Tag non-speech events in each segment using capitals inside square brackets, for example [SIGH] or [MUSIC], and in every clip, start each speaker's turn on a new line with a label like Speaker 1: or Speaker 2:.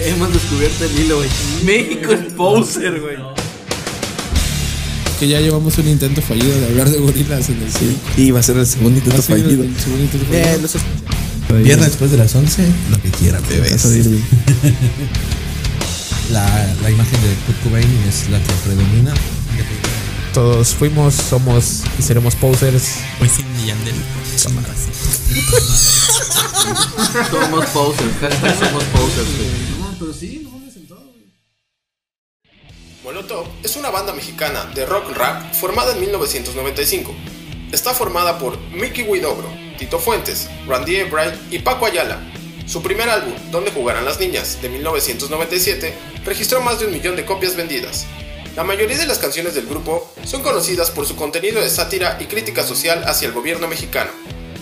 Speaker 1: Hemos descubierto el hilo, güey. México es poser, güey.
Speaker 2: Que ya llevamos un intento fallido de hablar de gorilas en el cine.
Speaker 3: Y va a ser el segundo intento
Speaker 2: Ha sido el
Speaker 3: fallido.
Speaker 2: segundo intento
Speaker 3: Eh,
Speaker 2: fallido.
Speaker 3: no sé.
Speaker 4: Viernes después de las 11, lo que quieran, bebés. La, la imagen de Kurt Cobain es la que predomina.
Speaker 5: Todos fuimos, somos y seremos posers.
Speaker 6: Hoy sin Yandel. Cámaras.
Speaker 1: Somos posers. Hashtag somos posers, güey.
Speaker 7: Molotov es una banda mexicana de rock rap formada en 1995. Está formada por Mickey Huidobro, Tito Fuentes, Randy Ebright y Paco Ayala. Su primer álbum, Donde jugarán las niñas, de 1997, registró más de un millón de copias vendidas. La mayoría de las canciones del grupo son conocidas por su contenido de sátira y crítica social hacia el gobierno mexicano,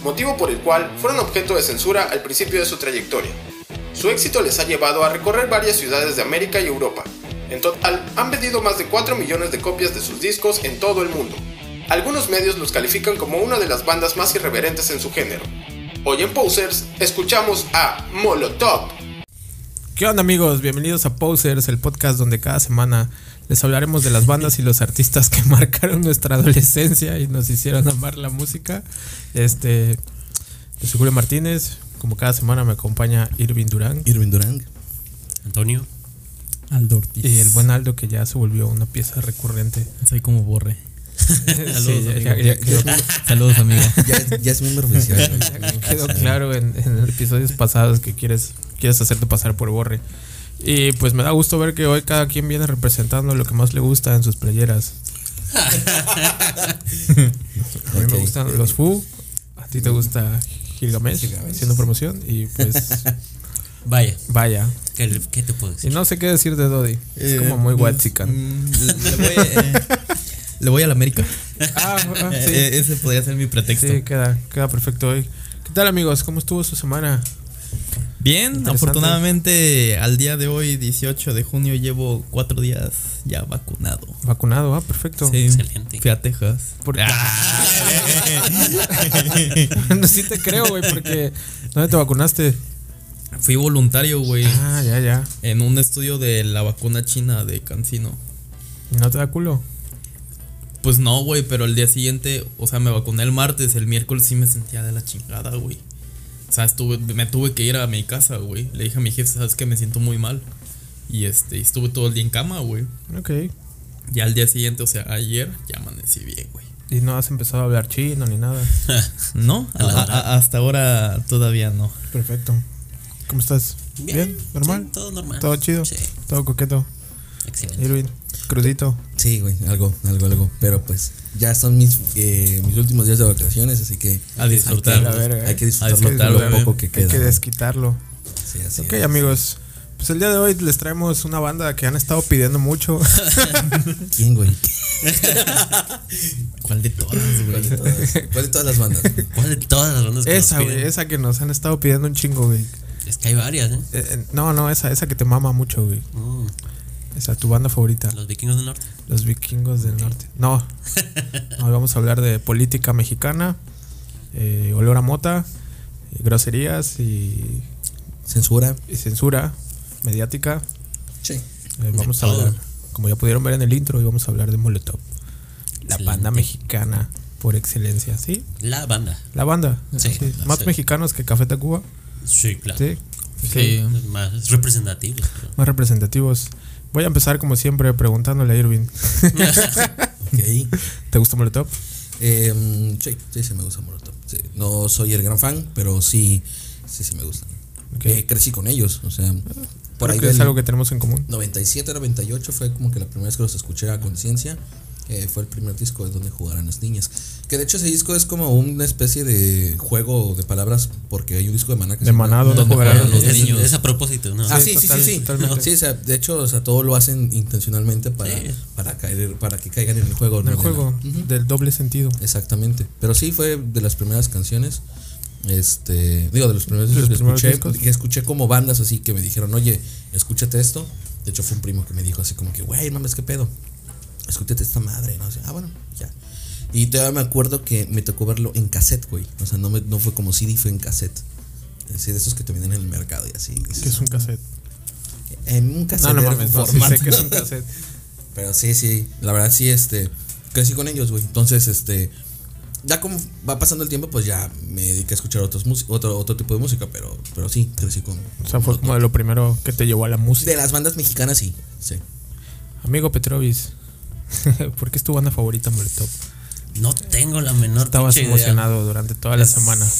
Speaker 7: motivo por el cual fueron objeto de censura al principio de su trayectoria. Su éxito les ha llevado a recorrer varias ciudades de América y Europa. En total, han vendido más de 4 millones de copias de sus discos en todo el mundo. Algunos medios los califican como una de las bandas más irreverentes en su género. Hoy en Posers escuchamos a Molotov.
Speaker 5: ¿Qué onda amigos? Bienvenidos a Posers, el podcast donde cada semana les hablaremos de las bandas y los artistas que [LAUGHS] marcaron nuestra adolescencia y nos hicieron amar la música. Este, yo soy Julio Martínez, como cada semana me acompaña Irving Durán
Speaker 4: Irving Durán.
Speaker 6: Antonio.
Speaker 2: Aldo Ortiz.
Speaker 5: y el buen Aldo que ya se volvió una pieza [LAUGHS] recurrente.
Speaker 2: Soy como borre.
Speaker 5: Sí, ya- ya- ya quedó-
Speaker 2: Saludos, amigo.
Speaker 4: [LAUGHS] Ya, ya es miembro oficial. güey.
Speaker 5: quedó claro en, en episodios pasados que quieres, quieres hacerte pasar por Borre. Y pues me da gusto ver que hoy cada quien viene representando lo que más le gusta en sus playeras. a mí me
Speaker 4: Ok.
Speaker 5: gustan los Fu, a ti te gusta Gilgamesh, haciendo promoción y
Speaker 3: [LAUGHS]
Speaker 5: pues
Speaker 6: Vaya,
Speaker 5: [LAUGHS] vaya.
Speaker 6: ¿qué, qué te puedo
Speaker 5: Y
Speaker 6: decir?
Speaker 5: no sé qué decir de Dodi, es como muy
Speaker 3: Eh,
Speaker 5: guachican.
Speaker 3: mm, Le, le voy, eh, le voy al América.
Speaker 5: Ah, ah,
Speaker 3: Eh,
Speaker 5: sí,
Speaker 3: eh, ese podría ser mi pretexto.
Speaker 5: sí, queda, queda perfecto hoy. ¿Qué tal amigos? ¿Cómo estuvo su semana?
Speaker 3: Bien,
Speaker 5: Interesante.
Speaker 3: afortunadamente al día de hoy, 18 de junio, llevo cuatro días ya vacunado.
Speaker 5: ¿Vacunado? Ah, perfecto.
Speaker 3: Sí, Ah.
Speaker 6: Excelente.
Speaker 3: Fui a Texas. Ah.
Speaker 5: Porque... [LAUGHS] no, sí te creo, güey, porque ¿dónde te vacunaste?
Speaker 3: Fui voluntario, güey,
Speaker 5: Ah, ya, ya.
Speaker 3: en un estudio de la vacuna china de Cancino.
Speaker 5: ¿No te da culo?
Speaker 3: Pues no, güey, pero el día siguiente, o sea, me vacuné el martes, el miércoles sí me sentía de la chingada, güey. O sea, estuve, me tuve que ir a mi casa, güey. Le dije a mi jefe, sabes que me siento muy mal. Y este, y estuve todo el día en cama, güey.
Speaker 5: Ok.
Speaker 3: Ya al día siguiente, o sea, ayer, ya amanecí bien, güey.
Speaker 5: Y no has empezado a hablar chino ni nada.
Speaker 3: No, a- a- hasta ahora todavía no.
Speaker 5: Perfecto. ¿Cómo estás? Bien, normal.
Speaker 6: sí, todo normal.
Speaker 5: Todo chido.
Speaker 6: Sí,
Speaker 5: Todo coqueto.
Speaker 6: excelente.
Speaker 5: Irwin, crudito.
Speaker 4: Sí, güey, algo, algo, algo. Pero pues ya son mis, eh, mis últimos días de vacaciones, así que
Speaker 3: A disfrutar.
Speaker 5: la verga.
Speaker 4: hay que
Speaker 3: A
Speaker 4: disfrutar
Speaker 3: disfrutar,
Speaker 4: lo
Speaker 3: güey.
Speaker 4: poco que
Speaker 5: Hay
Speaker 4: queda.
Speaker 5: que desquitarlo.
Speaker 4: Sí, así
Speaker 5: Ok,
Speaker 4: es.
Speaker 5: amigos. Pues el día de hoy les traemos una banda que han estado pidiendo mucho.
Speaker 4: ¿Quién, güey?
Speaker 3: ¿Cuál de todas,
Speaker 4: ¿Cuál
Speaker 3: güey?
Speaker 4: de todas? ¿Cuál de todas las bandas?
Speaker 6: ¿Cuál de todas las bandas que nos
Speaker 5: esa,
Speaker 6: piden?
Speaker 5: güey. Esa que nos han estado pidiendo un chingo, güey.
Speaker 6: Es que hay varias, ¿eh?
Speaker 5: Eh, eh, no, no, esa, esa que te mama mucho, güey.
Speaker 6: Mm,
Speaker 5: Esa, tu banda favorita.
Speaker 6: los vikingos del norte.
Speaker 5: Los vikingos del norte.
Speaker 6: [LAUGHS]
Speaker 5: No. Hoy vamos a hablar de política mexicana, eh, olor a mota, eh, groserías y,
Speaker 4: [LAUGHS] ¿Censura?
Speaker 5: y censura mediática.
Speaker 4: Sí.
Speaker 5: Eh, vamos a
Speaker 6: todo.
Speaker 5: hablar, como ya pudieron ver en el intro, hoy vamos a hablar de Molotov. La
Speaker 6: Excelente.
Speaker 5: banda mexicana por excelencia, ¿sí?
Speaker 6: La banda.
Speaker 5: La banda.
Speaker 6: Sí,
Speaker 5: Sí,
Speaker 6: la
Speaker 5: Más
Speaker 6: sé.
Speaker 5: mexicanos que Café Tacuba.
Speaker 6: Sí, claro.
Speaker 5: Sí.
Speaker 3: Sí.
Speaker 6: Los Más representativos. pero-
Speaker 5: Más representativos. Voy a empezar como siempre preguntándole a Irving.
Speaker 4: Ok.
Speaker 5: ¿Te gusta Molotov?
Speaker 4: Eh, sí, sí, sí me gusta Molotov. Sí, No soy el gran fan, pero sí, sí, sí me gusta.
Speaker 5: Ok.
Speaker 4: Eh, crecí con ellos, o sea, por
Speaker 5: Creo
Speaker 4: ahí
Speaker 5: que es
Speaker 4: del
Speaker 5: algo que tenemos en común.
Speaker 4: 97, 98 fue como que la primera vez que los escuché a conciencia. eh, fue el primer disco de donde jugarán las niñas. Que de hecho ese disco es como una especie de juego de palabras, porque hay un disco de Maná que
Speaker 5: De Ah, Maná, donde jugarán
Speaker 4: jugarán
Speaker 5: los
Speaker 6: es,
Speaker 4: niños.
Speaker 6: es a propósito, ¿no?
Speaker 4: Ah,
Speaker 5: Sí,
Speaker 4: sí, sí,
Speaker 5: total-
Speaker 4: sí, sí.
Speaker 5: totalmente.
Speaker 4: Sí, o sea, de hecho, o sea, todo lo hacen intencionalmente para,
Speaker 6: Sí.
Speaker 4: para caer, para que caigan en el juego.
Speaker 5: En el
Speaker 4: ¿no?
Speaker 5: juego, del doble sentido.
Speaker 4: Exactamente. Pero sí fue de las primeras canciones. Este, digo, de los primeros,
Speaker 5: De los
Speaker 4: discos que
Speaker 5: primeros
Speaker 4: escuché,
Speaker 5: discos.
Speaker 4: que escuché como bandas así que me dijeron, oye, escúchate esto. De hecho, fue un primo que me dijo así como que, güey, mames, qué pedo. Escúchate esta madre, ¿no? O sea, ah, bueno, ya. Y todavía me acuerdo que me tocó verlo en cassette, güey. O sea, no, me, no fue como CD, fue en cassette. Es decir, de esos que te vienen en el mercado y así.
Speaker 5: Que es un cassette.
Speaker 4: en un cassette.
Speaker 5: No, no
Speaker 4: era un
Speaker 5: mames, no, sí
Speaker 4: formato.
Speaker 5: sé que es un cassette.
Speaker 4: Pero sí, sí, la verdad sí, este, crecí con ellos, güey. Entonces, este, ya como va pasando el tiempo, pues ya me dediqué a escuchar otros mus- otro, otro tipo de música, pero, pero sí, crecí con...
Speaker 5: O sea, fue como de lo primero que te llevó a la música.
Speaker 4: De las bandas mexicanas, sí, sí.
Speaker 5: Amigo Petrovis, [LAUGHS] ¿por qué es tu banda favorita, Molotov?
Speaker 6: No tengo la menor
Speaker 5: Estabas
Speaker 6: pinche idea.
Speaker 5: emocionado durante toda la semana.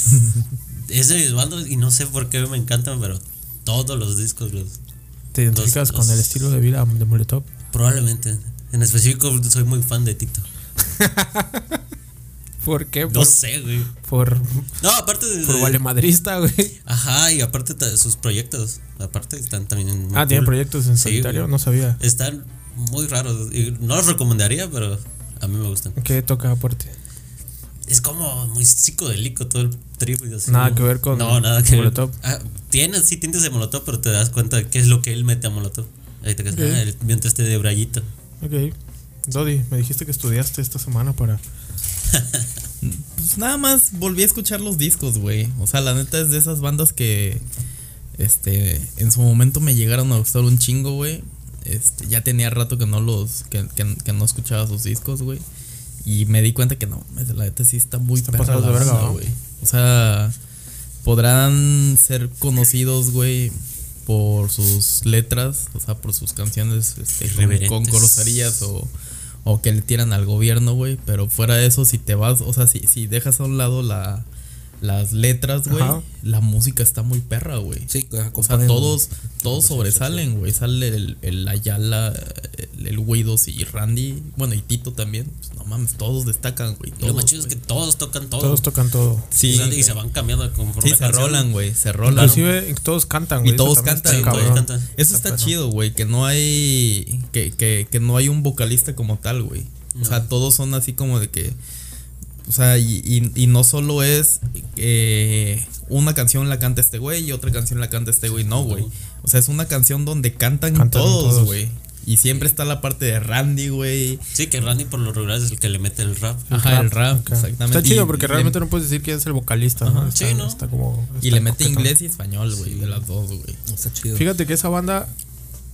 Speaker 6: Es de mis bandas y no sé por qué me encantan, pero todos los discos los
Speaker 5: ¿Te identificas
Speaker 6: los-
Speaker 5: con el estilo de vida de Molotov?
Speaker 6: probablemente. En específico soy muy fan de TikTok.
Speaker 5: ¿Por qué?
Speaker 6: No
Speaker 5: Por,
Speaker 6: sé, güey.
Speaker 5: por,
Speaker 6: No, aparte de, [LAUGHS]
Speaker 5: por valemadrista, güey.
Speaker 6: Ajá, y aparte ta- sus proyectos, aparte están también muy
Speaker 5: Ah, ¿tienen
Speaker 6: cool.
Speaker 5: proyectos en
Speaker 6: Sí,
Speaker 5: solitario?
Speaker 6: güey.
Speaker 5: no sabía.
Speaker 6: Están muy raros. y no los recomendaría, pero a mí me gustan.
Speaker 5: ¿Qué toca aporte?
Speaker 6: Es como muy psicodélico todo el trip. y así,
Speaker 5: Nada
Speaker 6: ¿no?
Speaker 5: que ver con
Speaker 6: No, nada que ver.
Speaker 5: Molotov.
Speaker 6: Ah, tiene, sí, tintes de molotov, pero te das cuenta de qué es lo que él mete a molotov. Ahí te quedas,
Speaker 5: Ok.
Speaker 6: ah, el viento este de brayito.
Speaker 5: Ok. Dodi, me dijiste que estudiaste esta semana para.
Speaker 3: Pues nada más volví a escuchar los discos, güey. O sea, la neta es de esas bandas que. Este. En su momento me llegaron a gustar un chingo, güey. Este, ya tenía rato que no los. que, que- que no escuchaba sus discos, güey. Y me di cuenta que no, mames, la neta sí está muy
Speaker 5: Están
Speaker 3: perra
Speaker 5: pasados
Speaker 3: la
Speaker 5: de verga,
Speaker 3: banda,
Speaker 5: ¿no?
Speaker 3: güey. O sea. Podrán ser conocidos, güey. Por sus letras, o sea, por sus canciones este, con,
Speaker 6: Irreverentes.
Speaker 3: con groserías o, o que le tiran al gobierno, güey. Pero fuera de eso, si te vas, o sea, si, si dejas a un lado la, las letras, güey,
Speaker 5: Ajá.
Speaker 3: la música está muy perra, güey.
Speaker 4: Sí,
Speaker 3: O sea, todos, todos sobresalen, güey. Sale el, el Ayala, el, el Guidos y Randy. Bueno, y Tito también. Pues, no mames, todos destacan, güey.
Speaker 6: Y lo más
Speaker 3: todos,
Speaker 6: chido es que
Speaker 3: güey.
Speaker 6: todos tocan
Speaker 3: Oh.
Speaker 6: todo.
Speaker 5: Todos tocan todo.
Speaker 6: O
Speaker 3: Sí,
Speaker 6: sea,
Speaker 3: güey.
Speaker 6: y se van cambiando conforme
Speaker 3: Sí,
Speaker 6: la
Speaker 3: se
Speaker 6: canción.
Speaker 3: rolan, güey. Se rolan.
Speaker 5: Inclusive todos cantan, güey.
Speaker 3: Y
Speaker 5: eso
Speaker 3: todos
Speaker 5: también
Speaker 3: cantan,
Speaker 5: está
Speaker 3: güey.
Speaker 5: cabrón.
Speaker 6: cantan.
Speaker 3: Eso está
Speaker 5: perro.
Speaker 3: chido, güey, que no hay que, que, que no hay un vocalista como tal, güey. O sea, todos son así como de que o sea, y, y- y no solo es eh, una canción la canta este güey y otra canción la canta este güey, no, güey. O sea, es una canción donde cantan,
Speaker 5: Cantan
Speaker 3: todos,
Speaker 5: todos.
Speaker 3: güey. Y siempre está la parte de Randy, güey.
Speaker 6: Sí, que Randy por lo regular es el que le mete el rap.
Speaker 3: Ajá, el rap,
Speaker 5: Ok.
Speaker 3: exactamente.
Speaker 5: Está chido
Speaker 3: Y-
Speaker 5: porque
Speaker 3: y le-
Speaker 5: realmente no puedes decir quién es el vocalista, ¿no?
Speaker 6: sí,
Speaker 5: Está-
Speaker 6: ¿no?
Speaker 5: está como-
Speaker 3: Y
Speaker 5: está
Speaker 3: le mete
Speaker 5: coquetón.
Speaker 3: inglés y español, güey, de las dos, güey.
Speaker 4: Está chido.
Speaker 5: Fíjate que esa banda,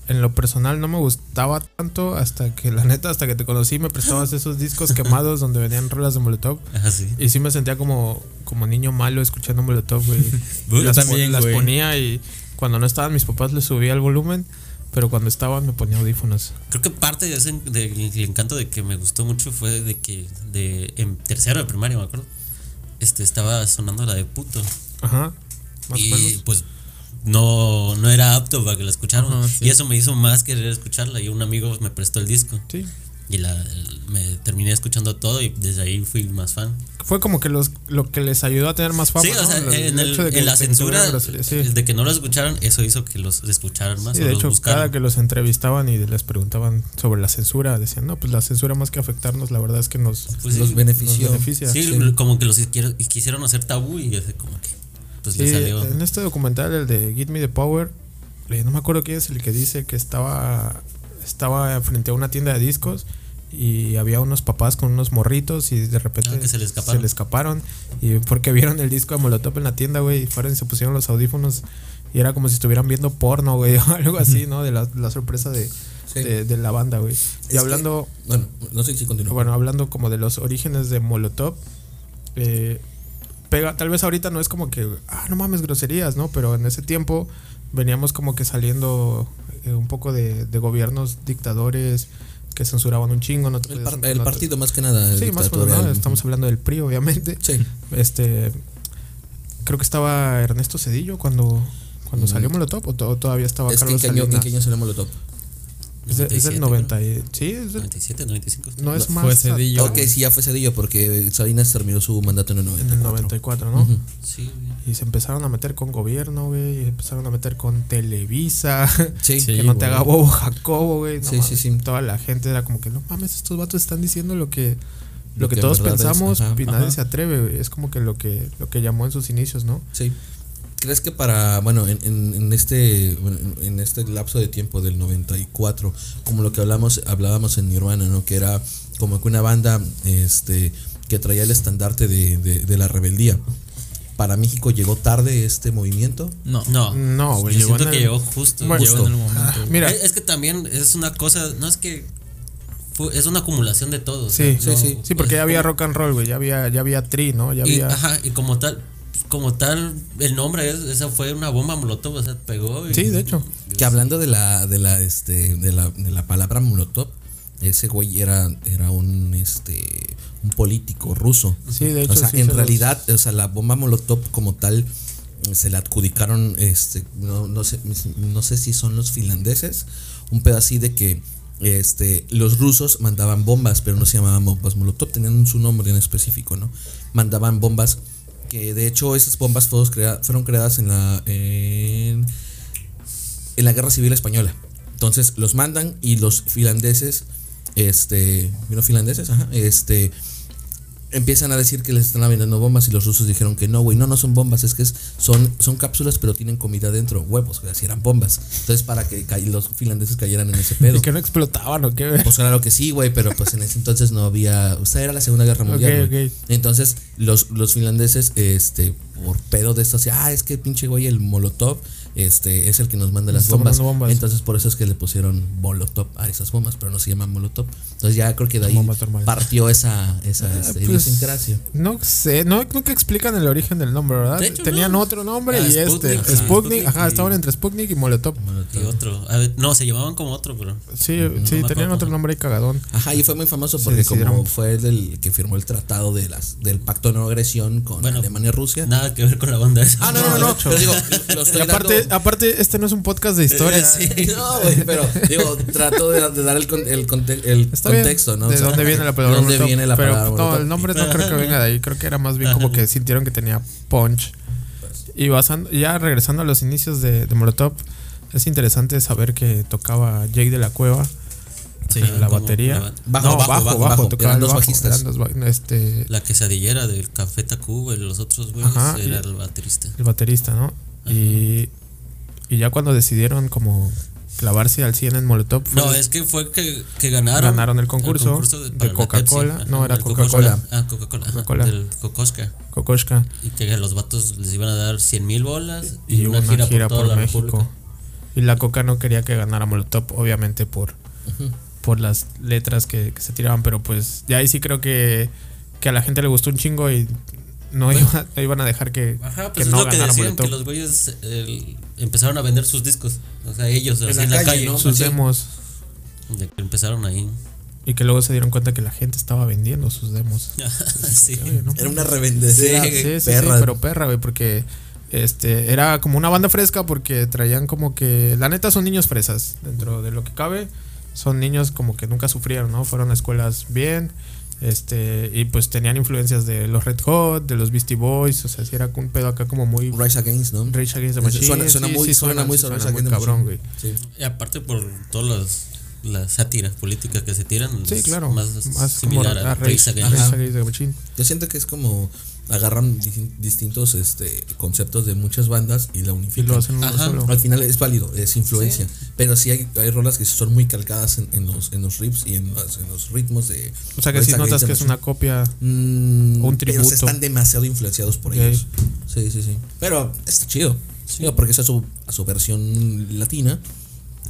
Speaker 5: en lo personal, no me gustaba tanto hasta que, la neta, hasta que te conocí, me prestabas esos discos quemados [LAUGHS] donde venían rolas de Molotov.
Speaker 6: Ajá, sí.
Speaker 5: Y sí me sentía como, como niño malo escuchando Molotov,
Speaker 6: [LAUGHS]
Speaker 5: güey.
Speaker 3: Yo
Speaker 5: las, pon-
Speaker 3: también,
Speaker 5: las
Speaker 3: güey.
Speaker 5: ponía y cuando no estaban mis papás les subía el volumen, pero cuando estaban me ponía audífonos.
Speaker 6: Creo que parte de ese, del encanto de que me gustó mucho fue de que de, en tercero de primaria, me acuerdo, este, estaba sonando la de puto.
Speaker 5: Ajá. Más o
Speaker 6: Y
Speaker 5: menos.
Speaker 6: pues no, no era apto para que la escucharan.
Speaker 3: Ajá, sí.
Speaker 6: Y eso me hizo más querer escucharla. Y un amigo me prestó el disco.
Speaker 5: Sí.
Speaker 6: Y la, el- me terminé escuchando todo y desde ahí fui más fan.
Speaker 5: Fue como que los, lo que les ayudó a tener más fama.
Speaker 6: sí, o
Speaker 5: ¿no?
Speaker 6: sea,
Speaker 5: Lo-
Speaker 6: en, el-
Speaker 5: hecho de que
Speaker 6: en la
Speaker 5: se
Speaker 6: censura,
Speaker 5: tuvieran grosería, sí.
Speaker 6: el de que no lo escucharan, eso hizo que los escucharan más.
Speaker 5: Sí,
Speaker 6: o
Speaker 5: de
Speaker 6: los
Speaker 5: hecho,
Speaker 6: buscaran.
Speaker 5: cada que los entrevistaban y les preguntaban sobre la censura, decían, no, pues la censura más que afectarnos, la verdad es que nos,
Speaker 6: Pues sí,
Speaker 4: los
Speaker 5: nos
Speaker 4: benefició.
Speaker 5: beneficia.
Speaker 6: Sí,
Speaker 4: Sí.
Speaker 6: como que los quisieron, y quisieron hacer tabú y así como que pues le
Speaker 5: Sí,
Speaker 6: salió.
Speaker 5: en este documental, el de Give Me the Power, eh, no me acuerdo quién es el que dice que estaba, estaba frente a una tienda de discos y había unos papás con unos morritos y de repente
Speaker 6: Ah, que se le escaparon.
Speaker 5: le escaparon y porque vieron el disco de Molotov en la tienda, güey, y fueron y se pusieron los audífonos y era como si estuvieran viendo porno, güey, [LAUGHS] o algo así, ¿no? De la, la sorpresa de,
Speaker 4: Sí.
Speaker 5: de- de la banda, güey. Y
Speaker 4: que-
Speaker 5: hablando...
Speaker 4: Bueno, no sé si continúa.
Speaker 5: Bueno, hablando como de los orígenes de Molotov, eh, pega, tal vez ahorita no es como que, ah, no mames, groserías, ¿no? Pero en ese tiempo veníamos como que saliendo eh, un poco de, de gobiernos dictadores que censuraban un chingo, no te
Speaker 4: el,
Speaker 5: podías-
Speaker 4: par-
Speaker 5: pues, no
Speaker 4: el
Speaker 5: te-
Speaker 4: partido más que nada. el
Speaker 5: Sí, más o menos,
Speaker 4: dictatorial.
Speaker 5: ¿no? estamos hablando del PRI, obviamente.
Speaker 4: Sí.
Speaker 5: Este, creo que estaba Ernesto Cedillo cuando, cuando salió Molotov, o, to- todavía estaba
Speaker 4: Mm. Es que en
Speaker 5: Carlos
Speaker 4: qué año, en
Speaker 5: Salinas.
Speaker 4: qué año salió Molotov.
Speaker 5: Es, de- es del
Speaker 6: 97,
Speaker 5: 90, y- sí, es
Speaker 6: creo.
Speaker 5: del-
Speaker 6: 97, 95.
Speaker 5: no es más.
Speaker 3: Fue Cedillo.
Speaker 4: Ok, sí, ya fue Ah, Cedillo porque Salinas terminó su mandato en el
Speaker 5: En el
Speaker 4: 94.
Speaker 5: 94, ¿no?
Speaker 6: Sí, güey.
Speaker 5: Y se empezaron a meter con gobierno, güey. Y empezaron a meter con Televisa. [LAUGHS]
Speaker 4: Sí.
Speaker 5: que no te haga bobo Jacobo, güey. No
Speaker 4: Sí, sí,
Speaker 5: mames,
Speaker 4: sí.
Speaker 5: Toda la gente era como que, no mames, estos vatos están diciendo lo que, lo
Speaker 4: Lo
Speaker 5: que,
Speaker 4: que
Speaker 5: todos
Speaker 4: en verdad es,
Speaker 5: pensamos
Speaker 4: ajá,
Speaker 5: y nadie
Speaker 3: ajá.
Speaker 5: se atreve, güey. Es como que lo, que lo que llamó en sus inicios, ¿no?
Speaker 4: Sí. ¿Crees que para, bueno, en, en- en este bueno, en- en este lapso de tiempo del 94, como lo que hablamos hablábamos en Nirvana, ¿no? Que era como que una banda este que traía el estandarte de, de- de la rebeldía. para México llegó tarde este movimiento.
Speaker 3: No.
Speaker 6: No.
Speaker 5: No, güey.
Speaker 6: Yo
Speaker 5: llegó
Speaker 6: siento
Speaker 5: en
Speaker 6: que
Speaker 5: el-
Speaker 6: llegó justo.
Speaker 5: Bueno,
Speaker 6: llegó en el momento.
Speaker 5: Ah, Mira,
Speaker 6: Es, es que también es una cosa, no es que fue- es una acumulación de todo. o sea,
Speaker 5: sí, sí,
Speaker 6: no-
Speaker 5: sí. Sí, porque ya había rock and roll, güey. Ya había, ya había tri, ¿no? Ya
Speaker 6: Pues, Y,
Speaker 5: había.
Speaker 6: ajá, y como tal, como tal, el nombre, es- esa fue una bomba molotov, o sea, pegó. y-
Speaker 5: Sí, de hecho.
Speaker 4: Que hablando de la, de la, este, de la, de la palabra molotov, ese güey era, era un, este, un político ruso.
Speaker 5: Sí, de hecho,
Speaker 4: O sea,
Speaker 5: sí
Speaker 4: en
Speaker 5: se los-
Speaker 4: realidad, o sea, la bomba molotov como tal eh, se la adjudicaron, este, no, no sé, no sé si son los finlandeses, un pedacito de que, este, los rusos mandaban bombas, pero no se llamaban bombas molotov, tenían su nombre en específico, ¿no? Mandaban bombas que de hecho esas bombas todos crea- fueron creadas en la en- en la Guerra Civil Española. Entonces los mandan y los finlandeses, este, ¿vino finlandeses? Ajá, este, empiezan a decir que les están aventando bombas y los rusos dijeron que no, güey, no, no son bombas, es que es- son, son cápsulas pero tienen comida dentro, huevos, que si eran bombas. Entonces para que ca- los finlandeses cayeran en ese pedo.
Speaker 5: Y que no explotaban o qué.
Speaker 4: Pues claro que sí, güey, pero pues en ese entonces no había. O sea, era la Segunda Guerra Mundial.
Speaker 5: Ok,
Speaker 4: güey.
Speaker 5: ok.
Speaker 4: Entonces, los, los finlandeses, este, por pedo de esto, así, ah, es que pinche güey, el Molotov, este, es el que nos manda las
Speaker 5: Está
Speaker 4: bombas.
Speaker 5: mandando bombas.
Speaker 4: Entonces, por eso es que le pusieron Molotov a esas bombas, pero no se llaman Molotov. Entonces, ya creo que de ahí
Speaker 5: bombas normales.
Speaker 4: partió esa, esa este,
Speaker 5: pues,
Speaker 4: idiosincrasia.
Speaker 5: No sé, no, nunca explican el origen del nombre, ¿verdad?
Speaker 6: De hecho,
Speaker 5: Tenían
Speaker 6: no.
Speaker 5: otro nombre
Speaker 6: Ah,
Speaker 5: y
Speaker 6: Sputnik,
Speaker 5: este.
Speaker 6: ajá.
Speaker 5: Sputnik,
Speaker 6: Sputnik
Speaker 5: ajá,
Speaker 6: y-
Speaker 5: estaban entre Sputnik y Molotov.
Speaker 6: Y otro. A ver, no, se llamaban como otro, pero.
Speaker 5: Sí, sí,
Speaker 6: me
Speaker 5: tenían
Speaker 6: acuerdo.
Speaker 5: otro nombre y cagadón.
Speaker 4: Ajá, y fue muy famoso porque como
Speaker 5: decidieron.
Speaker 4: fue el del que firmó el tratado de las, del pacto de no agresión con
Speaker 6: Bueno,
Speaker 4: Alemania y Rusia.
Speaker 6: Nada que ver con la banda esa.
Speaker 4: Ah, no, no, no, no,
Speaker 5: hecho.
Speaker 4: pero digo, lo
Speaker 5: Y
Speaker 4: estoy
Speaker 5: aparte,
Speaker 4: dando-
Speaker 5: aparte, este no es un podcast de historia.
Speaker 6: Sí.
Speaker 4: Eh, [LAUGHS] No, güey, pero digo, trato de, de dar el, con- el, conte- el
Speaker 5: Está bien.
Speaker 4: contexto, ¿no?
Speaker 5: ¿De
Speaker 4: O sea,
Speaker 5: dónde viene la palabra
Speaker 4: ¿De dónde
Speaker 5: molotov?
Speaker 4: viene la
Speaker 5: Pero,
Speaker 4: palabra
Speaker 5: No,
Speaker 4: molotov?
Speaker 5: el nombre no creo que venga de ahí. Creo que era más bien como que sintieron que tenía punch. Y basando, ya regresando a los inicios de, de Molotov, es interesante saber que tocaba Jake de la Cueva
Speaker 6: Sí,
Speaker 5: en la
Speaker 6: Ah, como
Speaker 5: batería.
Speaker 6: la-
Speaker 4: Bajo, bajo, bajo, bajo.
Speaker 5: tocaba
Speaker 4: Eran
Speaker 5: el
Speaker 4: dos
Speaker 5: bajo,
Speaker 4: bajistas.
Speaker 5: eran dos ba- este,
Speaker 6: La quesadillera del Café Tacuba y los otros güeyes
Speaker 5: Ajá,
Speaker 6: era
Speaker 5: y-
Speaker 6: el baterista.
Speaker 5: el baterista, ¿no? Y, y ya cuando decidieron como clavarse al 100 en Molotov, fue-
Speaker 6: No, es que fue que, que ganaron.
Speaker 5: Ganaron el concurso
Speaker 6: de,
Speaker 5: de
Speaker 6: para la
Speaker 5: Coca-Cola.
Speaker 6: Pepsi. Ajá,
Speaker 5: No, era
Speaker 6: el Coca-Cola.
Speaker 5: Coca-Cola.
Speaker 6: Ah, Coca-Cola. ajá,
Speaker 5: Coca-Cola.
Speaker 6: Del Cocosca.
Speaker 5: Kokoschka.
Speaker 6: Y que a los vatos les iban a dar 100 mil bolas
Speaker 5: y una, gira, por,
Speaker 6: toda la
Speaker 5: México.
Speaker 6: República.
Speaker 5: Y la Coca no quería que ganara Molotov, obviamente por, por las letras que, que se tiraban, pero pues ya ahí sí creo que, que a la gente le gustó un chingo y no, iba- no iban a dejar que,
Speaker 6: Ajá,
Speaker 5: que
Speaker 6: pues es
Speaker 5: no
Speaker 6: lo que
Speaker 5: ganara
Speaker 6: decían,
Speaker 5: Molotov.
Speaker 6: que los güeyes eh, empezaron a vender sus discos. O sea, ellos, así en la calle, ¿no?
Speaker 4: Pues
Speaker 6: Pues
Speaker 5: sus demos
Speaker 6: De que empezaron ahí. [LAUGHS]
Speaker 5: y que luego se dieron cuenta que la gente estaba vendiendo sus demos.
Speaker 6: sí.
Speaker 5: Oye, pues, ¿no?
Speaker 4: Era una revendedera
Speaker 5: Sí, sí, sí,
Speaker 4: perra.
Speaker 5: pero perra, güey, porque este era como una banda fresca porque traían como que la neta son niños fresas dentro de lo que cabe. Son niños como que nunca sufrieron, ¿no? Fueron a escuelas bien. Este, y pues tenían influencias de los Red Hot, de los Beastie Boys, o sea, si era un pedo acá como muy
Speaker 4: Rise Against, ¿no?
Speaker 5: Rage Against the
Speaker 4: Eso
Speaker 5: Machine.
Speaker 4: Suena, suena
Speaker 5: sí,
Speaker 4: muy,
Speaker 5: sí,
Speaker 4: suena, muy,
Speaker 5: suena muy
Speaker 4: Rise Against the
Speaker 5: cabrón,
Speaker 4: Machine.
Speaker 5: güey.
Speaker 4: Sí.
Speaker 6: Y aparte por todas las, las sátiras políticas que se tiran.
Speaker 5: Sí,
Speaker 6: es
Speaker 5: claro.
Speaker 6: Más,
Speaker 5: Más, como
Speaker 6: similar a,
Speaker 5: a Rage
Speaker 6: Rage Against.
Speaker 5: Rage Against the Machine.
Speaker 4: Yo siento que es como agarran di- distintos este, conceptos de muchas bandas y
Speaker 5: Y
Speaker 4: la unifican.
Speaker 5: lo hacen uno
Speaker 6: Ajá.
Speaker 5: solo.
Speaker 4: Al final es válido, es influencia. Pero sí hay, hay rolas que son muy calcadas en, en los, en los riffs y en, las- en los ritmos de.
Speaker 5: O sea que si
Speaker 4: Rise Against
Speaker 5: notas
Speaker 4: the
Speaker 5: que es
Speaker 4: Machine.
Speaker 5: una copia.
Speaker 4: Mm,
Speaker 5: O un
Speaker 4: Pero
Speaker 5: tributo.
Speaker 4: se están demasiado influenciados por
Speaker 5: Ok.
Speaker 4: ellos. Sí, sí, sí. Pero está chido. Digo, porque esa es su, a su versión latina.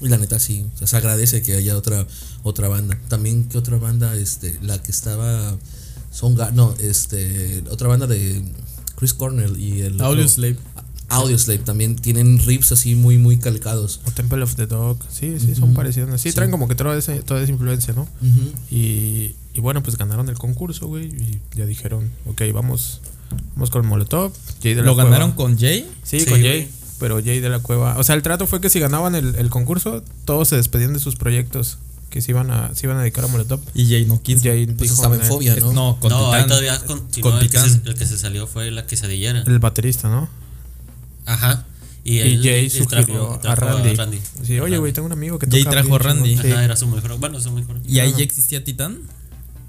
Speaker 4: Y la neta sí. O sea, se agradece que haya otra, otra banda. También que otra banda, este, la que estaba. Son no, este. Otra banda de Chris Cornell y el. otro-
Speaker 3: Audioslave.
Speaker 4: Audioslave también tienen riffs así muy, muy calcados.
Speaker 5: O Temple of the Dog. Sí, sí, son parecidos. Sí, traen como que toda esa, toda esa influencia, ¿no?
Speaker 4: Ujú.
Speaker 5: Y, y bueno, pues ganaron el concurso, güey. Y ya dijeron, ok, vamos, vamos con Molotov. Jay de la
Speaker 3: Lo
Speaker 5: Cueva.
Speaker 3: ganaron con Jay.
Speaker 5: Sí,
Speaker 6: Sí,
Speaker 5: con
Speaker 6: güey.
Speaker 5: Jay. Pero Jay de la Cueva. O sea, el trato fue que si ganaban el, el concurso, todos se despedían de sus proyectos que se iban a, se iban a dedicar a Molotov.
Speaker 3: Y Jay no quiso.
Speaker 5: Jay
Speaker 4: Pues
Speaker 5: dijo,
Speaker 4: estaba en
Speaker 5: "Nah".
Speaker 4: fobia, ¿no?
Speaker 3: No, con
Speaker 6: no, ahí
Speaker 3: Titán.
Speaker 6: todavía continuó.
Speaker 3: Con
Speaker 6: el, que
Speaker 3: Titán.
Speaker 6: se, el que se salió fue la quesadillera.
Speaker 5: El baterista, ¿no?
Speaker 6: Ajá. Y,
Speaker 5: Y
Speaker 6: él-
Speaker 5: Jay
Speaker 6: él
Speaker 5: sugirió
Speaker 6: trajo-
Speaker 5: a,
Speaker 6: trajo
Speaker 5: Randy. Sí,
Speaker 6: A
Speaker 5: oye, güey,
Speaker 6: Randy.
Speaker 5: tengo un amigo que
Speaker 3: Jay
Speaker 5: toca
Speaker 3: trajo a
Speaker 5: bien
Speaker 3: Randy.
Speaker 5: chingón".
Speaker 6: Ajá,
Speaker 5: Sí.
Speaker 6: era su mejor. Bueno, su mejor.
Speaker 3: ¿Y ahí ya existía Titán?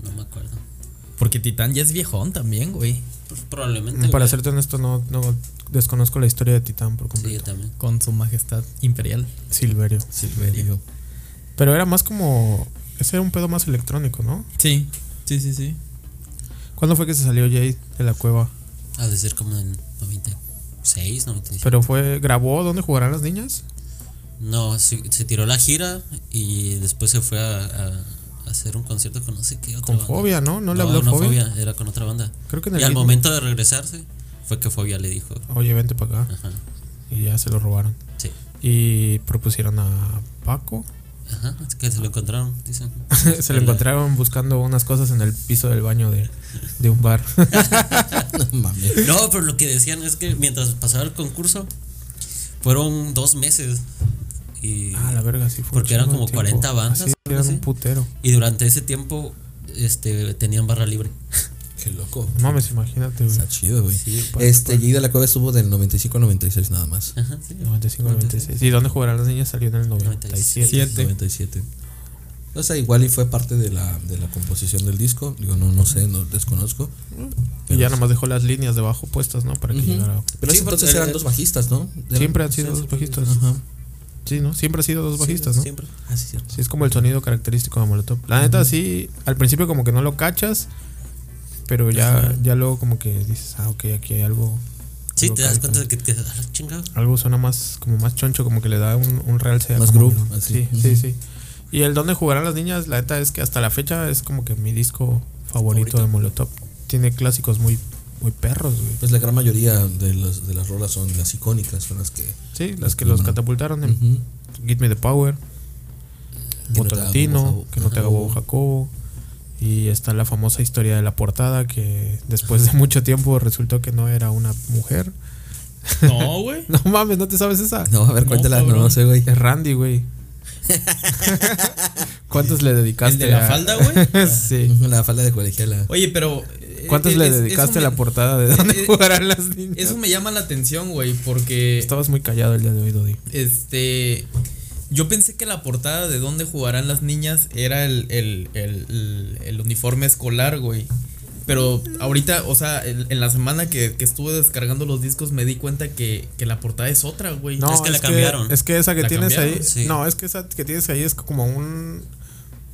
Speaker 6: No me acuerdo.
Speaker 3: Porque Titán ya es viejón también, güey.
Speaker 6: Pues probablemente.
Speaker 5: Para
Speaker 6: güey.
Speaker 5: serte honesto, no, no desconozco la historia de Titán por
Speaker 6: Sí, yo
Speaker 5: completo.
Speaker 6: también.
Speaker 3: Con su majestad imperial.
Speaker 5: Silverio.
Speaker 3: Silverio.
Speaker 5: Pero era más como. Ese era un pedo más electrónico, ¿no?
Speaker 3: Sí, sí, sí, sí.
Speaker 5: ¿Cuándo fue que se salió Jade de la cueva?
Speaker 6: Ha de ser como en 96, 95.
Speaker 5: Pero fue, grabó ¿Dónde jugarán las niñas?
Speaker 6: No, se, se tiró la gira y después se fue a, a- a hacer un concierto con no sé qué otra
Speaker 5: Con
Speaker 6: banda.
Speaker 5: Fobia, ¿no? ¿No le habló Fobia?
Speaker 6: Era con otra banda.
Speaker 5: Creo que en el
Speaker 6: y al
Speaker 5: mismo-
Speaker 6: momento de regresarse fue que Fobia le dijo.
Speaker 5: Oye, vente para acá.
Speaker 6: Ajá,
Speaker 5: Y ya se lo robaron.
Speaker 6: sí.
Speaker 5: Y propusieron a Paco.
Speaker 6: Ajá, es que se lo encontraron, dicen.
Speaker 5: [LAUGHS] se lo encontraron buscando unas cosas en el piso del baño de, de un bar. [LAUGHS]
Speaker 4: No mames.
Speaker 6: No, pero lo que decían es que mientras pasaba el concurso, fueron dos meses. Y,
Speaker 5: ah, la verga, sí fue. un
Speaker 6: Porque eran
Speaker 5: chingo de
Speaker 6: como
Speaker 5: tiempo.
Speaker 6: 40 bandas,
Speaker 5: Así,
Speaker 6: algo
Speaker 5: eran
Speaker 6: así.
Speaker 5: un putero.
Speaker 6: y durante ese tiempo este, tenían barra libre. [LAUGHS]
Speaker 4: Qué loco.
Speaker 5: No mames, imagínate, güey.
Speaker 4: Está chido, güey. este, Lleida la Cueva estuvo del 95 al 96 nada más.
Speaker 6: Ajá, sí.
Speaker 5: 95, 96. ¿Y dónde jugarán las niñas? Salió en el 97.
Speaker 4: 97. O sea, igual y fue parte de la, de la composición del disco. Digo, no, no sé, no desconozco.
Speaker 5: Y ya nomás dejó las líneas debajo puestas, ¿no? Para que llegara.
Speaker 4: Pero
Speaker 6: Sí,
Speaker 4: ese entonces
Speaker 6: porque-
Speaker 4: eran dos bajistas, ¿no? Eran-
Speaker 5: Siempre han sido dos bajistas.
Speaker 4: Ajá.
Speaker 5: Sí, ¿no? Siempre ha sido dos bajistas, ¿no?
Speaker 6: Siempre.
Speaker 4: Ah, sí, cierto.
Speaker 5: Sí, es como el sonido característico de Molotov. La neta, sí, al principio como que no lo cachas, pero ya, ya luego como que dices, ah, ok, aquí hay algo.
Speaker 6: Sí,
Speaker 5: algo
Speaker 6: te das
Speaker 5: caracter-
Speaker 6: cuenta de que te [LAUGHS] ah, da la chingada.
Speaker 5: Algo suena más, como más choncho, como que le da un, un realce.
Speaker 4: Más
Speaker 5: como-
Speaker 4: groove, así.
Speaker 5: Sí, sí, sí. Y el donde jugarán las niñas, la neta es que hasta la fecha es como que mi disco favorito, de Molotov. Tiene clásicos muy, muy perros, güey.
Speaker 4: Pues la gran mayoría de, los, de las rolas son las icónicas, son las que.
Speaker 5: Sí, las que los catapultaron en
Speaker 4: Ujú.
Speaker 5: Give Me the Power,
Speaker 4: Que no te haga
Speaker 5: Botantino,
Speaker 4: bobo,
Speaker 5: que no te haga bobo Jacobo. Y está la famosa historia de la portada que después de mucho tiempo resultó que no era una mujer. [LAUGHS]
Speaker 3: No, güey.
Speaker 5: No mames, no te sabes esa.
Speaker 4: No, a ver,
Speaker 3: No,
Speaker 4: cuéntala, no,
Speaker 3: cabrón.
Speaker 4: no sé, güey.
Speaker 5: Es Randy,
Speaker 4: [LAUGHS]
Speaker 5: güey. ¿Cuántos le
Speaker 3: El
Speaker 5: dedicaste?
Speaker 3: de la
Speaker 5: a-
Speaker 3: falda,
Speaker 5: [LAUGHS]
Speaker 3: güey.
Speaker 5: sí.
Speaker 4: La falda de colegiala.
Speaker 3: Oye, pero. eh,
Speaker 5: ¿Cuántos
Speaker 3: eh,
Speaker 5: le
Speaker 3: es- eso
Speaker 5: dedicaste
Speaker 3: me-
Speaker 5: a la portada de dónde
Speaker 3: eh,
Speaker 5: jugarán las niñas?
Speaker 3: Eso me llama la atención, güey, porque.
Speaker 5: Estabas muy callado el día de hoy, Dodi.
Speaker 3: Este. Yo pensé que la portada de dónde jugarán las niñas era el, el, el- el- el uniforme escolar, güey. Pero ahorita, o sea, en, en la semana que, que estuve descargando los discos me di cuenta que, que la portada es otra, güey.
Speaker 5: No,
Speaker 6: Es que la cambiaron.
Speaker 5: Es que esa que
Speaker 3: La
Speaker 5: tienes
Speaker 3: cambiaron,
Speaker 5: ahí.
Speaker 6: sí.
Speaker 5: No, es que esa que tienes ahí es como un.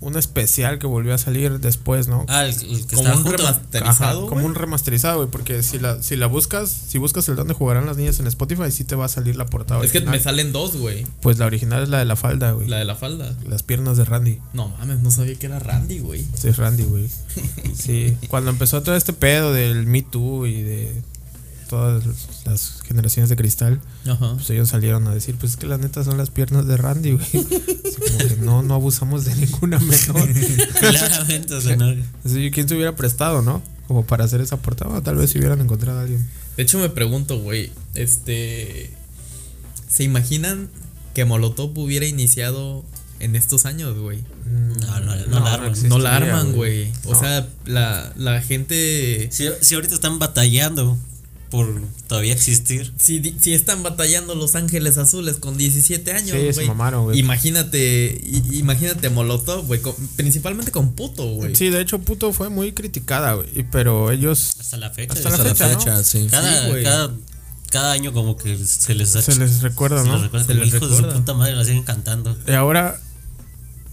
Speaker 5: Un especial que volvió a salir después, ¿no?
Speaker 6: Ah, el, el que
Speaker 3: como
Speaker 6: estaba
Speaker 3: un
Speaker 6: junto.
Speaker 5: Ajá,
Speaker 3: remasterizado.
Speaker 5: como un remasterizado, güey, porque si la, si la buscas, si buscas el donde jugarán las niñas en Spotify, sí te va a salir la portada.
Speaker 3: güey. es que
Speaker 5: original.
Speaker 3: me salen dos, güey.
Speaker 5: Pues la original es la de la falda, güey.
Speaker 3: La de la falda.
Speaker 5: Las piernas de Randy.
Speaker 3: No mames, no sabía que era Randy, güey.
Speaker 5: Sí, es Randy,
Speaker 3: [LAUGHS]
Speaker 5: güey. Sí, cuando empezó todo este pedo del Me Too y de todas las generaciones de cristal,
Speaker 3: Ajá.
Speaker 5: pues ellos salieron a decir, pues es que la neta son las piernas de Randy,
Speaker 3: [LAUGHS]
Speaker 5: güey. Así como que no, no abusamos de ninguna menor.
Speaker 6: [LAUGHS] Claramente, o sea, no.
Speaker 5: Así, ¿Quién se hubiera prestado, no? Como para hacer esa portada, Bueno, tal vez si hubieran encontrado a alguien.
Speaker 3: De hecho, me pregunto, güey, este. ¿Se imaginan que Molotov hubiera iniciado en estos años, güey?
Speaker 6: No, no, no, la arman.
Speaker 5: existe.
Speaker 3: No la
Speaker 5: Existiría,
Speaker 3: arman,
Speaker 5: güey.
Speaker 3: güey. O sea, la, la gente.
Speaker 6: Si, si ahorita están batallando por todavía existir.
Speaker 3: Si, di- si están batallando Los Ángeles Azules con 17
Speaker 5: Sí,
Speaker 3: años,
Speaker 5: se
Speaker 3: güey.
Speaker 5: mamaron, güey.
Speaker 3: Imagínate, i- imagínate Molotov, güey. con- principalmente con puto, güey.
Speaker 5: Sí, de hecho, puto fue muy criticada, güey. y- Pero ellos
Speaker 6: Hasta la fecha.
Speaker 5: Hasta la
Speaker 4: Hasta la
Speaker 5: fecha,
Speaker 4: fecha,
Speaker 5: ¿no?
Speaker 4: sí.
Speaker 6: cada,
Speaker 3: Sí, güey.
Speaker 6: cada, cada año como que se les,
Speaker 5: se les recuerda,
Speaker 6: se les
Speaker 5: ¿no?
Speaker 6: recuerda
Speaker 3: Se
Speaker 6: como
Speaker 3: les
Speaker 6: hijos de su
Speaker 3: recuerda.
Speaker 6: puta madre la siguen cantando.
Speaker 5: Y eh, ahora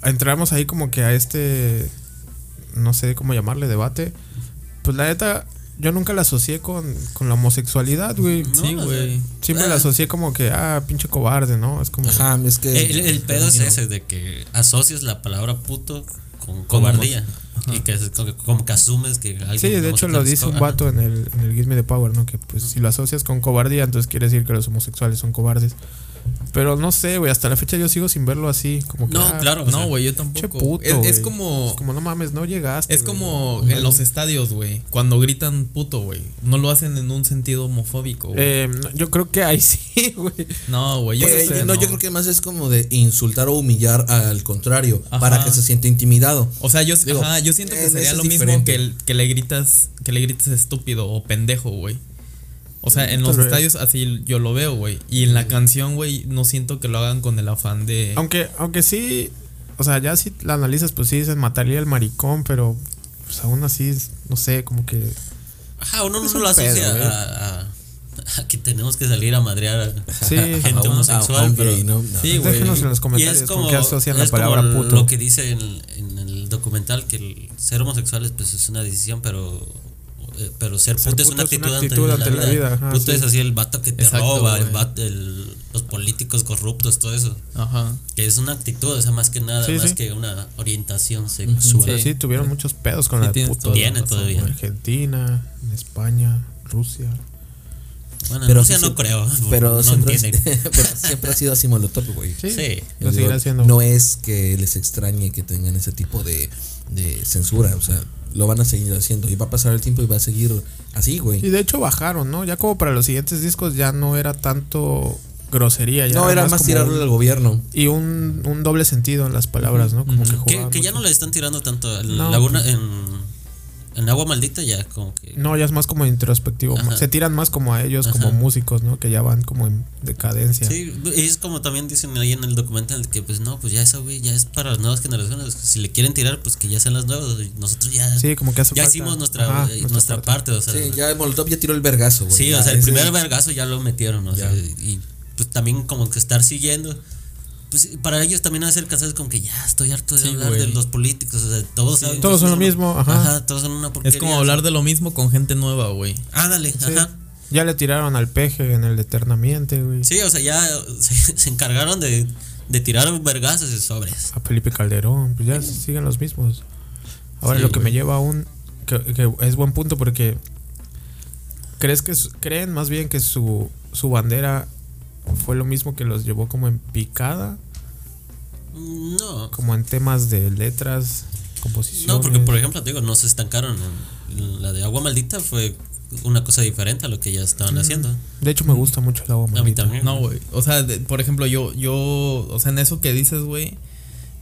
Speaker 5: entramos ahí como que a este, no sé cómo llamarle, debate. Pues la neta, yo nunca la asocié con, con la homosexualidad, güey.
Speaker 3: Sí,
Speaker 6: No,
Speaker 3: güey.
Speaker 6: o eh.
Speaker 5: Siempre la asocié como que, ah, pinche cobarde, ¿no? Es como...
Speaker 4: Ajá, es que.
Speaker 6: El, el pedo es ese de que asocias la palabra puto con cobardía. Y que es como, como que asumes que alguien.
Speaker 5: Sí, de hecho lo
Speaker 6: homosexual es
Speaker 5: dice un
Speaker 6: co-
Speaker 5: vato en el, en el Give Me the Power, ¿no? Que pues si lo asocias con cobardía, entonces quiere decir que los homosexuales son cobardes. Pero no sé, güey, hasta la fecha yo sigo sin verlo así, como que...
Speaker 6: No,
Speaker 5: ah,
Speaker 6: claro. o sea,
Speaker 3: No, güey, yo
Speaker 5: pinche
Speaker 3: tampoco.
Speaker 5: puto,
Speaker 3: es, es
Speaker 5: güey.
Speaker 3: como.
Speaker 5: Es como, no mames, no llegaste.
Speaker 3: Es
Speaker 5: güey.
Speaker 3: como en los estadios, güey. Cuando gritan puto, güey. No lo hacen en un sentido homofóbico, güey.
Speaker 5: Eh, no, yo creo que ahí [LAUGHS] sí, güey.
Speaker 3: no, güey. Yo,
Speaker 4: Pues,
Speaker 3: sé,
Speaker 4: no, yo creo que más es como de insultar o humillar al contrario para que se sienta intimidado.
Speaker 3: O sea, yo,
Speaker 4: Digo,
Speaker 3: ajá, yo siento
Speaker 4: en
Speaker 3: que
Speaker 4: eso
Speaker 3: sería
Speaker 4: es
Speaker 3: lo mismo
Speaker 4: diferente.
Speaker 3: que, el- que le gritas que le gritas estúpido o pendejo, güey. O sea, en
Speaker 5: Tal
Speaker 3: los
Speaker 5: vez.
Speaker 3: estadios así yo lo veo, güey. Y en la canción, güey, no siento que lo hagan con el afán de...
Speaker 5: Aunque, aunque sí, o sea, ya si la analizas, pues sí dicen mataría al maricón, pero pues aún así, no sé, como que.
Speaker 6: Ajá, uno
Speaker 5: Es
Speaker 6: no
Speaker 5: un
Speaker 6: lo asocia
Speaker 5: pedo, güey.
Speaker 6: a, a- a que tenemos que salir a madrear [LAUGHS] a
Speaker 5: Sí.
Speaker 6: a gente
Speaker 4: un-
Speaker 6: homosexual.
Speaker 4: a un
Speaker 6: pero,
Speaker 4: gay, ¿no?
Speaker 6: Sí, güey.
Speaker 5: Déjenos en los
Speaker 6: Y
Speaker 5: comentarios
Speaker 6: es
Speaker 5: con
Speaker 6: como,
Speaker 5: qué asocian la
Speaker 6: es como
Speaker 5: palabra puto.
Speaker 6: Lo que dice en, en el documental que el ser homosexual es, pues, es una decisión, pero eh, pero ser puto,
Speaker 5: Ser
Speaker 6: es una actitud, ante, la, vida.
Speaker 5: ajá,
Speaker 6: puto
Speaker 5: sí.
Speaker 6: es así el vato que te
Speaker 3: Exacto,
Speaker 6: roba, el
Speaker 3: güey.
Speaker 6: vato- el- los políticos corruptos, todo eso.
Speaker 3: Ajá.
Speaker 6: Que es una actitud, o sea, más que nada,
Speaker 5: Sí,
Speaker 6: más
Speaker 5: sí.
Speaker 6: que una orientación sexual.
Speaker 5: Pero
Speaker 3: Sí.
Speaker 5: sí, tuvieron muchos pedos con
Speaker 3: Sí,
Speaker 5: la
Speaker 3: tienes
Speaker 5: puto.
Speaker 3: toda la
Speaker 6: Tiene
Speaker 3: razón,
Speaker 6: todavía.
Speaker 3: güey.
Speaker 5: Argentina, en España, Rusia.
Speaker 6: Bueno,
Speaker 4: Pero
Speaker 6: en Rusia
Speaker 4: sí
Speaker 6: no
Speaker 4: se-
Speaker 6: creo. [LAUGHS]
Speaker 4: Pero,
Speaker 6: no
Speaker 4: siempre,
Speaker 6: entienden.
Speaker 4: [LAUGHS] pero siempre ha sido así Molotov, güey.
Speaker 6: Sí.
Speaker 5: Lo
Speaker 4: Digo,
Speaker 5: seguirá haciendo.
Speaker 4: No es que les extrañe que tengan ese tipo de, de censura, o sea, lo van a seguir haciendo y va a pasar el tiempo y va a seguir así, güey.
Speaker 5: Y de hecho bajaron, ¿no? Ya como para los siguientes discos ya no era tanto grosería. Ya
Speaker 4: No, era más
Speaker 5: como
Speaker 4: tirarle
Speaker 5: un-
Speaker 4: al gobierno.
Speaker 5: Y un, un doble sentido en las palabras, ¿no? Como que
Speaker 6: Que,
Speaker 5: jugaban
Speaker 6: que ya no
Speaker 5: mucho.
Speaker 6: le están tirando tanto. En,
Speaker 5: No.
Speaker 6: Laguna- en, en Agua Maldita ya como que...
Speaker 5: No, ya es más como introspectivo.
Speaker 6: Ajá.
Speaker 5: Se tiran más como a ellos,
Speaker 6: Ajá.
Speaker 5: como músicos, ¿no? Que ya van como en decadencia.
Speaker 6: Sí, y es como también dicen ahí en el documental que pues no, pues ya eso, güey, ya es para las nuevas generaciones. Si le quieren tirar, pues que ya sean las nuevas. y Nosotros ya,
Speaker 5: Sí, como que hace
Speaker 6: ya
Speaker 5: falta-
Speaker 6: hicimos nuestra,
Speaker 5: Ajá,
Speaker 6: eh,
Speaker 5: nuestra
Speaker 6: nuestra parte. O sea,
Speaker 4: Sí, ya Molotov ya tiró el vergazo, güey.
Speaker 6: Sí,
Speaker 4: Ya,
Speaker 6: o sea, el
Speaker 4: ese-
Speaker 6: primer vergazo ya lo metieron, o
Speaker 4: Ya.
Speaker 6: sea, y pues también como que estar siguiendo. Pues para ellos también hacer cansado es como que ya estoy harto de
Speaker 3: Sí,
Speaker 6: hablar
Speaker 3: güey.
Speaker 6: de los políticos, o sea, todos saben
Speaker 5: Todos
Speaker 6: que
Speaker 5: son lo mismo, ajá.
Speaker 6: todos son una porquería.
Speaker 3: Es como hablar de lo mismo con gente nueva, güey.
Speaker 6: Ándale, ajá.
Speaker 5: Ya le tiraron al peje en el de eternamente, güey.
Speaker 6: Sí, o sea, ya [LAUGHS] se, se encargaron de, de tirar vergazos y sobres.
Speaker 5: A Felipe Calderón, pues ya siguen los mismos. Ahora
Speaker 6: Sí,
Speaker 5: lo que
Speaker 6: güey.
Speaker 5: me lleva a un. Que, que es buen punto porque. ¿Crees que su- creen más bien que su, su bandera fue lo mismo que los llevó como en picada?
Speaker 6: No.
Speaker 5: Como en temas de letras, composición.
Speaker 6: No, porque por ejemplo, te digo, no se estancaron. en- La de agua maldita fue una cosa diferente a lo que ya estaban haciendo.
Speaker 5: De hecho, me gusta mucho el agua
Speaker 6: A mí
Speaker 5: maldita.
Speaker 6: también.
Speaker 3: Mm. No, güey. O sea, de- por ejemplo, yo, yo, o sea, en eso que dices, güey.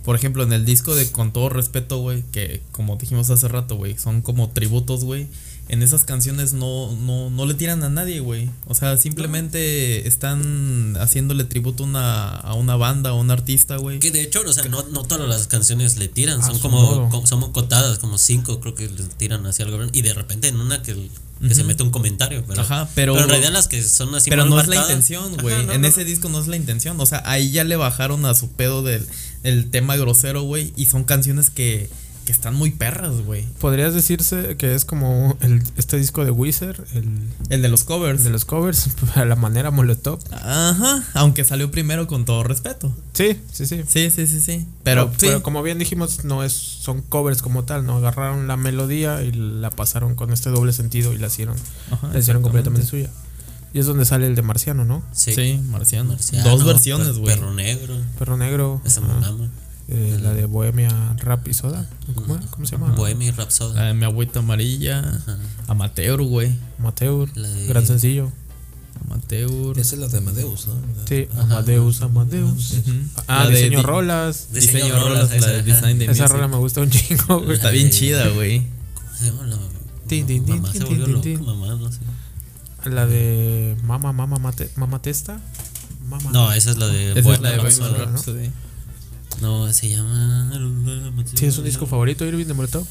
Speaker 3: Por ejemplo, en el disco de Con todo respeto, güey, que como dijimos hace rato, güey, son como tributos, güey. En esas canciones no, no, no le tiran a nadie, güey. O sea, simplemente están haciéndole tributo una, a una banda, a un artista, güey.
Speaker 6: Que de hecho, o sea, no, no todas las canciones le tiran,
Speaker 3: Ah,
Speaker 5: A
Speaker 6: son
Speaker 5: su
Speaker 6: como,
Speaker 5: modo.
Speaker 6: co- son cotadas, como cinco creo que le tiran hacia el gobierno. Y de repente en una que, que se mete un comentario, pero,
Speaker 3: Ajá, pero-
Speaker 6: en realidad las que son así
Speaker 3: Pero
Speaker 6: mal
Speaker 3: no es la
Speaker 6: marcadas-
Speaker 3: intención,
Speaker 6: Ajá,
Speaker 3: güey.
Speaker 6: no,
Speaker 3: en
Speaker 6: no,
Speaker 3: ese disco no es la intención. O sea, ahí ya le bajaron a su pedo del el tema grosero, güey. Y son canciones que, que están muy perras, güey.
Speaker 5: Podrías decirse que es como el, este disco de Wizard, el
Speaker 3: El de los covers.
Speaker 5: de los covers, [LAUGHS] a la manera Molotov.
Speaker 3: Ajá, aunque salió primero con todo respeto.
Speaker 5: Sí, sí, sí.
Speaker 3: Sí, sí, sí, sí. Pero, sí,
Speaker 5: pero como bien dijimos, no es, son covers como tal, ¿no? Agarraron la melodía y la pasaron con este doble sentido y la hicieron,
Speaker 3: Ajá,
Speaker 5: la hicieron completamente
Speaker 3: exactamente.
Speaker 5: suya. Y es donde sale el de Marciano, ¿no?
Speaker 6: Sí,
Speaker 3: sí, marciano.
Speaker 6: Marciano,
Speaker 3: Dos versiones,
Speaker 6: Per-
Speaker 3: güey.
Speaker 6: Perro negro,
Speaker 5: Perro Negro,
Speaker 6: esa
Speaker 5: ah,
Speaker 6: mamá.
Speaker 5: eh, la de Bohemia Rap y Soda. ¿Cómo, era? ¿Cómo se llama?
Speaker 6: Bohemia y Rhapsody.
Speaker 5: Ah,
Speaker 3: La de mi agüita amarilla. Amateur, güey.
Speaker 5: Amateur,
Speaker 6: La de-
Speaker 5: gran sencillo.
Speaker 3: Amateur.
Speaker 4: Esa es la de Amadeus, ¿no?
Speaker 5: Sí, Amadeus, Amadeus. Ah,
Speaker 3: La de
Speaker 5: diseño
Speaker 3: di-
Speaker 5: rolas.
Speaker 6: Diseño
Speaker 3: Diseño de rolas,
Speaker 6: rolas,
Speaker 3: la de
Speaker 6: esa,
Speaker 3: design de
Speaker 5: Esa
Speaker 3: music.
Speaker 5: rola me gusta un chingo, güey.
Speaker 3: Está bien chida, güey.
Speaker 6: ¿Cómo se llama la mamá?
Speaker 5: Tin, tin, tin,
Speaker 6: Mamá se
Speaker 5: tin,
Speaker 6: volvió
Speaker 5: tin,
Speaker 6: loca,
Speaker 5: tin.
Speaker 6: mamá, no sé.
Speaker 5: La de Mama, Mama, Mate- Mama Testa. Mama.
Speaker 6: No, esa es la de
Speaker 3: Esa es la de
Speaker 6: Bohemian
Speaker 3: Bohemian
Speaker 6: Rhapsody.
Speaker 3: Rhapsody.
Speaker 6: No, se llama.
Speaker 5: Sí, es un disco favorito, Irving de Molotov.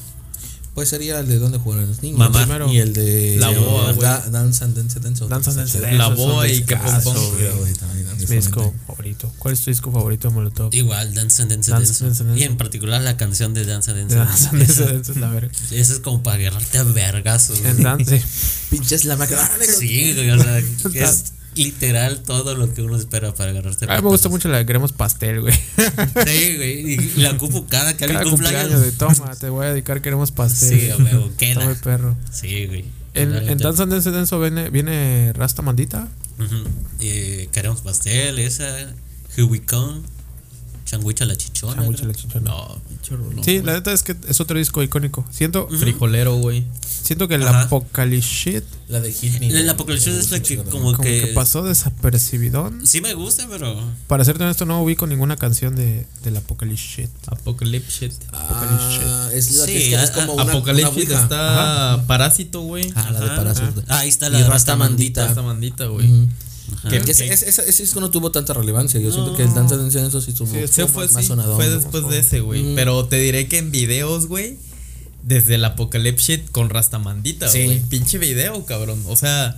Speaker 4: Pues sería el de donde jugaron los niños.
Speaker 6: Mamá.
Speaker 4: Y el de eh,
Speaker 3: La boa,
Speaker 4: Dan-
Speaker 3: güey.
Speaker 4: Dance and Dance Dance.
Speaker 5: Dance and Dance.
Speaker 3: La
Speaker 5: Esos son
Speaker 3: boa y que pom
Speaker 4: Caso,
Speaker 3: pom.
Speaker 4: güey, güey, también,
Speaker 5: Mi disco
Speaker 4: honestamente.
Speaker 5: favorito. ¿Cuál es tu disco favorito de Molotov? [LAUGHS]
Speaker 6: Igual, Dance and Dance,
Speaker 5: Dance,
Speaker 6: Dance.
Speaker 5: Dance, Dance.
Speaker 6: Y en particular la canción de Dance and Dance.
Speaker 5: Dance and Dance, Dance es la verga.
Speaker 6: Eso, eso es como para agarrarte a vergazos. güey.
Speaker 5: En
Speaker 6: [LAUGHS]
Speaker 5: Dance, sí.
Speaker 4: Pinches la máquina.
Speaker 6: Sí, güey, o sea, es literal todo lo que uno espera para agarrarte a
Speaker 5: A mí me gusta mucho la de Queremos Pastel,
Speaker 6: [LAUGHS]
Speaker 5: güey.
Speaker 6: vergazos. Sí, güey. Y la ocupo cada que
Speaker 5: Cada
Speaker 6: alguien
Speaker 5: cumpleaños
Speaker 6: cumpleaños.
Speaker 5: de toma, te voy a dedicar Queremos Pastel.
Speaker 6: Sí, a
Speaker 5: [LAUGHS]
Speaker 6: huevo, queda.
Speaker 5: Está muy perro.
Speaker 6: Sí, güey.
Speaker 5: En, en
Speaker 6: Realmente.
Speaker 5: Dance and Dance Dance viene, viene Rasta Mandita.
Speaker 6: Ujú. Eh, Queremos pastel, esa. Here we come. Changuicha la chichona.
Speaker 5: Changuicha Ah,
Speaker 6: creo.
Speaker 5: la chichona.
Speaker 3: No, pinche rolón.
Speaker 5: Sí, la neta es que es otro disco icónico. Siento,
Speaker 3: Frijolero, güey.
Speaker 5: siento que el
Speaker 6: Ajá.
Speaker 5: Apocalypse Shit
Speaker 4: La de Hit Me.
Speaker 6: El,
Speaker 4: güey,
Speaker 6: apocalipsis
Speaker 4: me
Speaker 6: es la
Speaker 4: gusta
Speaker 6: que
Speaker 4: un chingo
Speaker 6: como,
Speaker 5: como
Speaker 6: que.
Speaker 5: que pasó desapercibidón.
Speaker 6: Sí me gusta, pero.
Speaker 5: Para serte honesto, no ubico ninguna canción de, del Apocalypse Shit.
Speaker 3: Apocalypse shit. Ah,
Speaker 4: Ah, es la que
Speaker 6: Sí,
Speaker 4: es
Speaker 6: a-
Speaker 4: como una, una
Speaker 3: Apocalypse Shit
Speaker 4: ouija.
Speaker 3: está Parásito, güey.
Speaker 4: Ah, la de Parásito.
Speaker 6: Ah, ahí está
Speaker 4: Y
Speaker 6: la de
Speaker 4: Rastamandita.
Speaker 3: Esta mandita, güey. Que-
Speaker 4: Que
Speaker 3: que-
Speaker 4: ese, ese- ese- ese disco no tuvo tanta relevancia. Yo siento que el Dance and Dance Dance sí tuvo
Speaker 5: este
Speaker 3: Se fue,
Speaker 4: más, más
Speaker 3: sí,
Speaker 4: sonadón.
Speaker 3: fue después de ese, güey. Pero te diré que en videos, güey, desde el Apocalypse Shit con Rastamandita,
Speaker 4: Sí.
Speaker 3: güey. Pinche video, cabrón. O sea,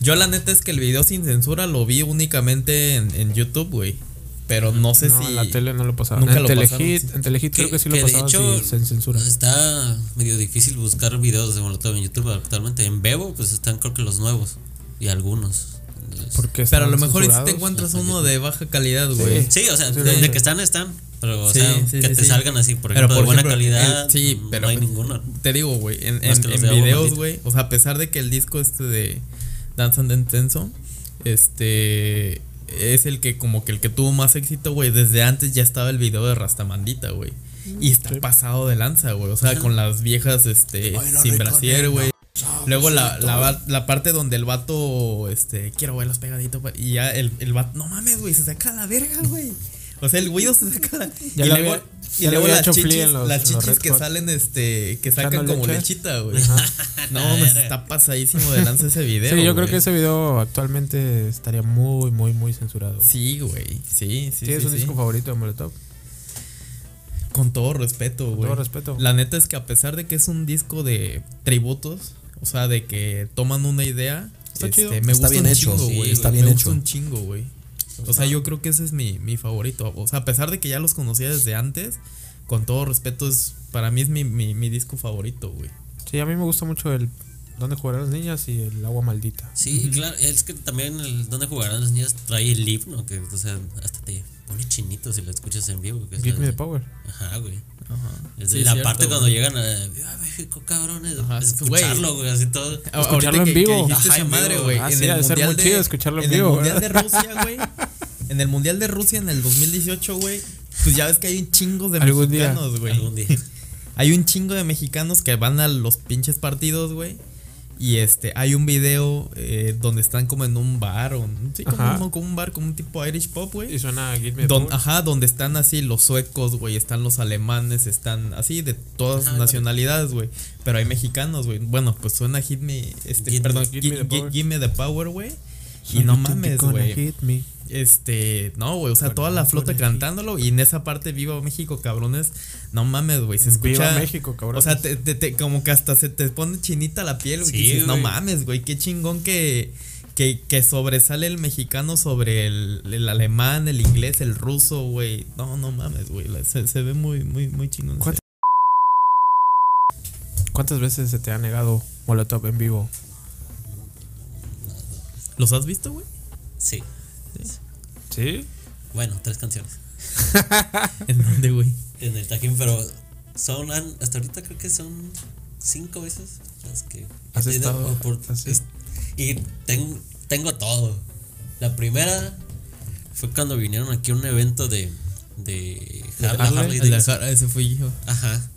Speaker 3: yo la neta es que el video sin censura lo vi únicamente en, en YouTube, güey. Pero no sé
Speaker 5: No,
Speaker 3: si.
Speaker 5: en la tele no lo pasaban.
Speaker 3: Nunca
Speaker 5: en
Speaker 3: lo
Speaker 5: Telehit,
Speaker 3: pasaron, sí.
Speaker 5: en Telehit creo que sí lo
Speaker 6: de
Speaker 5: pasaban
Speaker 6: hecho,
Speaker 5: sí, sin censura.
Speaker 6: Está medio difícil buscar videos de Molotov en YouTube actualmente. En Bebo, pues están creo que los nuevos y algunos. Entonces,
Speaker 5: Porque
Speaker 3: Pero a lo
Speaker 5: estaban
Speaker 3: mejor y si te
Speaker 5: censurados.
Speaker 3: encuentras uno de baja calidad, güey.
Speaker 6: sí, o sea,
Speaker 5: Sí,
Speaker 6: de,
Speaker 5: sí.
Speaker 6: de que están, están. Pero, o
Speaker 3: Sí,
Speaker 6: sea,
Speaker 3: sí,
Speaker 6: que
Speaker 3: sí,
Speaker 6: te
Speaker 3: sí.
Speaker 6: salgan así, por
Speaker 3: Pero,
Speaker 6: ejemplo,
Speaker 3: por
Speaker 6: de buena
Speaker 3: ejemplo,
Speaker 6: calidad,
Speaker 3: el- sí, pero-
Speaker 6: no hay ninguno.
Speaker 3: Te digo, güey, en,
Speaker 6: Más
Speaker 3: en-
Speaker 6: que los
Speaker 3: en
Speaker 6: de agua
Speaker 3: videos,
Speaker 6: maldita.
Speaker 3: güey. O sea, a pesar de que el disco este de Dance and Intenso, este. Es el que, como que el que tuvo más éxito, güey. Desde antes ya estaba el video de Rastamandita, güey. Y está pasado de lanza, güey. O sea, con las viejas, este. sin brasier, güey. Luego la, la, va- la parte donde el vato, este, quiero verlos pegadito, pa- y ya el, el vato, no mames, güey, se saca la verga, güey. O sea, el güey se saca la.
Speaker 5: Ya
Speaker 3: y
Speaker 5: lo
Speaker 3: luego,
Speaker 5: había-
Speaker 3: y
Speaker 5: ya lo
Speaker 3: luego
Speaker 5: había
Speaker 3: las
Speaker 5: hecho Flea
Speaker 3: chichis,
Speaker 5: en los-
Speaker 3: las
Speaker 5: en los
Speaker 3: chichis
Speaker 5: Red
Speaker 3: que
Speaker 5: Hot.
Speaker 3: salen, este, que sacan
Speaker 5: Echando
Speaker 3: como
Speaker 5: leche.
Speaker 3: lechita, güey. [LAUGHS] No, me está pasadísimo de lanza ese video.
Speaker 5: Sí, yo creo
Speaker 3: güey.
Speaker 5: que ese video actualmente estaría muy, muy, muy censurado. Sí,
Speaker 3: Sí, güey. Sí, sí. sí,
Speaker 5: es un
Speaker 3: sí.
Speaker 5: disco favorito de Molotov.
Speaker 3: Con todo respeto, güey.
Speaker 5: todo respeto.
Speaker 3: La neta es que a pesar de que es un disco de tributos, o sea, de que toman una idea,
Speaker 5: Está
Speaker 3: este,
Speaker 5: chido.
Speaker 3: me
Speaker 4: Está
Speaker 3: gusta
Speaker 4: bien
Speaker 3: un
Speaker 4: hecho,
Speaker 3: chingo,
Speaker 4: sí,
Speaker 3: güey.
Speaker 4: está
Speaker 3: me
Speaker 4: bien
Speaker 3: gusta
Speaker 4: hecho.
Speaker 3: un chingo, güey. O sea, yo creo que ese es mi, mi favorito. O sea, a pesar de que ya los conocía desde antes, con todo respeto, es para mí es mi, mi, mi disco favorito, güey.
Speaker 5: Sí, a mí me gusta mucho el Dónde jugarán las niñas y el agua maldita.
Speaker 6: Sí, claro, es que también el donde jugarán las niñas trae el himno, que o sea, hasta te pone chinito si lo escuchas en vivo. que es
Speaker 5: Give
Speaker 6: la-
Speaker 5: me the power.
Speaker 6: Ajá, güey.
Speaker 3: Ajá.
Speaker 6: Es
Speaker 3: Sí,
Speaker 6: la
Speaker 3: cierto,
Speaker 6: parte
Speaker 3: güey.
Speaker 6: cuando llegan a, "Viva México, cabrones,
Speaker 3: Ajá, Ah,
Speaker 6: escucharlo, güey,
Speaker 3: [LAUGHS]
Speaker 6: así todo.
Speaker 3: A-
Speaker 5: Escucharlo
Speaker 3: ahorita
Speaker 5: en
Speaker 3: que-
Speaker 5: vivo.
Speaker 3: Que dijiste esa
Speaker 6: Ajá, en vivo.
Speaker 3: madre, güey.
Speaker 5: Ah,
Speaker 3: en
Speaker 5: sí, ha
Speaker 3: el
Speaker 5: de ser muy
Speaker 3: mundial de,
Speaker 5: chido escucharlo en
Speaker 3: en
Speaker 5: vivo,
Speaker 3: el mundial de
Speaker 5: ¿verdad?
Speaker 3: Rusia, güey. En el mundial de Rusia en el 2018, güey. Pues ya ves que hay un chingo de
Speaker 5: Algún día.
Speaker 3: mexicanos, güey.
Speaker 6: Algún día.
Speaker 3: Hay un chingo de mexicanos que van a los pinches partidos, güey. Y este, hay un video eh, donde están como en un bar, o sí, como,
Speaker 5: Ajá.
Speaker 3: un, como un bar, como un tipo Irish pop, güey.
Speaker 5: Y suena Give me the
Speaker 3: Don-
Speaker 5: power.
Speaker 3: ajá, donde están así los suecos, güey, están los alemanes, están así de todas
Speaker 6: Ajá,
Speaker 3: nacionalidades, güey. Pero hay mexicanos, güey. Bueno, pues suena Hit Me, este,
Speaker 6: Give
Speaker 3: perdón,
Speaker 5: me-
Speaker 3: Gi-
Speaker 5: Give me the
Speaker 3: Gi-
Speaker 5: power.
Speaker 3: Give Me the Power, güey. ah, Y
Speaker 5: Son
Speaker 3: no
Speaker 5: you think
Speaker 3: mames,
Speaker 5: you're gonna
Speaker 3: güey.
Speaker 5: hit me.
Speaker 3: Este, no, güey, o sea, toda la
Speaker 5: Gonna
Speaker 3: flota
Speaker 5: hit.
Speaker 3: cantándolo y en esa parte Viva México, cabrones. No mames, güey, se escucha.
Speaker 5: Viva México, cabrones.
Speaker 3: O sea, te, te- te- como que hasta se te pone chinita la piel, güey. que
Speaker 6: Sí,
Speaker 3: dices, no
Speaker 6: güey.
Speaker 3: mames, güey, qué chingón que, que, que sobresale el mexicano sobre el, el alemán, el inglés, el ruso, güey. No, no mames, güey, la- se, se ve muy, muy, muy chingón.
Speaker 5: ¿Cuánto- ¿Cuántas veces se te ha negado Molotov en vivo?
Speaker 3: ¿Los has visto, güey? [LAUGHS]
Speaker 6: Sí.
Speaker 5: ¿Sí?
Speaker 6: Bueno, tres canciones.
Speaker 3: ¿En dónde, güey?
Speaker 6: En el Tajín, pero son han- hasta ahorita creo que son cinco veces las que
Speaker 5: Has
Speaker 6: he tenido
Speaker 5: estado
Speaker 6: opor-
Speaker 5: así.
Speaker 6: es- y ten- tengo todo. La primera fue cuando vinieron aquí a un evento de de Har- la Harley
Speaker 3: El de
Speaker 6: Davidson.
Speaker 3: Har- ese fui yo,
Speaker 6: Ajá.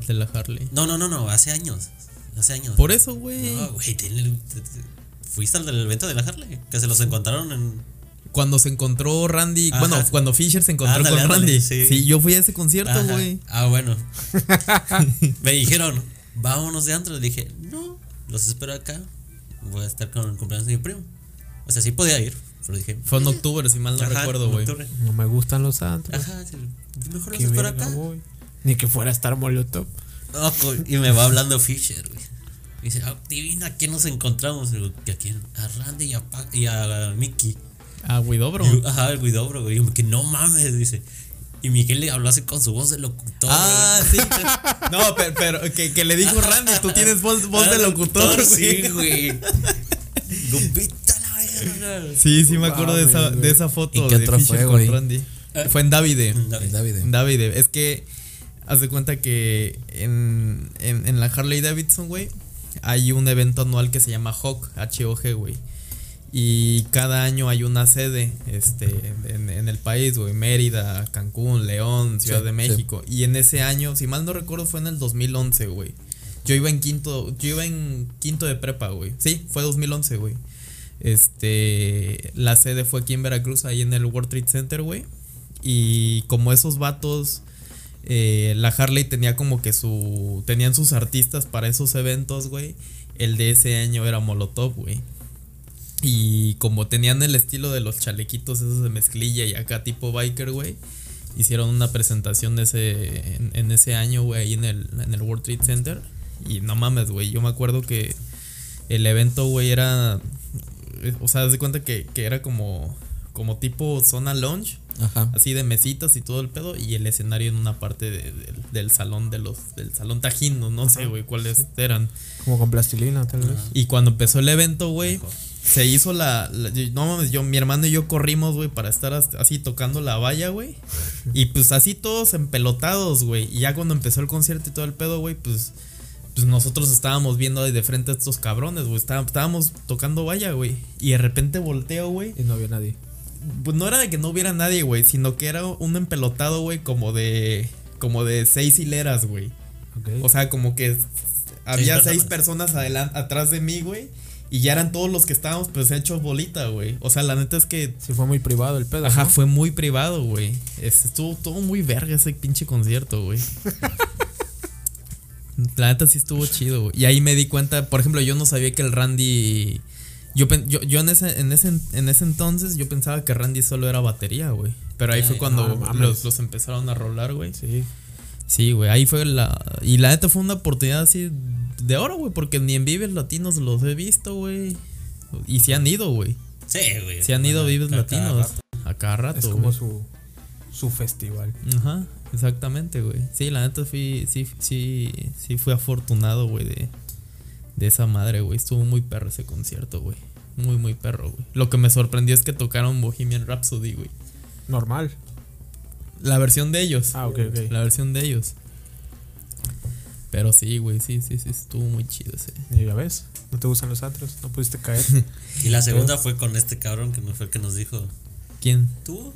Speaker 3: el de la Harley.
Speaker 6: No, no, no, no, hace años. Hace años.
Speaker 3: Por eso, güey.
Speaker 6: No, güey, tiene- te- te- fuiste al del evento de la Harley, que se los encontraron en
Speaker 3: Cuando se encontró Randy,
Speaker 6: Ajá.
Speaker 3: bueno, cuando Fisher se encontró
Speaker 6: Ándale,
Speaker 3: con
Speaker 6: ándale,
Speaker 3: Randy.
Speaker 6: sí.
Speaker 3: sí, yo fui a ese concierto,
Speaker 6: Ajá.
Speaker 3: güey. [LAUGHS]
Speaker 6: Ah, bueno. [LAUGHS] me dijeron, vámonos de antro. Le dije, no, los espero acá. Voy a estar con el cumpleaños de mi primo. O sea, sí podía ir, pero dije,
Speaker 3: Fue en octubre, si mal no
Speaker 6: ajá,
Speaker 3: recuerdo,
Speaker 6: en
Speaker 3: güey.
Speaker 6: octubre. [LAUGHS]
Speaker 5: No me gustan los santos.
Speaker 6: Ajá, sí, mejor los
Speaker 5: Qué
Speaker 6: espero
Speaker 5: verga
Speaker 6: acá.
Speaker 5: voy. Ni que fuera a estar Molotov.
Speaker 6: No, co- y me va hablando Fisher, güey. Me Dice, ah, divina, ¿a quién nos encontramos? Y digo, ¿a quién? A Randy y a, Pa- y a Mickey.
Speaker 3: Ah, güey, dobro.
Speaker 6: Y yo, Ajá, el Widobro, güey. Y yo, que no mames, dice. Y Miguel le habló así con su voz de locutor.
Speaker 3: Ah,
Speaker 6: güey.
Speaker 3: sí. te- No, pero, pero que, que le dijo Randy, tú tienes voz, voz de
Speaker 6: Ah,
Speaker 3: locutor,
Speaker 6: Sí,
Speaker 3: güey.
Speaker 6: güey. Lupita la verga.
Speaker 3: Sí, sí me acuerdo de esa,
Speaker 5: Mames,
Speaker 3: de esa foto
Speaker 4: ¿En qué
Speaker 3: de
Speaker 4: otra
Speaker 3: Fisher
Speaker 4: fue,
Speaker 3: con
Speaker 4: güey?
Speaker 3: Randy.
Speaker 6: Eh,
Speaker 3: Fue en Davide.
Speaker 4: El David.
Speaker 3: En Davide. Es que haz de cuenta que en, en, en la Harley Davidson, güey, hay un evento anual que se llama HOG, H-O-G, güey. Y cada año hay una sede este, en, en el país, güey. Mérida, Cancún, León, Ciudad
Speaker 4: Sí,
Speaker 3: de
Speaker 4: sí.
Speaker 3: México. Y en ese año, si mal no recuerdo, fue en el 2011, güey. Yo iba en quinto, yo iba en quinto de prepa, güey. Sí, fue 2011, güey. Este, la sede fue aquí en Veracruz, ahí en el World Trade Center, güey. Y como esos vatos, eh, la Harley tenía como que su, tenían sus artistas para esos eventos, güey. El de ese año era Molotov, güey. Y como tenían el estilo de los chalequitos esos de mezclilla y acá tipo biker, güey. Hicieron una presentación de ese, en, en ese año, güey, ahí en el, en el World Trade Center. Y no mames, güey, yo me acuerdo que el evento, güey, era... eh, O sea, haz de cuenta que, que era como... como tipo zona lounge,
Speaker 4: Ajá.
Speaker 3: así de mesitas y todo el pedo, y el escenario en una parte de- del- del salón de los, del salón tajín, no, no sé, güey, cuáles eran.
Speaker 5: Como con plastilina, tal vez.
Speaker 3: Y cuando empezó el evento, güey, se hizo la, la- yo- no mames, yo mi hermano y yo corrimos, güey, para estar hasta- así tocando la valla, güey. Y pues así todos empelotados, güey. Y ya cuando empezó el concierto y todo el pedo, güey, pues pues nosotros estábamos viendo de frente a estos cabrones, güey. Estáb- Estábamos tocando valla, güey. Y de repente volteo, güey.
Speaker 5: Y no había nadie.
Speaker 3: Pues no era de que no hubiera nadie, güey, sino que era un empelotado, güey, como de como de seis hileras, güey.
Speaker 5: Ok.
Speaker 3: O sea, como que había
Speaker 6: Seis
Speaker 3: seis personas adelan- atrás de mí, güey. Y ya eran todos los que estábamos, pues hechos bolita, güey. O sea, la neta es que.
Speaker 5: sí, fue muy privado el pedo.
Speaker 3: Ajá,
Speaker 5: ¿no?
Speaker 3: fue muy privado, güey. Es- Estuvo todo muy verga ese pinche
Speaker 5: [LAUGHS]
Speaker 3: concierto, güey. la neta sí estuvo chido, güey. Y ahí me di cuenta, por ejemplo, yo no sabía que el Randy. Yo, pen- yo, yo en, ese, en, ese, en ese entonces yo pensaba que Randy solo era batería, güey. Pero ahí fue cuando
Speaker 5: no mames.
Speaker 3: los, los empezaron a rolar, güey.
Speaker 5: Sí.
Speaker 3: Sí, güey, ahí fue la. Y la neta fue una oportunidad así de oro, güey, porque ni en Vives Latinos los he visto, güey. Y se han ido, güey.
Speaker 6: Sí, güey.
Speaker 3: Se han ido a
Speaker 6: Bueno,
Speaker 3: Vives
Speaker 6: cada- cada
Speaker 3: Latinos.
Speaker 6: rato.
Speaker 3: A cada rato,
Speaker 5: Es como
Speaker 3: Ah, güey.
Speaker 5: su, su festival.
Speaker 3: Ajá, exactamente, güey. Sí, la neta fui, sí, sí, sí fui afortunado, güey, de, de esa madre, güey. Estuvo muy perro ese concierto, güey. Muy, muy perro, güey. Lo que me sorprendió es que tocaron Bohemian Rhapsody, güey.
Speaker 5: Normal.
Speaker 3: La versión de ellos.
Speaker 5: Ah, ok, ok.
Speaker 3: La versión de ellos. Pero sí, güey, sí, sí, sí, estuvo muy chido ese.
Speaker 5: Y ya ves, no te gustan los antros, no pudiste caer.
Speaker 6: Y la segunda fue con este cabrón que no fue el que nos dijo.
Speaker 3: ¿Quién?
Speaker 6: ¿Tú?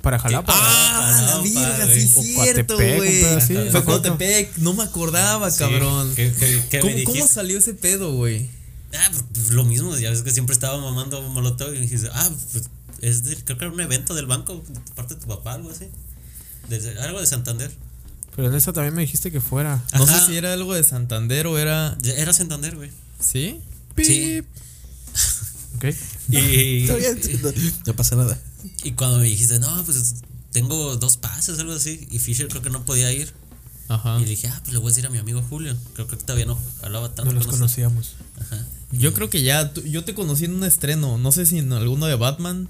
Speaker 5: Para
Speaker 3: pues,
Speaker 5: Jalapa.
Speaker 6: Ah, la virga, sí,
Speaker 5: O Coatepec, un pedo así.
Speaker 3: Fue
Speaker 5: Exacto.
Speaker 3: Coatepec, no me acordaba, cabrón.
Speaker 6: ¿Qué, qué, qué
Speaker 3: ¿Cómo,
Speaker 6: me
Speaker 3: cómo
Speaker 6: dijiste?
Speaker 3: salió ese pedo, güey?
Speaker 6: Ah, pues, lo mismo, ya ves que siempre estaba mamando Molotov y me dijiste, ah, pues es de- creo que era un evento del banco, de parte de tu papá, algo así. De- algo de Santander.
Speaker 5: Pero en esa también me dijiste que fuera.
Speaker 3: No
Speaker 6: Ajá.
Speaker 3: sé si era algo de Santander o era.
Speaker 6: Ya Era Santander, güey.
Speaker 3: ¿Sí?
Speaker 6: Sí.
Speaker 5: Ok.
Speaker 6: Y,
Speaker 4: Está bien, no, no pasa nada.
Speaker 6: y cuando me dijiste, no, pues tengo dos pases, algo así, y Fisher creo que no podía ir.
Speaker 3: Ajá.
Speaker 6: Y dije, ah, pues le voy a decir a mi amigo Julio. Creo que todavía no hablaba tanto.
Speaker 5: No los
Speaker 6: con nosotros.
Speaker 5: conocíamos.
Speaker 6: Ajá.
Speaker 3: Yo creo que ya. tú- yo te conocí en un estreno. No sé si en alguno de Batman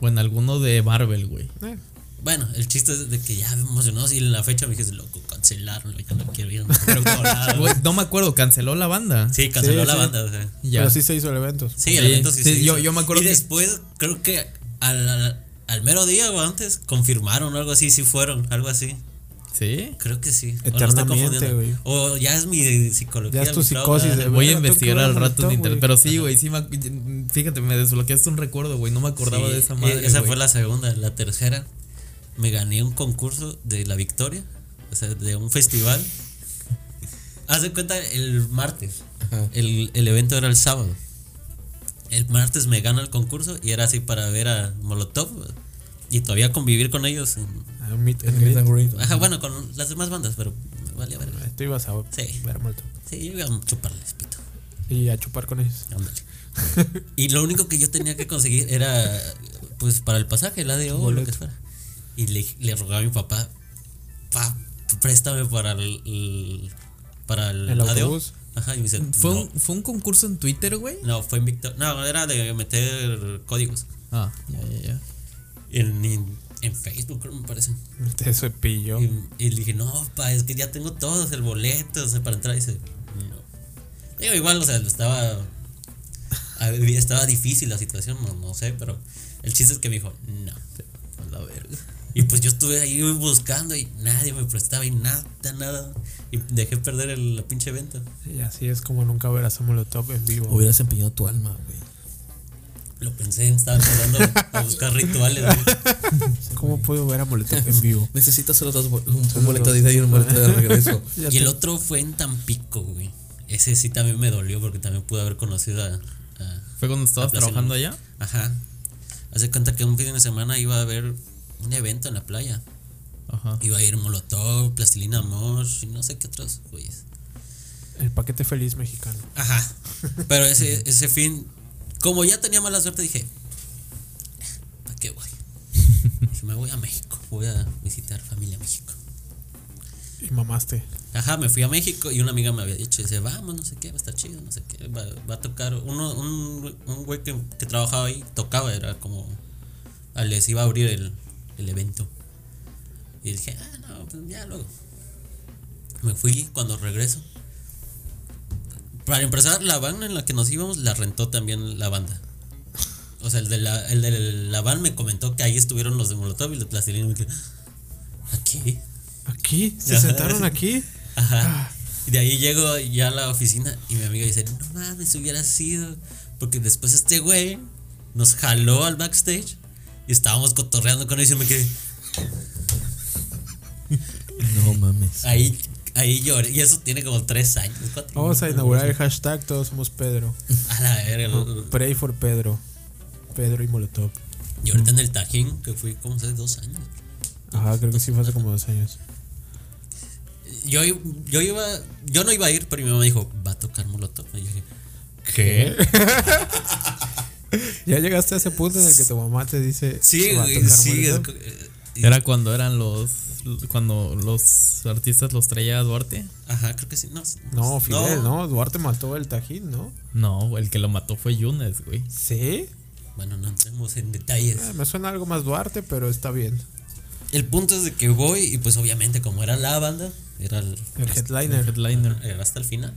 Speaker 3: o en alguno de Marvel, güey.
Speaker 5: Eh,
Speaker 6: Bueno, el chiste es de que ya emocionados y en la fecha me dijiste, loco, cancelaron, ya no quiero ir. No quiero cobrar".
Speaker 3: Güey, No me acuerdo, canceló la banda.
Speaker 6: sí, canceló
Speaker 5: Sí,
Speaker 6: la
Speaker 5: sí.
Speaker 6: banda. o sea.
Speaker 3: Ya.
Speaker 5: Pero sí se hizo el evento.
Speaker 6: Sí,
Speaker 3: Sí,
Speaker 6: el evento sí,
Speaker 3: sí,
Speaker 6: se
Speaker 3: yo-
Speaker 6: hizo.
Speaker 3: yo me acuerdo
Speaker 6: Y
Speaker 3: que-
Speaker 6: después, creo que al, al- al mero día o antes, confirmaron algo así, sí fueron, algo así.
Speaker 3: ¿Sí?
Speaker 6: Creo que sí.
Speaker 5: Eternamente,
Speaker 6: o, lo estoy confundiendo.
Speaker 5: güey.
Speaker 6: o ya es mi psicología.
Speaker 5: Ya es tu
Speaker 6: mi trauma.
Speaker 5: psicosis de-
Speaker 3: Voy a
Speaker 5: Pero tú
Speaker 3: investigar
Speaker 5: que
Speaker 3: al
Speaker 5: eras
Speaker 3: rato en
Speaker 5: monitor,
Speaker 3: internet.
Speaker 5: güey.
Speaker 3: Pero sí, güey, sí. me- Fíjate, me desbloqueaste un recuerdo, güey. No me acordaba
Speaker 6: Sí, e-,
Speaker 3: de esa madre.
Speaker 6: Esa
Speaker 3: güey.
Speaker 6: fue la segunda. La tercera, me gané un concurso de la victoria, o sea, de un festival. Haz de cuenta, el martes. El, el evento era el sábado. El martes me gana el concurso y era así para ver a Molotov y todavía convivir con ellos. en-
Speaker 5: Ah, un meet and
Speaker 4: El Meet
Speaker 5: greet.
Speaker 4: and greet.
Speaker 6: Ajá, bueno, con las demás bandas, pero vale, vale.
Speaker 5: Tú ibas a
Speaker 6: Sí.
Speaker 5: ver muerto.
Speaker 6: Sí, yo iba a chuparles, pito.
Speaker 5: Y a chupar con ellos. [LAUGHS]
Speaker 6: Ándale. y lo único que yo tenía que conseguir era, pues, para el pasaje, el ADO o lo que fuera. Y le, le rogaba a mi papá, pa, préstame para el, el- para el,
Speaker 5: El
Speaker 6: ADO".
Speaker 5: autobús.
Speaker 6: Ajá, y me dice,
Speaker 3: Fue,
Speaker 6: no,
Speaker 3: un, fue un concurso en Twitter, güey.
Speaker 6: no, fue en Victor. No, era de meter códigos.
Speaker 3: Ah, ya, ya, ya.
Speaker 6: En, en, en Facebook, creo, me parece.
Speaker 5: Te cepillo.
Speaker 6: Y, y le dije, no, pa, es que ya tengo todos el boleto, o sea, para entrar. Y dice, no. Digo, igual, o sea, lo estaba. a- Estaba difícil la situación, no, no sé, pero el chiste es que me dijo, no, a la verga. Y pues yo estuve ahí buscando y nadie me prestaba y nada, nada. Y dejé perder el, la pinche venta.
Speaker 5: Y así es como nunca verás a Molotov en vivo.
Speaker 4: Hubieras empeñado tu alma, güey.
Speaker 6: Lo pensé, estaba empezando [LAUGHS] a buscar rituales. güey.
Speaker 5: ¿Cómo puedo ver a Molotov en vivo?
Speaker 4: Necesito solo dos bol- un, un boleto de ida y un boleto de [LAUGHS] regreso.
Speaker 5: Ya
Speaker 6: Y el
Speaker 5: te-
Speaker 6: otro fue en Tampico, güey. Ese sí también me dolió porque también pude haber conocido a- a,
Speaker 3: ¿Fue cuando estabas
Speaker 6: Plaza
Speaker 3: trabajando allá?
Speaker 6: Ajá. Hace cuenta que un fin de semana iba a haber un evento en la playa.
Speaker 3: Ajá.
Speaker 6: Iba a ir Molotov, Plastilina Amor y no sé qué otros güeyes.
Speaker 5: El paquete feliz mexicano.
Speaker 6: Ajá. Pero ese, ese fin, como ya tenía mala suerte, dije, ¿para qué voy? Dije, me voy a México, voy a visitar familia México.
Speaker 5: Y mamaste.
Speaker 6: Ajá, me fui a México y una amiga me había dicho, dice, vamos, no sé qué, va a estar chido, no sé qué, va, va a tocar. Uno, un, un güey que, que trabajaba ahí tocaba, era como ah, les iba a abrir el, el evento. Y dije, ah, no, pues ya luego. Me fui cuando regreso. Para empezar, la van en la que nos íbamos la rentó también la banda. O sea, el de la, el de la van me comentó que ahí estuvieron los de Molotov y los de Plastilina. Y me quedé, ¿A qué?
Speaker 5: ¿Aquí? ¿Se
Speaker 6: Ajá.
Speaker 5: sentaron aquí? Ah.
Speaker 6: Ajá. Y de ahí llego ya a la oficina y mi amiga dice, no mames, hubiera sido. Porque después este güey nos jaló al backstage y estábamos cotorreando con él y yo me quedé,
Speaker 2: No mames.
Speaker 5: [LAUGHS]
Speaker 6: ahí, ahí lloré. Y eso tiene como tres años, cuatro
Speaker 5: Vamos a
Speaker 6: años.
Speaker 5: inaugurar el hashtag Todos somos Pedro.
Speaker 6: A la verga. lo-
Speaker 5: Pray for Pedro. Pedro y Molotov.
Speaker 6: Y ahorita en el Tajín, que fui como hace dos años.
Speaker 5: Ajá, creo que sí fue hace como dos años.
Speaker 6: Yo, yo iba, yo no iba a ir, pero mi mamá dijo, va a tocar Molotov. Y yo dije,
Speaker 5: ¿Qué? ya llegaste a ese punto en el que tu mamá te dice.
Speaker 6: sí,
Speaker 5: "Va a
Speaker 6: güey,
Speaker 5: tocar
Speaker 6: sí.
Speaker 5: Molotov".
Speaker 6: es- eh,
Speaker 3: Era cuando eran los. Cuando los artistas los traía Duarte.
Speaker 6: Ajá, creo que sí. No,
Speaker 5: No, Fidel, no. Duarte mató el Tajín, ¿no?
Speaker 3: No, el que lo mató fue Yunes, güey.
Speaker 5: Sí.
Speaker 6: Bueno, no entremos en detalles.
Speaker 5: Eh, me suena algo más Duarte, pero está bien.
Speaker 6: El punto es de que voy y pues obviamente como era la banda, era el,
Speaker 5: El
Speaker 3: El
Speaker 5: headliner.
Speaker 3: headliner.
Speaker 6: era hasta el final.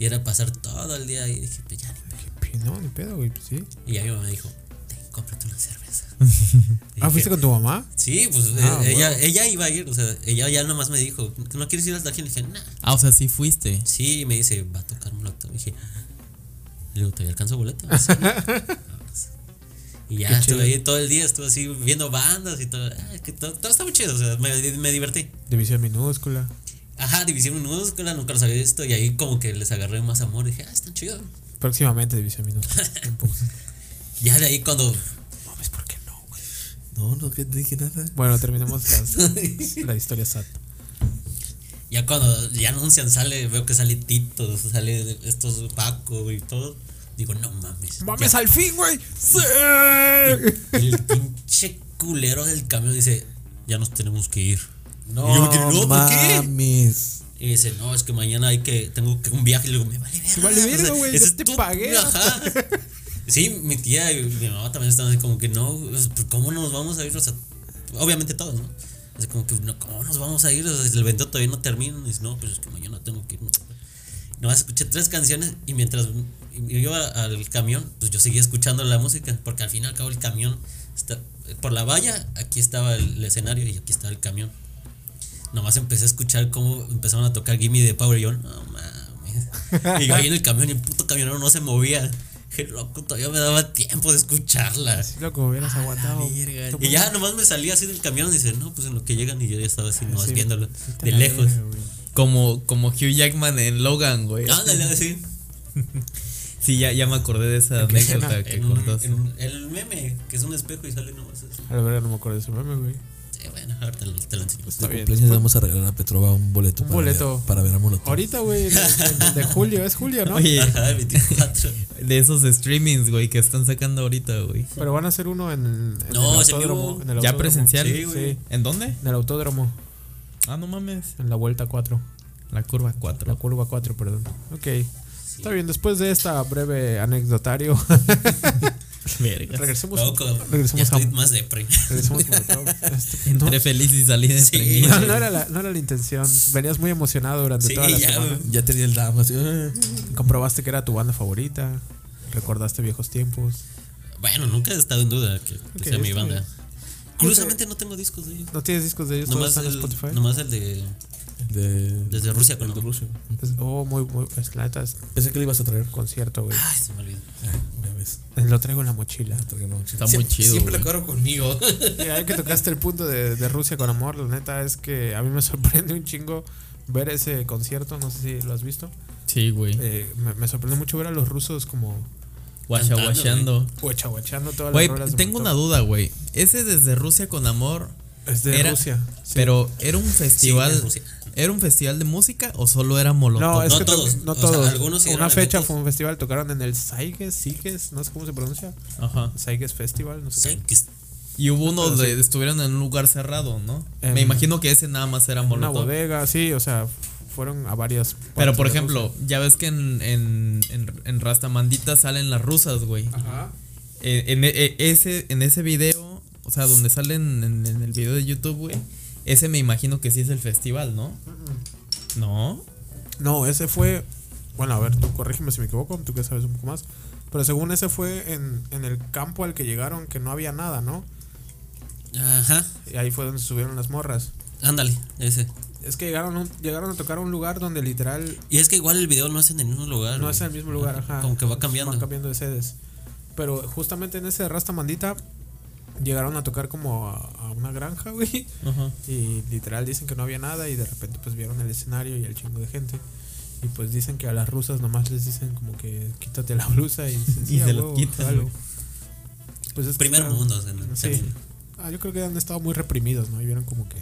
Speaker 6: Y era pasar todo el día ahí y dije, pues ya ni pedo.
Speaker 5: Qué pi- No, ni pedo, güey. pues Sí.
Speaker 6: Y ahí mi mamá dijo, "Ten, cómprate una cerveza. Y
Speaker 5: [LAUGHS] Ah,
Speaker 6: dije,
Speaker 5: ¿fuiste con tu mamá?
Speaker 6: Sí, pues
Speaker 5: Ah,
Speaker 6: eh, ella, ella iba a ir, o sea, ella ya nomás me dijo, ¿no quieres ir hasta aquí? Le dije, nah.
Speaker 3: Ah, o sea, sí fuiste.
Speaker 6: Sí, y me dice, va a tocar molotov. Y dije, "Ah". le digo, ¿te alcanzo boleto?
Speaker 5: [LAUGHS]
Speaker 6: Sí. Ah, pues. Y ya estuve ahí todo el día, estuve así viendo bandas y todo. Ah, que todo, todo está muy chido, o sea, me- me divertí.
Speaker 5: División minúscula.
Speaker 6: Ajá, División Minúscula, nunca los había visto y ahí como que les agarré más amor. Dije, ah, están chidos.
Speaker 5: Próximamente división
Speaker 6: [LAUGHS]
Speaker 5: minúscula. Tampoco.
Speaker 6: Ya de ahí cuando.
Speaker 5: Mames, ¿por qué no, güey?
Speaker 4: No, no que- no dije nada.
Speaker 5: Bueno, terminamos las- la historia SAT.
Speaker 6: Ya cuando ya anuncian, sale, veo que sale Tito, sale estos Paco y todo. Digo, no mames.
Speaker 5: ¡Mames al fin, güey! ¡Sí!
Speaker 6: Ya- el pinche culero del camión dice, ya nos tenemos que ir.
Speaker 4: No,
Speaker 6: Y yo me quedé, no, ¿por qué?
Speaker 4: mames.
Speaker 6: Y dice, no, es que mañana hay que, tengo que un viaje. Y le digo, me vale verga.
Speaker 5: vale verga, güey,
Speaker 6: ese
Speaker 5: yo
Speaker 6: es
Speaker 5: te
Speaker 6: tu-
Speaker 5: pagué.
Speaker 6: Ajá. Sí, mi tía y mi mamá también están así como que no, pues, ¿cómo nos vamos a ir? O sea, obviamente todos, ¿no? Así como que, no, ¿cómo nos vamos a ir? O sea, el evento todavía no termina. Y dice, no, pues es que mañana tengo que irme. Nomás escuché tres canciones y mientras yo iba al camión, pues yo seguía escuchando la música, porque al fin y al cabo el camión, está, por la valla, aquí estaba el, el escenario y aquí estaba el camión. Nomás empecé a escuchar cómo empezaron a tocar Gimme de Power y yo, no mames. Y yo ahí en el camión y el puto camionero no se movía. Qué loco, todavía me daba tiempo de escucharla.
Speaker 5: Loco, hubieras aguantado. Tú
Speaker 6: Y ya nomás me salía así del camión y dice, no, pues en lo que llegan y yo ya estaba así, nomás
Speaker 5: Ah, Sí.
Speaker 6: viéndolo
Speaker 5: te
Speaker 6: de
Speaker 5: la
Speaker 6: lejos.
Speaker 5: verga, güey.
Speaker 3: Como, como Hugh Jackman en Logan, güey.
Speaker 6: Ándale, así.
Speaker 3: Sí, ya, ya me acordé de esa anécdota que
Speaker 6: En un-
Speaker 3: contaste.
Speaker 6: en un- el meme, que es un espejo y sale nomás así.
Speaker 5: A la verdad no me acuerdo de ese meme, güey.
Speaker 6: Sí, bueno, ahorita te lo, te lo enseño.
Speaker 4: De
Speaker 5: bien.
Speaker 4: cumpleaños le vamos a regalar a Petrova un boleto.
Speaker 5: Un
Speaker 4: para ver-
Speaker 5: boleto.
Speaker 4: para ver a Molotov.
Speaker 5: Ahorita, güey, el- el- el de julio, es julio, ¿no?
Speaker 3: [LAUGHS] Oye,
Speaker 6: Ajá, 24.
Speaker 3: de esos streamings, güey, que están sacando ahorita, güey.
Speaker 5: Pero van a hacer uno en, en
Speaker 6: No,
Speaker 5: el
Speaker 6: se vio.
Speaker 5: autódromo. en el
Speaker 3: ¿Ya
Speaker 5: autódromo.
Speaker 3: presencial?
Speaker 5: Sí, güey.
Speaker 3: ¿En dónde?
Speaker 5: En el autódromo,
Speaker 3: Ah, no mames.
Speaker 5: en la vuelta 4.
Speaker 3: La curva
Speaker 5: La
Speaker 3: 4.
Speaker 5: curva 4, perdón. Ok. Está bien, después de esta breve anecdotario, [LAUGHS]
Speaker 3: Verga.
Speaker 5: regresemos,
Speaker 6: Loco, ya
Speaker 5: regresemos a.
Speaker 6: estoy más depre. [LAUGHS]
Speaker 5: Regresemos a Molotov. Este, no,
Speaker 3: Entré feliz y salí de
Speaker 6: Sí.
Speaker 3: feliz.
Speaker 5: no, no era la, no era la intención. Venías muy emocionado durante
Speaker 6: Sí,
Speaker 5: toda la
Speaker 6: ya,
Speaker 5: semana.
Speaker 4: Ya tenía el dama. así, "Ah".
Speaker 5: Comprobaste que era tu banda favorita. Recordaste viejos tiempos.
Speaker 6: Bueno, nunca he estado en duda que, que
Speaker 5: Ok,
Speaker 6: sea mi
Speaker 5: está
Speaker 6: banda.
Speaker 5: bien.
Speaker 6: Curiosamente no tengo discos de ellos.
Speaker 5: ¿No tienes discos de ellos? ¿Todos
Speaker 6: Nomás
Speaker 5: están en
Speaker 6: el,
Speaker 5: Spotify?
Speaker 6: nomás el de
Speaker 4: De,
Speaker 6: desde Rusia con
Speaker 5: Pues, oh, muy, muy. Es, la neta, es
Speaker 4: pensé que le ibas a traer.
Speaker 5: concierto, güey. Eh,
Speaker 6: Ay, se me olvidó.
Speaker 4: Ya ves.
Speaker 5: Lo traigo en la mochila.
Speaker 4: Porque no,
Speaker 3: Está muy chido.
Speaker 4: Siempre
Speaker 3: güey.
Speaker 4: la corro conmigo.
Speaker 5: Mira, ahí que tocaste el punto de, de Rusia con amor, la neta es que a mí me [LAUGHS] sorprende un chingo ver ese concierto, no sé si lo has visto.
Speaker 3: Sí, güey.
Speaker 5: Eh, me, me sorprende mucho ver a los rusos como
Speaker 3: Guacha,
Speaker 6: Cantando,
Speaker 3: guachando.
Speaker 5: huechahuachando todas
Speaker 3: Güey,
Speaker 5: las rolas. de
Speaker 3: tengo una
Speaker 5: Molotov.
Speaker 3: duda, güey. Ese desde Rusia con amor.
Speaker 5: Es de
Speaker 3: era-
Speaker 5: Rusia.
Speaker 3: Pero era un
Speaker 6: de
Speaker 3: festival.
Speaker 6: Rusia.
Speaker 3: ¿Era un festival de música o solo era Molotov?
Speaker 5: No, es
Speaker 6: No
Speaker 5: que to-
Speaker 6: todos,
Speaker 5: no
Speaker 6: o sea,
Speaker 5: todos.
Speaker 6: algunos sí
Speaker 5: una
Speaker 6: eran
Speaker 5: fecha
Speaker 6: eventos.
Speaker 5: fue un festival, tocaron en el Saiges, Sigues, no sé cómo se pronuncia.
Speaker 3: Ajá.
Speaker 5: Saiges Festival, no sé.
Speaker 6: Sí,
Speaker 5: qué.
Speaker 6: [LAUGHS] que es-
Speaker 3: Y hubo uno donde estuvieron en un lugar cerrado, ¿no?
Speaker 5: En-
Speaker 3: Me imagino que ese nada más era
Speaker 5: Una
Speaker 3: Molotov.
Speaker 5: bodega, sí, o sea, fueron a varias.
Speaker 3: Pero
Speaker 5: partes
Speaker 3: por
Speaker 5: de
Speaker 3: ejemplo, ya ves que en, en, en, en Rastamandita salen las rusas, güey.
Speaker 5: Rusia. Ajá.
Speaker 3: Eh, En, e- e- ese, en ese video o sea, donde salen en, en el video de YouTube, güey, ese me imagino que sí es el festival, ¿no? No.
Speaker 5: No, ese fue. Bueno, a ver, tú corrígeme si me equivoco, tú que sabes un poco más. Pero según ese fue en, en el campo al que llegaron, que no había nada, ¿no?
Speaker 6: Ajá,
Speaker 5: Y ahí fue donde se subieron las morras.
Speaker 6: ándale, ese.
Speaker 5: Es que llegaron, a un- llegaron a tocar un lugar donde literal
Speaker 6: Y es que igual el video no es en el mismo lugar.
Speaker 5: no
Speaker 6: güey.
Speaker 5: es el mismo lugar, ajá.
Speaker 6: Como que va cambiando.
Speaker 5: Va cambiando de sedes. Pero justamente en ese de Rasta Mandita llegaron a tocar como a, a una granja, [LAUGHS] güey.
Speaker 3: Ajá.
Speaker 5: Y literal dicen que no había nada y de repente pues vieron el escenario y el chingo de gente. Y pues dicen que a las rusas nomás les dicen como que quítate la blusa y, dicen,
Speaker 3: Y
Speaker 5: "Sí, a
Speaker 3: se la
Speaker 5: huevo,
Speaker 3: quitan,
Speaker 5: jalo".
Speaker 3: güey.
Speaker 5: Pues es que
Speaker 6: Primer
Speaker 5: estaban-
Speaker 6: mundo, o sea, no-
Speaker 5: Sí. Ah, yo creo que han estado muy reprimidos, ¿no? Y vieron como que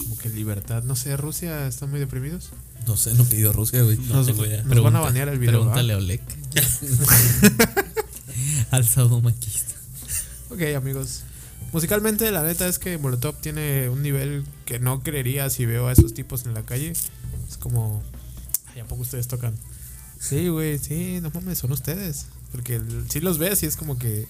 Speaker 5: como que libertad, no sé, Rusia están muy deprimidos.
Speaker 4: No sé, no he pedido Rusia, güey.
Speaker 6: No
Speaker 5: Nos,
Speaker 6: tengo idea.
Speaker 5: nos van a
Speaker 3: Pregunta-
Speaker 5: banear el video. ¿va?
Speaker 3: Pregúntale
Speaker 5: [LAUGHS]
Speaker 3: a
Speaker 4: [LAUGHS]
Speaker 3: Oleg. Al sadomaquista.
Speaker 5: Ok, amigos. Musicalmente, la neta es que Molotov tiene un nivel que no creería si veo a esos tipos en la calle. Es como. Ay, ¿a poco ustedes tocan? Sí, güey, sí, no mames, son ustedes. Porque el- si los ves y es como que.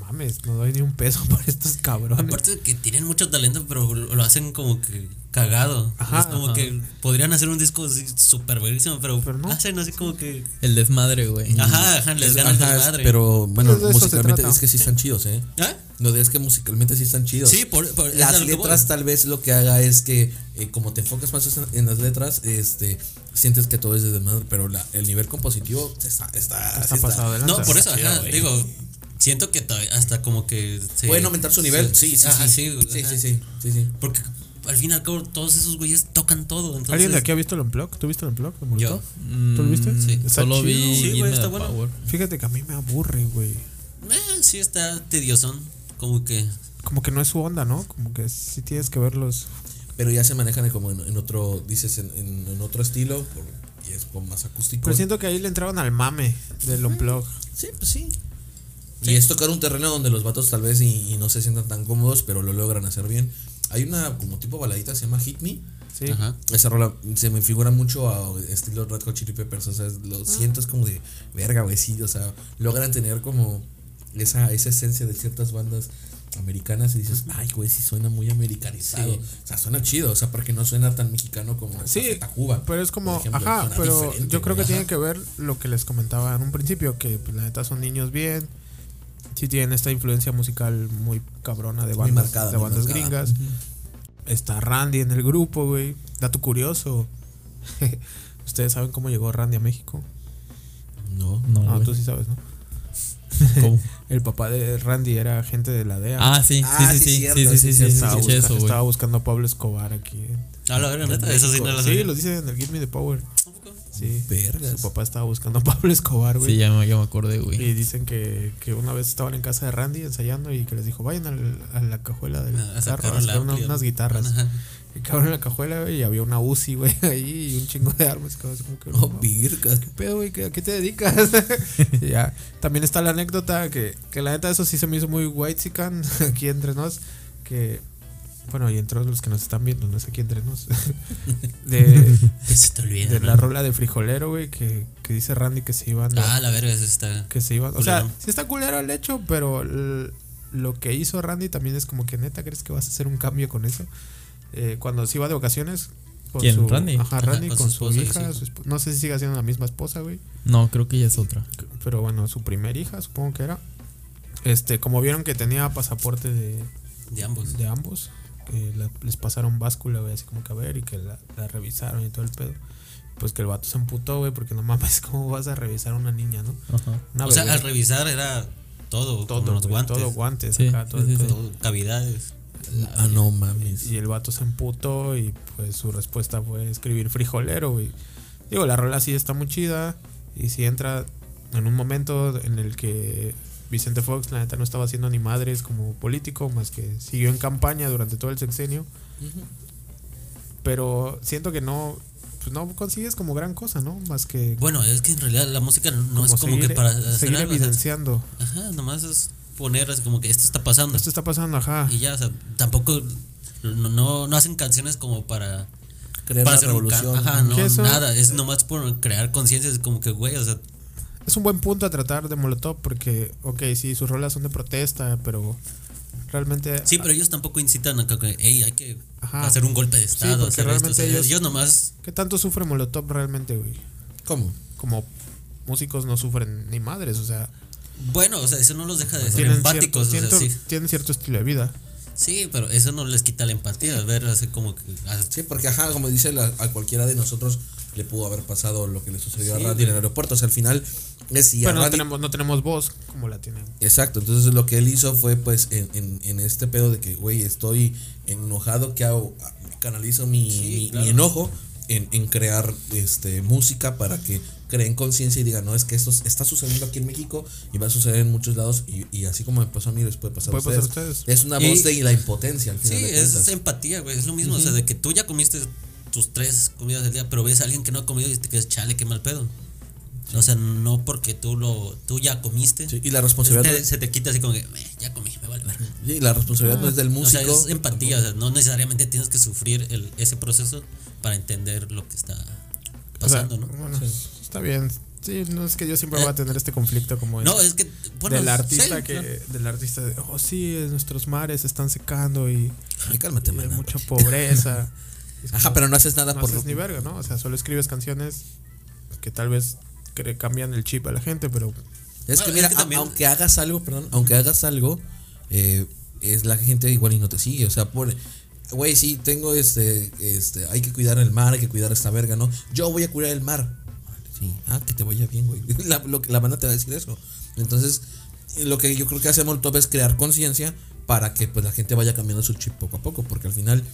Speaker 5: Mames, no doy ni un peso [LAUGHS] por estos cabrones.
Speaker 6: Aparte de que tienen mucho talento, pero lo hacen como que cagado.
Speaker 5: Ajá,
Speaker 6: es como
Speaker 5: ajá.
Speaker 6: que podrían hacer un disco así súper buenísimo, pero,
Speaker 5: Pero no.
Speaker 6: hacen así como que.
Speaker 3: El desmadre, güey.
Speaker 6: Ajá, ajá, les ganan
Speaker 4: Ajá,
Speaker 6: la madre.
Speaker 4: Pero bueno,
Speaker 5: Pues de eso se
Speaker 4: musicalmente
Speaker 5: trata.
Speaker 4: es que sí están chidos, ¿eh?
Speaker 6: ¿Ah?
Speaker 4: No, es que musicalmente sí están chidos.
Speaker 6: Sí, por, por- es a
Speaker 4: las
Speaker 6: lo que
Speaker 4: letras
Speaker 6: voy.
Speaker 4: tal vez lo que haga es que eh, como te enfocas más en, en las letras, este sientes que todo es de madre, pero la- el nivel compositivo está está, sí
Speaker 5: Está pasado de lanza.
Speaker 6: No, por eso,
Speaker 4: chido,
Speaker 6: ajá,
Speaker 4: güey.
Speaker 6: digo, siento que todavía hasta como que. se-
Speaker 4: Pueden aumentar su nivel. Sí, sí,
Speaker 6: Ajá, sí,
Speaker 4: sí.
Speaker 6: güey,
Speaker 4: Sí,
Speaker 6: ajá.
Speaker 4: sí, sí, sí, sí.
Speaker 6: Porque al fin y al cabo, todos esos güeyes tocan todo. Entonces,
Speaker 5: ¿Alguien de aquí ha visto el Unplug? ¿Tú viste el Unplug? de Molotov?
Speaker 6: Yo. mm,
Speaker 5: ¿Tú lo viste?
Speaker 6: sí.
Speaker 5: Está
Speaker 3: Solo
Speaker 5: chido.
Speaker 3: vi
Speaker 6: Sí, güey,
Speaker 3: Gimme
Speaker 6: está
Speaker 3: the
Speaker 6: bueno.
Speaker 3: Power.
Speaker 5: Fíjate que a mí me aburre, güey.
Speaker 6: Eh, sí, está tediosón. Como que.
Speaker 5: Como que no es su onda, ¿no? Como que sí tienes que verlos.
Speaker 4: Pero ya se manejan como en, en otro, dices, en, en- en otro estilo por- y es como más acústico.
Speaker 5: Pero siento que ahí le entraron al mame del Unplug.
Speaker 4: Sí, pues sí. Y es tocar un terreno donde los vatos tal vez y, y no se sientan tan cómodos, pero lo logran hacer bien. Hay una como tipo baladita se llama Hit Me.
Speaker 5: Sí.
Speaker 6: Ajá.
Speaker 4: Esa rola se me figura mucho a estilo Red Hot Chili Peppers. O sea, es- lo siento, es como de verga, güey. Sí, o sea, logran tener como esa, esa esencia de ciertas bandas americanas y dices, ay, güey, sí suena muy americanizado. O sea, suena chido, o sea, porque no suena tan mexicano como
Speaker 5: Sí,
Speaker 4: Cuba.
Speaker 5: Pero es como, ajá, pero yo creo que tiene que ver lo que les comentaba en un principio, que pues, la neta son niños bien, sí tienen esta influencia musical muy cabrona de
Speaker 4: Muy
Speaker 5: bandas,
Speaker 4: marcada,
Speaker 5: de
Speaker 4: muy
Speaker 5: bandas
Speaker 4: marcada.
Speaker 5: gringas. Está Randy en el grupo, güey. Dato curioso. [LAUGHS] Ustedes saben cómo llegó Randy a México.
Speaker 4: No,
Speaker 3: No,
Speaker 5: No,
Speaker 3: güey.
Speaker 5: tú sí sabes, ¿no?
Speaker 3: ¿Cómo?
Speaker 5: [LAUGHS] El papá de Randy era gente de la DEA.
Speaker 3: Ah, sí,
Speaker 4: Ah,
Speaker 3: sí, sí,
Speaker 4: sí,
Speaker 3: sí,
Speaker 4: cierto,
Speaker 3: sí, sí,
Speaker 4: sí,
Speaker 3: sí, sí,
Speaker 4: cierto.
Speaker 5: estaba,
Speaker 3: escuché
Speaker 5: busca-
Speaker 3: eso, güey.
Speaker 5: estaba buscando a Pablo Escobar aquí. en-
Speaker 6: A la verga, neta, eso sí no lo
Speaker 5: sí,
Speaker 6: sabía.
Speaker 5: lo dicen en el Give Me the Power.
Speaker 6: ¿A poco?
Speaker 5: Sí.
Speaker 4: Vergas.
Speaker 5: Su papá estaba buscando a Pablo Escobar, güey.
Speaker 3: Sí, ya me, ya me acordé, güey.
Speaker 5: Y dicen que, que una vez estaban en casa de Randy ensayando y que les dijo, vayan al- a la cajuela del
Speaker 6: A sacar
Speaker 5: carro, a
Speaker 6: la
Speaker 5: sacar una-
Speaker 6: amplia.
Speaker 5: unas guitarras.
Speaker 6: Ajá.
Speaker 5: Y cabrón en la cajuela, güey, y había una Uzi, güey, [LAUGHS] ahí y un chingo de armas. cabrón, así como que, no
Speaker 4: Oh,
Speaker 5: mames,
Speaker 4: virga.
Speaker 5: ¿qué pedo, güey? ¿Qué- ¿A qué te dedicas? [LAUGHS] Y ya. También está la anécdota que, que la neta eso sí se me hizo muy white [LAUGHS] aquí entre nos, que... Bueno, y entre los que nos están viendo, no sé aquí entre nos. [LAUGHS]
Speaker 4: [LAUGHS]
Speaker 5: De,
Speaker 6: Se te olvida.
Speaker 5: de
Speaker 6: ¿no?
Speaker 5: la rola de frijolero, güey, que, que dice Randy que se iban... a-
Speaker 6: Ah, la verga, eso está.
Speaker 5: que se iban. O
Speaker 6: Culero.
Speaker 5: sea, sí está culero el hecho, pero l- lo que hizo Randy también es como que neta, ¿crees que vas a hacer un cambio con eso? Eh, cuando se iba de vacaciones. Con
Speaker 3: ¿Quién,
Speaker 5: Su,
Speaker 3: Randy?
Speaker 5: Ajá,
Speaker 6: Ajá,
Speaker 5: Randy
Speaker 6: con
Speaker 5: con,
Speaker 6: su
Speaker 5: su,
Speaker 6: esposa y su
Speaker 5: hija.
Speaker 6: hija.
Speaker 5: su esp- no sé si sigue siendo la misma esposa, güey.
Speaker 3: No, creo que ya es otra.
Speaker 5: Pero bueno, su primer hija, supongo que era. Este, como vieron que tenía pasaporte de,
Speaker 6: De ambos.
Speaker 5: de ambos, que la- les pasaron báscula, güey, así como que a ver, y que la, la revisaron y todo el pedo. Pues que el vato se emputó, güey, porque no mames, [LAUGHS] ¿cómo vas a revisar a una niña, no?
Speaker 3: Ajá.
Speaker 5: Una
Speaker 6: o sea,
Speaker 5: bebé.
Speaker 6: al revisar era todo,
Speaker 5: todo,
Speaker 6: como los
Speaker 5: güey,
Speaker 6: guantes,
Speaker 5: todo guantes
Speaker 3: Sí,
Speaker 5: acá, todo el
Speaker 3: sí, sí,
Speaker 5: pedo.
Speaker 6: todo, cavidades.
Speaker 4: Ah, no mames.
Speaker 5: Y el vato se emputó y pues su respuesta fue escribir frijolero, güey. Digo, la rola sí está muy chida y si entra en un momento en el que Vicente Fox, la neta, no estaba haciendo ni madres como político, más que siguió en campaña durante todo el sexenio. Pero siento que no, pues no consigues como gran cosa, ¿no? Más que
Speaker 6: Bueno, es que en realidad la música no es como
Speaker 5: seguir, e-,
Speaker 6: que para hacer
Speaker 5: seguir
Speaker 6: algo. o sea,
Speaker 5: evidenciando.
Speaker 6: Ajá, nomás es poner así como que esto está pasando.
Speaker 5: Esto está pasando, ajá.
Speaker 6: Y ya, o sea, tampoco no, no, no hacen canciones como para
Speaker 4: Crear una
Speaker 6: para hacer un ca-
Speaker 4: revolución.
Speaker 6: Ajá, no,
Speaker 5: Que eso-
Speaker 6: nada, es nomás por crear conciencia, es como que güey, o sea,
Speaker 5: Es un buen punto a tratar de Molotov porque, ok, sí, sus rolas son de protesta, pero Realmente.
Speaker 6: Sí, pero ellos tampoco incitan a que, hey, hay que
Speaker 5: Ajá.
Speaker 6: hacer un golpe de Estado.
Speaker 5: porque
Speaker 6: hacer esto,
Speaker 5: realmente
Speaker 6: o sea,
Speaker 5: ellos-
Speaker 6: ellos... nomás.
Speaker 5: ¿Qué tanto sufre Molotov realmente, güey?
Speaker 4: ¿Cómo?
Speaker 5: Como músicos no sufren ni madres, o sea.
Speaker 6: Bueno, o sea, eso no los deja de ser
Speaker 5: Tienen
Speaker 6: empáticos.
Speaker 5: cierto,
Speaker 6: o sea, sí.
Speaker 5: cierto- tienen cierto estilo de vida.
Speaker 6: sí, pero eso no les quita la empatía. Ver así como que. ah,
Speaker 4: Sí, porque ajá, como dice la- a cualquiera de nosotros le pudo haber pasado lo que le sucedió
Speaker 6: Sí,
Speaker 4: a Randy
Speaker 6: güey.
Speaker 4: en el aeropuerto. O sea, al final es si a
Speaker 5: Pero no
Speaker 4: Randy-
Speaker 5: tenemos, no tenemos voz como la tienen.
Speaker 4: Exacto, entonces lo que él hizo fue pues en, en- en este pedo de que, güey, estoy enojado, que hago? Canalizo mi, mi-
Speaker 6: claro.
Speaker 4: mi enojo en, en crear este música para que creen conciencia y digan, no, es que esto está sucediendo aquí en México y va a suceder en muchos lados y, y así como me pasó a mí, les puede pasar,
Speaker 5: Puede
Speaker 4: a,
Speaker 5: pasar a
Speaker 4: ustedes.
Speaker 5: ustedes.
Speaker 4: Es una
Speaker 6: Y-
Speaker 4: voz de la impotencia al
Speaker 6: Sí,
Speaker 4: final. de
Speaker 6: es
Speaker 4: cuentas.
Speaker 6: empatía, güey. Es lo mismo. O sea, de que tú ya comiste tus tres comidas del día, pero ves a alguien que no ha comido y te quedas, chale, qué mal pedo. O sea, no porque tú lo tú ya comiste.
Speaker 4: Sí, y la responsabilidad,
Speaker 6: te- se te quita así como que, "Eh, ya comí, me vale verga".
Speaker 4: no- sí, la responsabilidad no es del músico.
Speaker 6: Ah. O sea, es empatía. O sea, no necesariamente tienes que sufrir el- ese proceso para entender lo que está
Speaker 5: O sea,
Speaker 6: pasando, ¿no?
Speaker 5: bueno, está bien. Sí, no es que yo siempre
Speaker 6: Eh.
Speaker 5: voy a tener este conflicto como
Speaker 6: No,
Speaker 5: este.
Speaker 6: es que. Bueno,
Speaker 5: del artista
Speaker 6: sí,
Speaker 5: que
Speaker 6: claro.
Speaker 5: del artista de, oh sí nuestros mares se están secando y,
Speaker 4: Ay, cálmate,
Speaker 5: y hay
Speaker 4: mana.
Speaker 5: mucha
Speaker 6: [LAUGHS]
Speaker 5: pobreza Es
Speaker 4: Ajá,
Speaker 5: como,
Speaker 4: pero no haces nada
Speaker 5: no
Speaker 4: por
Speaker 5: haces ni verga no o sea solo escribes canciones que tal vez cre- cambian el chip a la gente pero
Speaker 4: Es que
Speaker 6: Bueno,
Speaker 4: mira,
Speaker 6: es que
Speaker 4: a-
Speaker 6: también-
Speaker 4: aunque hagas algo, perdón, aunque hagas algo, eh, es la gente igual y no te sigue. O sea, pone, güey, sí, tengo este, este, hay que cuidar el mar, hay que cuidar esta verga, ¿no? Yo voy a cuidar el mar. Vale, Sí, ah, que te vaya bien, güey. [LAUGHS] La, lo que- la banda te va a decir eso. Entonces, eh, lo que yo creo que hace Molotov es crear conciencia para que pues la gente vaya cambiando su chip poco a poco, porque al final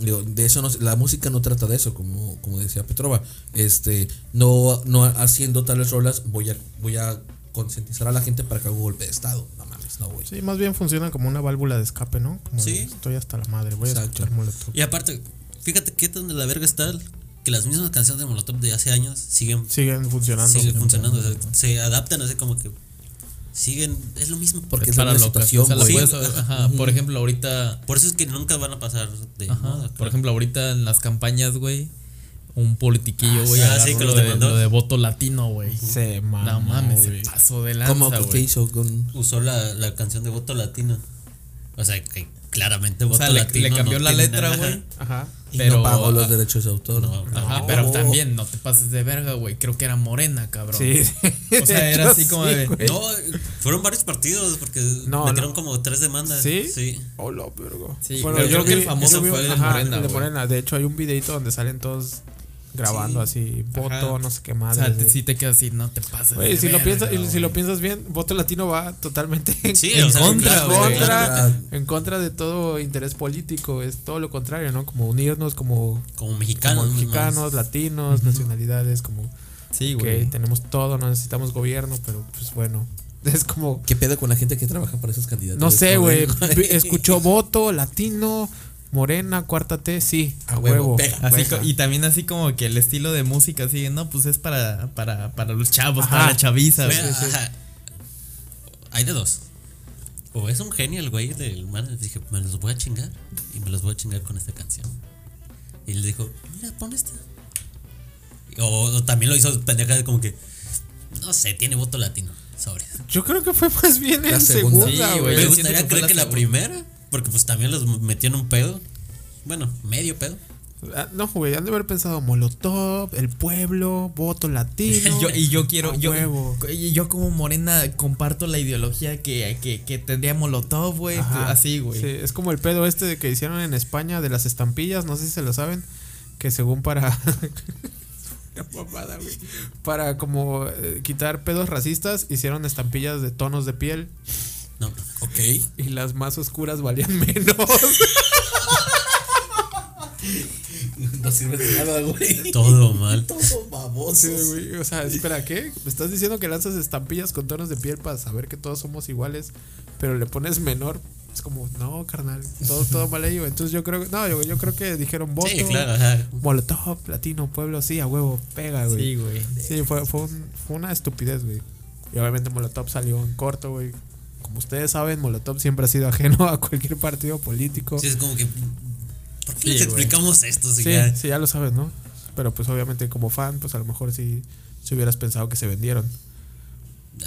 Speaker 4: digo, de eso no, se- la música no trata de eso, como, como decía Petrova, este no no haciendo tales rolas voy a voy a concientizar a la gente para que haga un golpe de estado, no mames, no güey.
Speaker 5: sí más bien funciona como una válvula de escape no como
Speaker 6: Sí.
Speaker 5: de, estoy hasta la madre voy a
Speaker 4: Exacto.
Speaker 5: escuchar molotov
Speaker 6: Y aparte, fíjate qué tan de la verga está el- que las mismas canciones de Molotov de hace años siguen
Speaker 5: siguen funcionando
Speaker 6: sigue funcionando. o sea, se adaptan así como que siguen. Es lo mismo.
Speaker 4: Porque es
Speaker 3: para lo
Speaker 4: la
Speaker 3: que-
Speaker 4: situación,
Speaker 3: o sea, la
Speaker 4: güey.
Speaker 3: puedes- ajá, Por ejemplo, ahorita.
Speaker 6: Por eso es que nunca van a pasar de
Speaker 3: ajá,
Speaker 6: moda.
Speaker 3: por
Speaker 6: creo.
Speaker 3: ejemplo, ahorita en las campañas, güey. Un politiquillo, güey.
Speaker 6: Ah, sí,
Speaker 3: agarró
Speaker 6: sí, que
Speaker 3: lo,
Speaker 6: los
Speaker 3: de,
Speaker 6: demandó.
Speaker 3: lo de voto latino, güey.
Speaker 5: se
Speaker 3: No
Speaker 5: mamó,
Speaker 3: mames, se
Speaker 5: güey.
Speaker 3: pasó de lanza,
Speaker 4: ¿Cómo que qué
Speaker 3: güey.
Speaker 4: hizo con
Speaker 6: Usó la, la canción de voto latino. O sea, que claramente
Speaker 3: O
Speaker 6: voto
Speaker 3: sea, le,
Speaker 6: latino.
Speaker 3: le cambió
Speaker 6: no
Speaker 3: la
Speaker 6: tiene
Speaker 3: letra,
Speaker 6: nada.
Speaker 3: güey.
Speaker 5: ajá
Speaker 4: y
Speaker 3: Pero-
Speaker 4: no pagó los derechos de autor?
Speaker 6: No,
Speaker 3: Ajá,
Speaker 6: no.
Speaker 3: pero también no te pases de verga, güey. Creo que era morena, cabrón.
Speaker 5: sí
Speaker 3: O sea, era
Speaker 5: Yo
Speaker 3: así como de. "Eh".
Speaker 5: güey.
Speaker 6: No, fueron varios partidos porque
Speaker 5: No,
Speaker 6: metieron
Speaker 5: no.
Speaker 6: como tres demandas.
Speaker 5: ¿Sí?
Speaker 6: Sí.
Speaker 5: Hola, vergo.
Speaker 3: Sí, pero creo que el famoso fue el de Morena,
Speaker 5: El de
Speaker 3: güey.
Speaker 5: Morena. De hecho, hay un videito donde salen todos grabando así, voto,
Speaker 3: Ajá.
Speaker 5: no sé qué
Speaker 3: O
Speaker 5: madre.
Speaker 3: sea, te- sí te quedas así, no te pases. de
Speaker 5: si, lo
Speaker 3: verga,
Speaker 5: piensas, y
Speaker 3: güey.
Speaker 5: si lo piensas bien, voto latino va totalmente
Speaker 6: Sí,
Speaker 3: En
Speaker 6: o sea,
Speaker 3: contra,
Speaker 6: claro,
Speaker 3: güey.
Speaker 6: claro.
Speaker 5: contra, en contra de todo interés político. Es todo lo contrario, ¿no? Como unirnos como,
Speaker 6: Como
Speaker 5: como
Speaker 6: mexicanos.
Speaker 5: mexicanos, latinos, nacionalidades, como
Speaker 3: Sí,
Speaker 5: que
Speaker 3: güey.
Speaker 5: tenemos todo, no necesitamos gobierno, pero pues bueno. [LAUGHS] Es como
Speaker 4: ¿Qué pedo con la gente que trabaja para esas
Speaker 6: Pues,
Speaker 4: candidaturas?
Speaker 5: No sé, güey.
Speaker 4: Joder.
Speaker 5: Escuchó voto, latino, morena, cuarta T, sí.
Speaker 4: A huevo, pega.
Speaker 3: Así
Speaker 5: Pega.
Speaker 3: co- y también así como que el estilo de música así, no, pues es para, para, para los chavos,
Speaker 5: Ajá.
Speaker 3: para la chaviza,
Speaker 6: Güey,
Speaker 3: güey.
Speaker 6: ajá. Hay de dos. O es un genio el güey del man. Dije, me los voy a chingar. Y me los voy a chingar con esta canción. Y le dijo, mira, pon esta. O, o también lo hizo pendeja de como que, no sé, tiene voto latino. Sobre.
Speaker 5: Yo creo que fue más bien
Speaker 4: La
Speaker 5: en
Speaker 4: segunda.
Speaker 5: segunda,
Speaker 3: Sí,
Speaker 5: güey.
Speaker 3: güey.
Speaker 6: me
Speaker 3: Pues, yo siento
Speaker 6: gustaría
Speaker 3: que fue
Speaker 6: creer
Speaker 3: la
Speaker 6: que la
Speaker 3: segunda.
Speaker 6: primera. Porque pues también los metió en un pedo. Bueno, medio pedo.
Speaker 5: Ah, No, güey. Han de haber pensado Molotov, el pueblo, voto latino.
Speaker 3: [LAUGHS] Yo- [LAUGHS] y yo quiero,
Speaker 5: A
Speaker 3: yo,
Speaker 5: huevo.
Speaker 3: y yo como morena comparto la ideología que, que, que tendría Molotov, güey.
Speaker 5: Ajá.
Speaker 3: Así, güey.
Speaker 5: Sí, es como el pedo este de que hicieron en España de las estampillas, no sé si se lo saben, que según para [LAUGHS] Una mamada, güey. para como eh, quitar pedos racistas hicieron estampillas de tonos de piel
Speaker 6: No. [LAUGHS]
Speaker 4: Ok.
Speaker 5: y las más oscuras valían [LAUGHS] menos.
Speaker 4: No sirve de nada, güey.
Speaker 6: Todo mal.
Speaker 4: Todo baboso.
Speaker 5: Sí, güey, O sea, espera, ¿qué? ¿Me estás diciendo que lanzas estampillas con tonos de piel para saber que todos somos iguales, pero le pones menor? Es como, no, carnal, todo, todo mal ahí, güey. Entonces yo creo que, no, yo, yo creo que dijeron voto.
Speaker 6: Sí, claro, ajá.
Speaker 5: Molotov, latino, pueblo, sí, a huevo, pega, güey.
Speaker 3: Sí, güey.
Speaker 5: Sí, fue, fue, un- fue una estupidez, güey. Y obviamente Molotov salió en corto, güey. Como ustedes saben, Molotov siempre ha sido ajeno a cualquier partido político.
Speaker 6: Sí,
Speaker 5: Sí,
Speaker 6: es como que. ¿Por qué
Speaker 3: Sí,
Speaker 6: les
Speaker 3: güey.
Speaker 6: explicamos esto? Si
Speaker 5: sí,
Speaker 6: ya-
Speaker 5: ya, lo saben, ¿no? Pero pues obviamente como fan, pues a lo mejor sí, si hubieras pensado que se vendieron.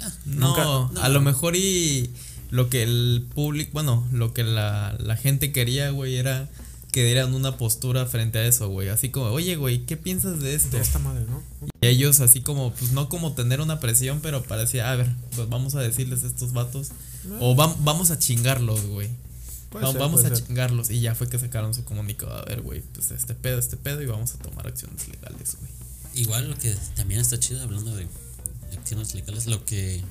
Speaker 6: Ah,
Speaker 3: No,
Speaker 5: Nunca-
Speaker 3: a lo mejor y lo que el público, bueno, lo que la, la gente quería, güey, era que dieran una postura frente a eso, güey. Así como, oye, güey, ¿qué piensas de esto?
Speaker 5: De esta madre, ¿no?
Speaker 3: Y ellos así como, pues no como tener una presión, pero parecía, a ver, pues vamos a decirles a estos vatos. O vam- vamos a chingarlos, güey.
Speaker 5: Puede
Speaker 3: Va-
Speaker 5: ser,
Speaker 3: vamos
Speaker 5: puede
Speaker 3: a
Speaker 5: ser.
Speaker 3: chingarlos. Y ya fue que sacaron su comunicado. A ver, güey, pues este pedo, este pedo y vamos a tomar acciones legales, güey.
Speaker 6: Igual lo que también está chido hablando de acciones legales, lo que.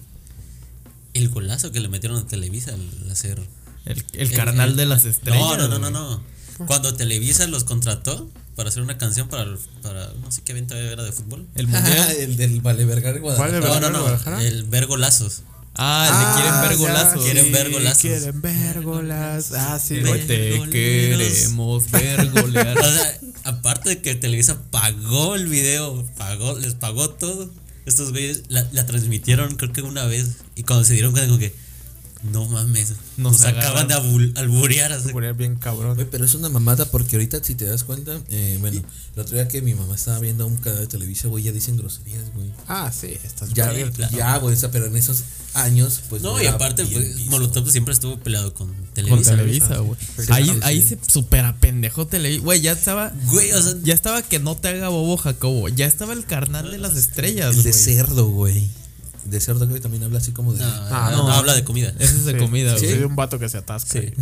Speaker 6: El golazo que le metieron a Televisa al hacer.
Speaker 3: El, el carnal de las estrellas.
Speaker 6: No, no, no, no,
Speaker 3: güey.
Speaker 6: no. Cuando Televisa los contrató para hacer una canción para, el- para no sé qué evento era de fútbol.
Speaker 3: El mundial.
Speaker 4: [LAUGHS] el del Vale Vergara en Guadalajara.
Speaker 5: ¿Vale?
Speaker 6: No, no,
Speaker 5: Vergara,
Speaker 6: no.
Speaker 5: Guadalajara?
Speaker 6: El ver golazos.
Speaker 3: Ah, el de quieren ver
Speaker 5: ya,
Speaker 3: golazos.
Speaker 6: Quieren
Speaker 5: sí,
Speaker 6: ver golazos.
Speaker 5: Quieren ver golazos. Ah, sí,
Speaker 3: Te
Speaker 5: güey.
Speaker 3: te queremos ver golear.
Speaker 6: [LAUGHS] O sea, aparte de que Televisa pagó el video, pagó, les pagó todo. Estos güeyes la, la transmitieron creo que una vez. Y cuando se dieron cuenta como que, no mames, nos,
Speaker 3: Nos
Speaker 6: acaban de abul- alburear. así.
Speaker 5: Poner bien cabrón.
Speaker 4: Güey, pero es una mamada porque ahorita, si te das cuenta, eh, bueno, la otro día que mi mamá estaba viendo un canal de televisa, güey, ya dicen groserías, güey.
Speaker 5: Ah, sí, estás
Speaker 4: Ya,
Speaker 6: bien, claro.
Speaker 4: ya, güey, o sea, pero en esos años, pues.
Speaker 6: No, y
Speaker 4: era
Speaker 6: aparte,
Speaker 4: bien
Speaker 6: pues,
Speaker 4: visto.
Speaker 6: Molotov siempre estuvo peleado con
Speaker 3: Con
Speaker 6: Televisa.
Speaker 3: Televisa, güey. Ahí, ahí se super apendejó Televisa. Güey, ya estaba.
Speaker 6: Güey, o sea,
Speaker 3: Ya estaba que no te haga bobo, Jacobo. Ya estaba el carnal de las estrellas,
Speaker 4: El de
Speaker 3: güey.
Speaker 4: cerdo, güey. De cerdo, güey, también habla así como de.
Speaker 6: no, no,
Speaker 5: no.
Speaker 6: no habla de comida.
Speaker 3: Ese es de
Speaker 5: Sí,
Speaker 3: comida,
Speaker 5: sí,
Speaker 3: güey.
Speaker 5: de un vato que se atasca.
Speaker 6: Sí.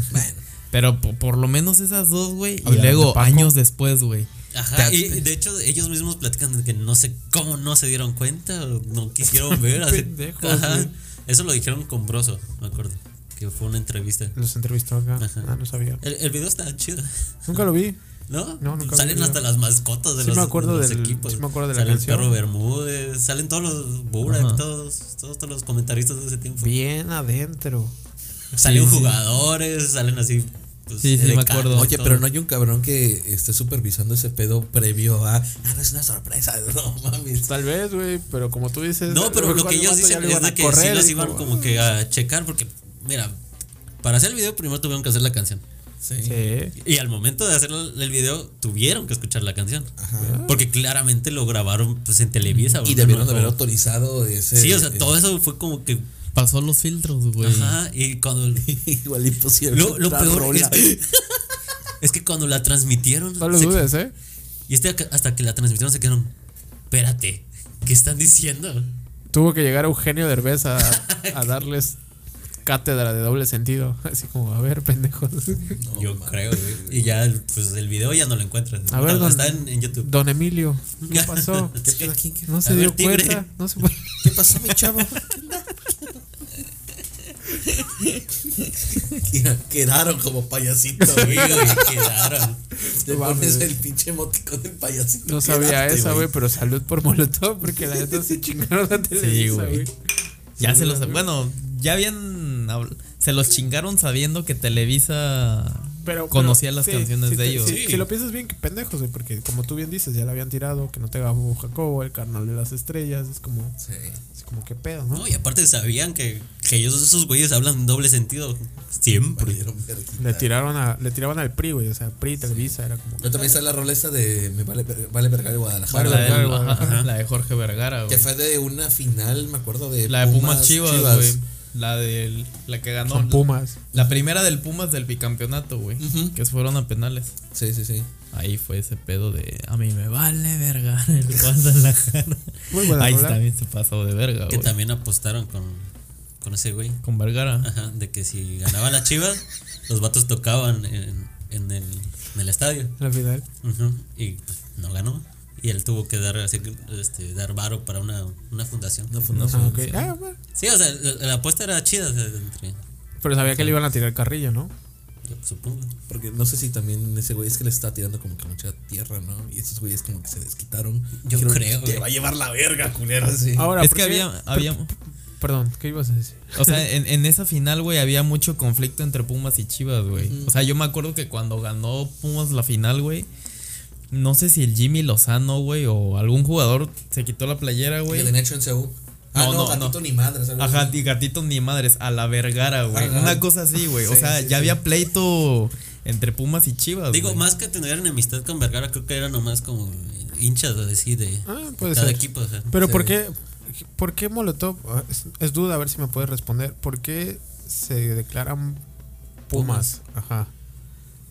Speaker 3: Pero po- por lo menos esas dos, güey. Y
Speaker 5: Hablaron de
Speaker 3: luego,
Speaker 5: Paco.
Speaker 3: años después, güey.
Speaker 6: Ajá,
Speaker 3: Te-
Speaker 6: y y de hecho ellos mismos platican de que no sé cómo no se dieron cuenta, o no
Speaker 5: [LAUGHS]
Speaker 6: quisieron ver. así.
Speaker 5: Pendejos,
Speaker 6: Ajá.
Speaker 5: güey.
Speaker 6: Eso lo dijeron con Broso, me acuerdo, que fue una entrevista.
Speaker 5: Los entrevistó acá.
Speaker 6: Ajá.
Speaker 5: Ah, no sabía.
Speaker 6: El, el video está chido,
Speaker 5: Nunca lo vi.
Speaker 6: ¿no?
Speaker 5: No, nunca vi el
Speaker 6: salen
Speaker 5: video.
Speaker 6: hasta las mascotas de
Speaker 5: Sí
Speaker 6: los,
Speaker 5: me acuerdo
Speaker 6: de los
Speaker 5: del-
Speaker 6: equipos.
Speaker 5: sí me acuerdo de la
Speaker 6: Sale el
Speaker 5: canción.
Speaker 6: perro Bermúdez, salen todos los Burak,
Speaker 3: Ajá.
Speaker 6: todos, todos, todos los comentaristas de ese tiempo.
Speaker 5: Bien adentro.
Speaker 6: Salen
Speaker 3: Sí, sí.
Speaker 6: jugadores, salen así. pues,
Speaker 3: Sí, sí,
Speaker 6: de
Speaker 3: me
Speaker 6: cara,
Speaker 3: acuerdo.
Speaker 4: Oye,
Speaker 6: todo.
Speaker 4: pero no hay un cabrón que esté supervisando ese pedo previo a. Ah, no es una sorpresa, [LAUGHS] no mames.
Speaker 5: Tal vez, güey, pero como tú dices.
Speaker 6: No, pero lo
Speaker 5: igual
Speaker 6: que
Speaker 5: el
Speaker 6: ellos
Speaker 5: vato ya
Speaker 6: dicen
Speaker 5: lo
Speaker 6: es
Speaker 5: iban
Speaker 6: de
Speaker 5: a
Speaker 6: que sí
Speaker 5: correr,
Speaker 6: los
Speaker 5: dijo,
Speaker 6: iban
Speaker 5: "Ah".
Speaker 6: como que a checar, porque, mira, para hacer el video primero tuvieron que hacer la canción.
Speaker 4: Sí.
Speaker 5: Sí.
Speaker 6: Y al momento de hacer el el video tuvieron que escuchar la canción. Porque claramente lo grabaron pues en Televisa.
Speaker 4: Y
Speaker 6: porque
Speaker 4: debieron
Speaker 6: no-
Speaker 4: de haber autorizado ese.
Speaker 6: Sí, o sea,
Speaker 4: eh,
Speaker 6: todo eso fue como que...
Speaker 3: Pasó los filtros, güey.
Speaker 6: Ajá, y cuando...
Speaker 4: Igual imposible.
Speaker 6: Lo, lo
Speaker 4: Otra
Speaker 6: peor
Speaker 4: rola.
Speaker 6: es que, [LAUGHS] es que cuando la transmitieron...
Speaker 5: No lo
Speaker 6: se-
Speaker 5: dudes, ¿eh?
Speaker 6: y este acá- hasta que la transmitieron se quedaron... Espérate, ¿qué están diciendo?
Speaker 5: Tuvo que llegar Eugenio Derbez a, a darles cátedra de doble sentido. [LAUGHS] Así como, a ver, pendejos.
Speaker 6: Yo creo, güey. Y ya, pues el video ya no lo encuentras.
Speaker 5: A ver,
Speaker 6: Bueno,
Speaker 5: don-
Speaker 6: está en, en YouTube.
Speaker 5: Don Emilio, ¿qué
Speaker 6: [LAUGHS]
Speaker 5: pasó?
Speaker 4: ¿Qué pedo aquí? ¿Qué-
Speaker 5: No se
Speaker 6: A ver,
Speaker 5: dio
Speaker 6: tigre.
Speaker 5: cuenta. No se
Speaker 6: [LAUGHS]
Speaker 5: puede.
Speaker 4: [LAUGHS] ¿Qué pasó, mi [LAUGHS] chavo? Quedaron como payasitos,
Speaker 6: Sí,
Speaker 4: güey.
Speaker 6: güey, quedaron.
Speaker 4: Te pones el pinche emoticón del payasito.
Speaker 5: No sabía
Speaker 4: Quedaste,
Speaker 5: esa, güey, pero salud por Molotov, porque la neta se chingaron a Televisa,
Speaker 3: güey.
Speaker 5: güey.
Speaker 3: Ya se los. Bueno, ya habían. habl- Se los chingaron sabiendo que Televisa conocía las
Speaker 5: sí,
Speaker 3: canciones
Speaker 5: sí,
Speaker 3: de
Speaker 5: te-
Speaker 3: ellos.
Speaker 5: sí, Si lo piensas bien, qué pendejos, güey, porque como tú bien dices, ya la habían tirado, que no te gafó Jacobo, el carnal de las estrellas, es como,
Speaker 4: Sí.
Speaker 5: es como qué pedo, ¿no?
Speaker 6: No, y aparte sabían que, que ellos, esos güeyes hablan doble sentido.
Speaker 5: Ah,
Speaker 6: Siempre.
Speaker 4: Valieron verguita.
Speaker 5: Le tiraron a, le tiraban al PRI, güey, o sea, PRI, Televisa, era como...
Speaker 4: Yo también está la rola esta de Me Vale, vale Vergara de Guadalajara.
Speaker 3: La, de,
Speaker 5: Vergara,
Speaker 3: ajá, la de Jorge Vergara,
Speaker 4: Que
Speaker 3: güey.
Speaker 4: fue de una final, me acuerdo de.
Speaker 3: La de Pumas, Chivas, güey. La del. La que ganó.
Speaker 5: Son Pumas.
Speaker 3: La primera del Pumas del bicampeonato, güey. Que fueron a penales.
Speaker 4: Sí, sí, sí.
Speaker 3: Ahí fue ese pedo de. A mí me vale verga [LAUGHS] el Guadalajara.
Speaker 5: Muy buena
Speaker 3: Ahí
Speaker 5: rola.
Speaker 3: también se pasó de verga,
Speaker 6: Que
Speaker 3: güey.
Speaker 6: también apostaron con, con ese güey.
Speaker 3: Con Vergara.
Speaker 6: Ajá, de que si ganaba la chiva, los vatos tocaban en, en el, en el estadio.
Speaker 5: Al final.
Speaker 6: Ujú, Y pues, no ganó. Y él tuvo que dar, así que, este, dar varo para una, una fundación.
Speaker 3: No sé,
Speaker 5: Ah, ok.
Speaker 3: sí.
Speaker 5: Ah, bueno.
Speaker 6: Sí, o sea, la, la apuesta era chida, o sea, entre-
Speaker 5: Pero sabía que le iban a tirar carrillo, ¿no?
Speaker 6: yo supongo.
Speaker 4: Porque no sé si también ese güey es que le está tirando como que mucha tierra, ¿no? Y esos güeyes como que se desquitaron.
Speaker 6: Yo
Speaker 4: Dijeron,
Speaker 6: creo,
Speaker 4: Te
Speaker 6: güey.
Speaker 4: va a llevar la verga, culero. Sí.
Speaker 5: Ahora,
Speaker 3: es
Speaker 5: ¿por
Speaker 3: que
Speaker 5: qué?
Speaker 3: había, había.
Speaker 5: Perdón, ¿qué ibas a decir?
Speaker 3: O sea, en, en esa final, güey, había mucho conflicto entre Pumas y Chivas, güey. O sea, yo me acuerdo que cuando ganó Pumas la final, güey. No sé si el Jimmy Lozano, güey, o algún jugador se quitó la playera,
Speaker 4: Que
Speaker 3: güey.
Speaker 4: le han hecho en CU. Ah,
Speaker 3: No,
Speaker 4: no,
Speaker 3: no, no.
Speaker 4: gatito ni madre, ¿sabes?
Speaker 3: Ajá, y gatito ni madres, a la vergara, güey.
Speaker 4: Ajá.
Speaker 3: Una cosa así, güey. O
Speaker 4: Sí,
Speaker 3: sea,
Speaker 4: sí,
Speaker 3: ya
Speaker 4: sí.
Speaker 3: había pleito entre Pumas y Chivas.
Speaker 6: Digo,
Speaker 3: güey.
Speaker 6: más que tener enemistad con Vergara, creo que era nomás como hinchas así de
Speaker 5: Ah, puede
Speaker 6: cada
Speaker 5: ser.
Speaker 6: equipo. o sea.
Speaker 5: Pero ¿por qué, por qué Molotov? Ah, Es, es duda, a ver si me puedes responder. ¿Por qué se declaran Pumas. Ajá.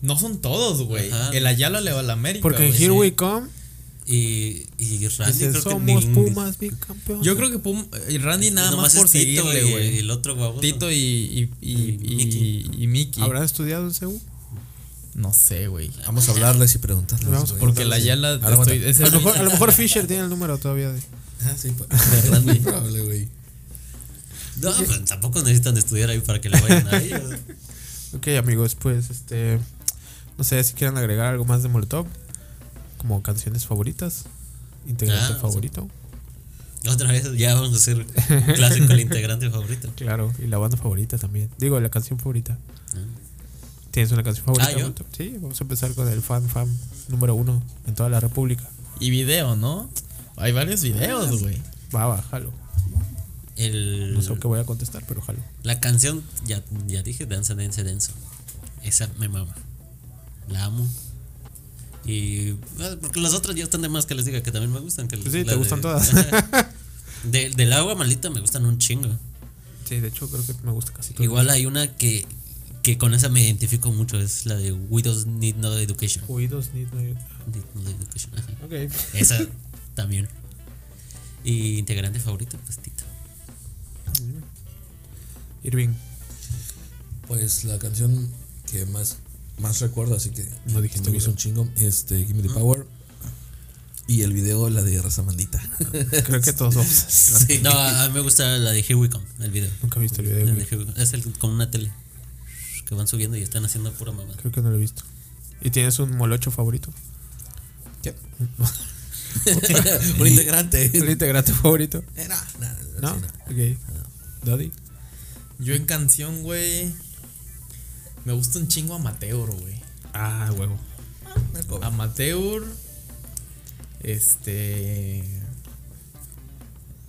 Speaker 3: No son todos, güey.
Speaker 6: Ajá.
Speaker 3: El Ayala le va a la América.
Speaker 5: Porque en
Speaker 3: güey.
Speaker 5: Here
Speaker 3: Sí.
Speaker 5: We Come
Speaker 6: Y, y Randy
Speaker 5: dice,
Speaker 6: creo que
Speaker 5: somos
Speaker 6: ningún-
Speaker 5: Pumas, bicampeón.
Speaker 3: Yo creo que Pum- eh, Randy nada
Speaker 6: nomás
Speaker 3: más
Speaker 6: es
Speaker 3: por
Speaker 6: Tito
Speaker 3: seguirle,
Speaker 6: y-
Speaker 3: güey.
Speaker 6: Y el otro guapo.
Speaker 3: Tito y, y, y, y, y Mickey.
Speaker 5: ¿Habrá estudiado en CEU?
Speaker 3: No sé, güey.
Speaker 4: Vamos a hablarles y preguntarles.
Speaker 5: Vamos
Speaker 4: güey.
Speaker 3: Porque el Ayala.
Speaker 4: Ahora
Speaker 3: [LAUGHS]
Speaker 4: aguanta.
Speaker 3: estoy- es
Speaker 5: A
Speaker 3: el-
Speaker 5: lo, mejor, a lo [LAUGHS] mejor Fisher tiene el número todavía de.
Speaker 4: Ah, sí, pues.
Speaker 5: [LAUGHS]
Speaker 4: Es muy probable, güey.
Speaker 6: No, pues, tampoco necesitan de estudiar ahí para que le vayan a ellos.
Speaker 5: [LAUGHS] Ok, amigos, pues este. No sé si quieren agregar algo más de Molotov. Como canciones favoritas. Integrante
Speaker 6: Ah, sí.
Speaker 5: favorito.
Speaker 6: Otra vez ya vamos a hacer un clásico el integrante favorito.
Speaker 5: Claro, y la banda favorita también. Digo, la canción favorita. ¿Tienes una canción favorita?
Speaker 6: Ah, ¿yo?
Speaker 5: Molotov? Sí, vamos a empezar con el fan fan número uno en toda la república.
Speaker 3: Y video, ¿no? Hay varios videos, güey.
Speaker 5: Va, va, jalo.
Speaker 6: El,
Speaker 5: No sé qué voy a contestar, pero jalo.
Speaker 6: La canción, ya, ya dije, Danza Dense Denso. Esa me mama. La amo. Y. bueno, Porque las otras ya están de más que les diga que también me gustan. Que
Speaker 5: Pues sí,
Speaker 6: la
Speaker 5: te
Speaker 6: de-
Speaker 5: gustan todas. [LAUGHS]
Speaker 6: De- del agua maldita me gustan un chingo.
Speaker 5: Sí, de hecho, creo que me gusta casi todo.
Speaker 6: Igual hay una que, que con esa me identifico mucho. Es la de Widows Need No Education.
Speaker 5: Oídos, ni- no hay-
Speaker 6: Need no education. ajá.
Speaker 5: Ok.
Speaker 6: Esa también. Y integrante favorito, pues
Speaker 5: [LAUGHS]
Speaker 6: Tito.
Speaker 5: Irving,
Speaker 4: Pues la canción que más, más recuerdo, así que
Speaker 5: No dije
Speaker 4: me gusta un chingo, este, Give Me the Power. Y el video, la de Raza Mandita.
Speaker 5: creo que todos
Speaker 4: [LAUGHS]
Speaker 5: vamos.
Speaker 4: Sí.
Speaker 6: No, a a mí me gusta la de Here We Come, el video.
Speaker 5: Nunca he visto el video.
Speaker 6: La
Speaker 5: güey.
Speaker 6: de Here We Come. Es el con una tele que van subiendo y están haciendo pura mamada.
Speaker 5: Creo que no lo he visto. ¿Y tienes un molocho favorito? [LAUGHS]
Speaker 4: ¿Qué? un integrante.
Speaker 5: ¿El integrante favorito?
Speaker 4: Eh, no, no, no,
Speaker 5: ¿No?
Speaker 4: sí,
Speaker 5: Ok. ¿Daddy?
Speaker 3: Yo en canción, güey. Me gusta un chingo Amateur, güey.
Speaker 5: Ah, huevo.
Speaker 4: no, no, no.
Speaker 3: Amateur. Este.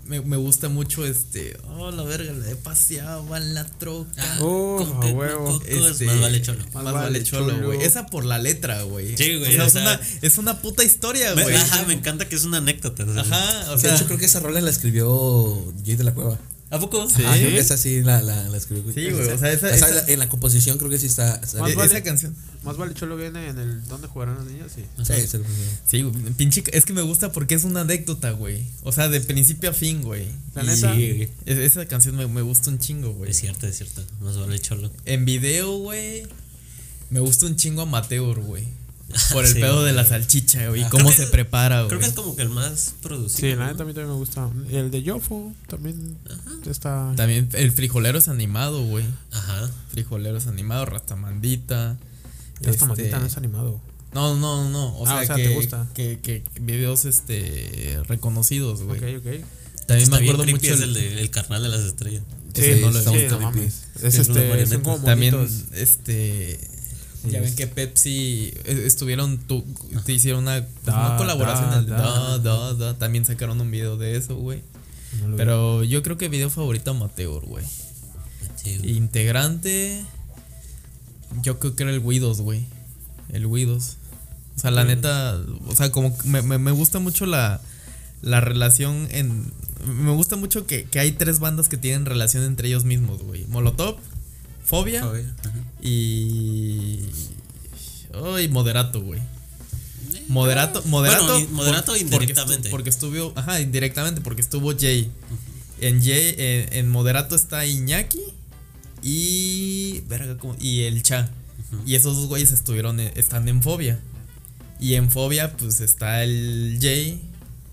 Speaker 3: Me, me gusta mucho este. Oh, la verga, la he paseado va en la troca.
Speaker 6: Ah,
Speaker 5: Oh,
Speaker 6: con
Speaker 5: a
Speaker 6: Pet
Speaker 5: huevo.
Speaker 6: Mococos,
Speaker 3: Este,
Speaker 6: más vale cholo.
Speaker 3: Más, vale cholo, güey. Esa por la letra, güey.
Speaker 6: Sí,
Speaker 3: O
Speaker 6: güey,
Speaker 3: sea,
Speaker 6: o
Speaker 3: es,
Speaker 6: sea-
Speaker 3: una, es una puta historia,
Speaker 6: Me-
Speaker 3: güey.
Speaker 6: Ajá, me encanta que es una anécdota. o sea,
Speaker 3: Ajá, o
Speaker 4: De
Speaker 3: sea.
Speaker 4: hecho, creo que esa rola la escribió Jay de la Cueva.
Speaker 6: ¿A poco?
Speaker 4: Ah,
Speaker 3: ¿Sí?
Speaker 4: creo que esa sí la, la, la escribió.
Speaker 3: Sí, güey, o sea, esa- esa-
Speaker 4: la- en la composición creo que sí está. está-
Speaker 5: Más
Speaker 3: e-
Speaker 5: vale.
Speaker 3: Esa canción.
Speaker 5: Más vale cholo viene en el donde jugarán los niños, sí.
Speaker 4: sí, es el primero.
Speaker 3: Sí, güey, pinche. Es que me gusta porque es una anécdota, güey. O sea, de principio a fin, güey.
Speaker 5: La
Speaker 3: Y-
Speaker 5: neta.
Speaker 3: es- Esa canción me, me gusta un chingo, güey.
Speaker 6: Es cierto, es cierto. Más vale cholo.
Speaker 3: En video, güey. Me gusta un chingo amateur,
Speaker 6: [LAUGHS]
Speaker 3: güey. Por el
Speaker 6: Sí,
Speaker 3: pedo de la
Speaker 6: güey.
Speaker 3: salchicha, güey.
Speaker 6: Ah,
Speaker 3: cómo
Speaker 6: creo
Speaker 3: se
Speaker 6: que-
Speaker 3: prepara, güey.
Speaker 6: Creo que es como que el más producido.
Speaker 5: Sí, la
Speaker 6: ¿no?
Speaker 5: neta a mí también me gusta. Y El de Yofo también está.
Speaker 3: También el frijolero es animado, güey.
Speaker 6: Ajá.
Speaker 3: Frijolero es animado, rastamandita.
Speaker 5: Esta
Speaker 3: este-
Speaker 5: matita no es animado.
Speaker 3: No, no, no. O
Speaker 5: Ah,
Speaker 3: sea,
Speaker 5: o sea,
Speaker 3: que,
Speaker 5: te gusta.
Speaker 3: Que, que videos este reconocidos, güey.
Speaker 5: Ok, ok.
Speaker 3: También
Speaker 6: Está
Speaker 3: me
Speaker 6: bien
Speaker 3: acuerdo
Speaker 6: creepy,
Speaker 3: mucho.
Speaker 6: Es el,
Speaker 3: el-
Speaker 6: de, el carnal de las estrellas.
Speaker 5: Sí,
Speaker 4: Ese
Speaker 5: no
Speaker 4: no
Speaker 5: lo
Speaker 4: lo
Speaker 5: sí,
Speaker 4: he visto.
Speaker 5: no mames. Es
Speaker 6: Sí, es una
Speaker 5: este. Son
Speaker 6: marioneta.
Speaker 5: como
Speaker 3: También,
Speaker 5: monitos.
Speaker 3: este. Ya ven que Pepsi eh, estuvieron, tu- te hicieron una, pues,
Speaker 5: Da,
Speaker 3: una colaboración.
Speaker 5: da,
Speaker 3: el
Speaker 5: da.
Speaker 3: da, da, da. También sacaron un video de eso, güey.
Speaker 5: No lo
Speaker 3: Pero yo creo que video favorito amateur, güey.
Speaker 6: Sí, güey.
Speaker 3: Integrante. Yo creo que era el Widows, güey. El Widows. O sea, la neta. O sea, como que me, me- me gusta mucho la, la relación en. Me gusta mucho que, que hay tres bandas que tienen relación entre ellos mismos, güey. Molotov, Fobia
Speaker 6: Ajá.
Speaker 3: y. Ay, Moderato, güey. Moderato, moderato.
Speaker 6: Bueno, y- moderato
Speaker 3: porque
Speaker 6: indirectamente.
Speaker 3: estu- Porque estuvo, ajá, indirectamente, porque estuvo Jay. En Jay, en, en moderato está Iñaki y. verga, ¿cómo? y el Cha. Y esos dos güeyes estuvieron, en- están en Fobia. Y en Fobia, pues está el Jay,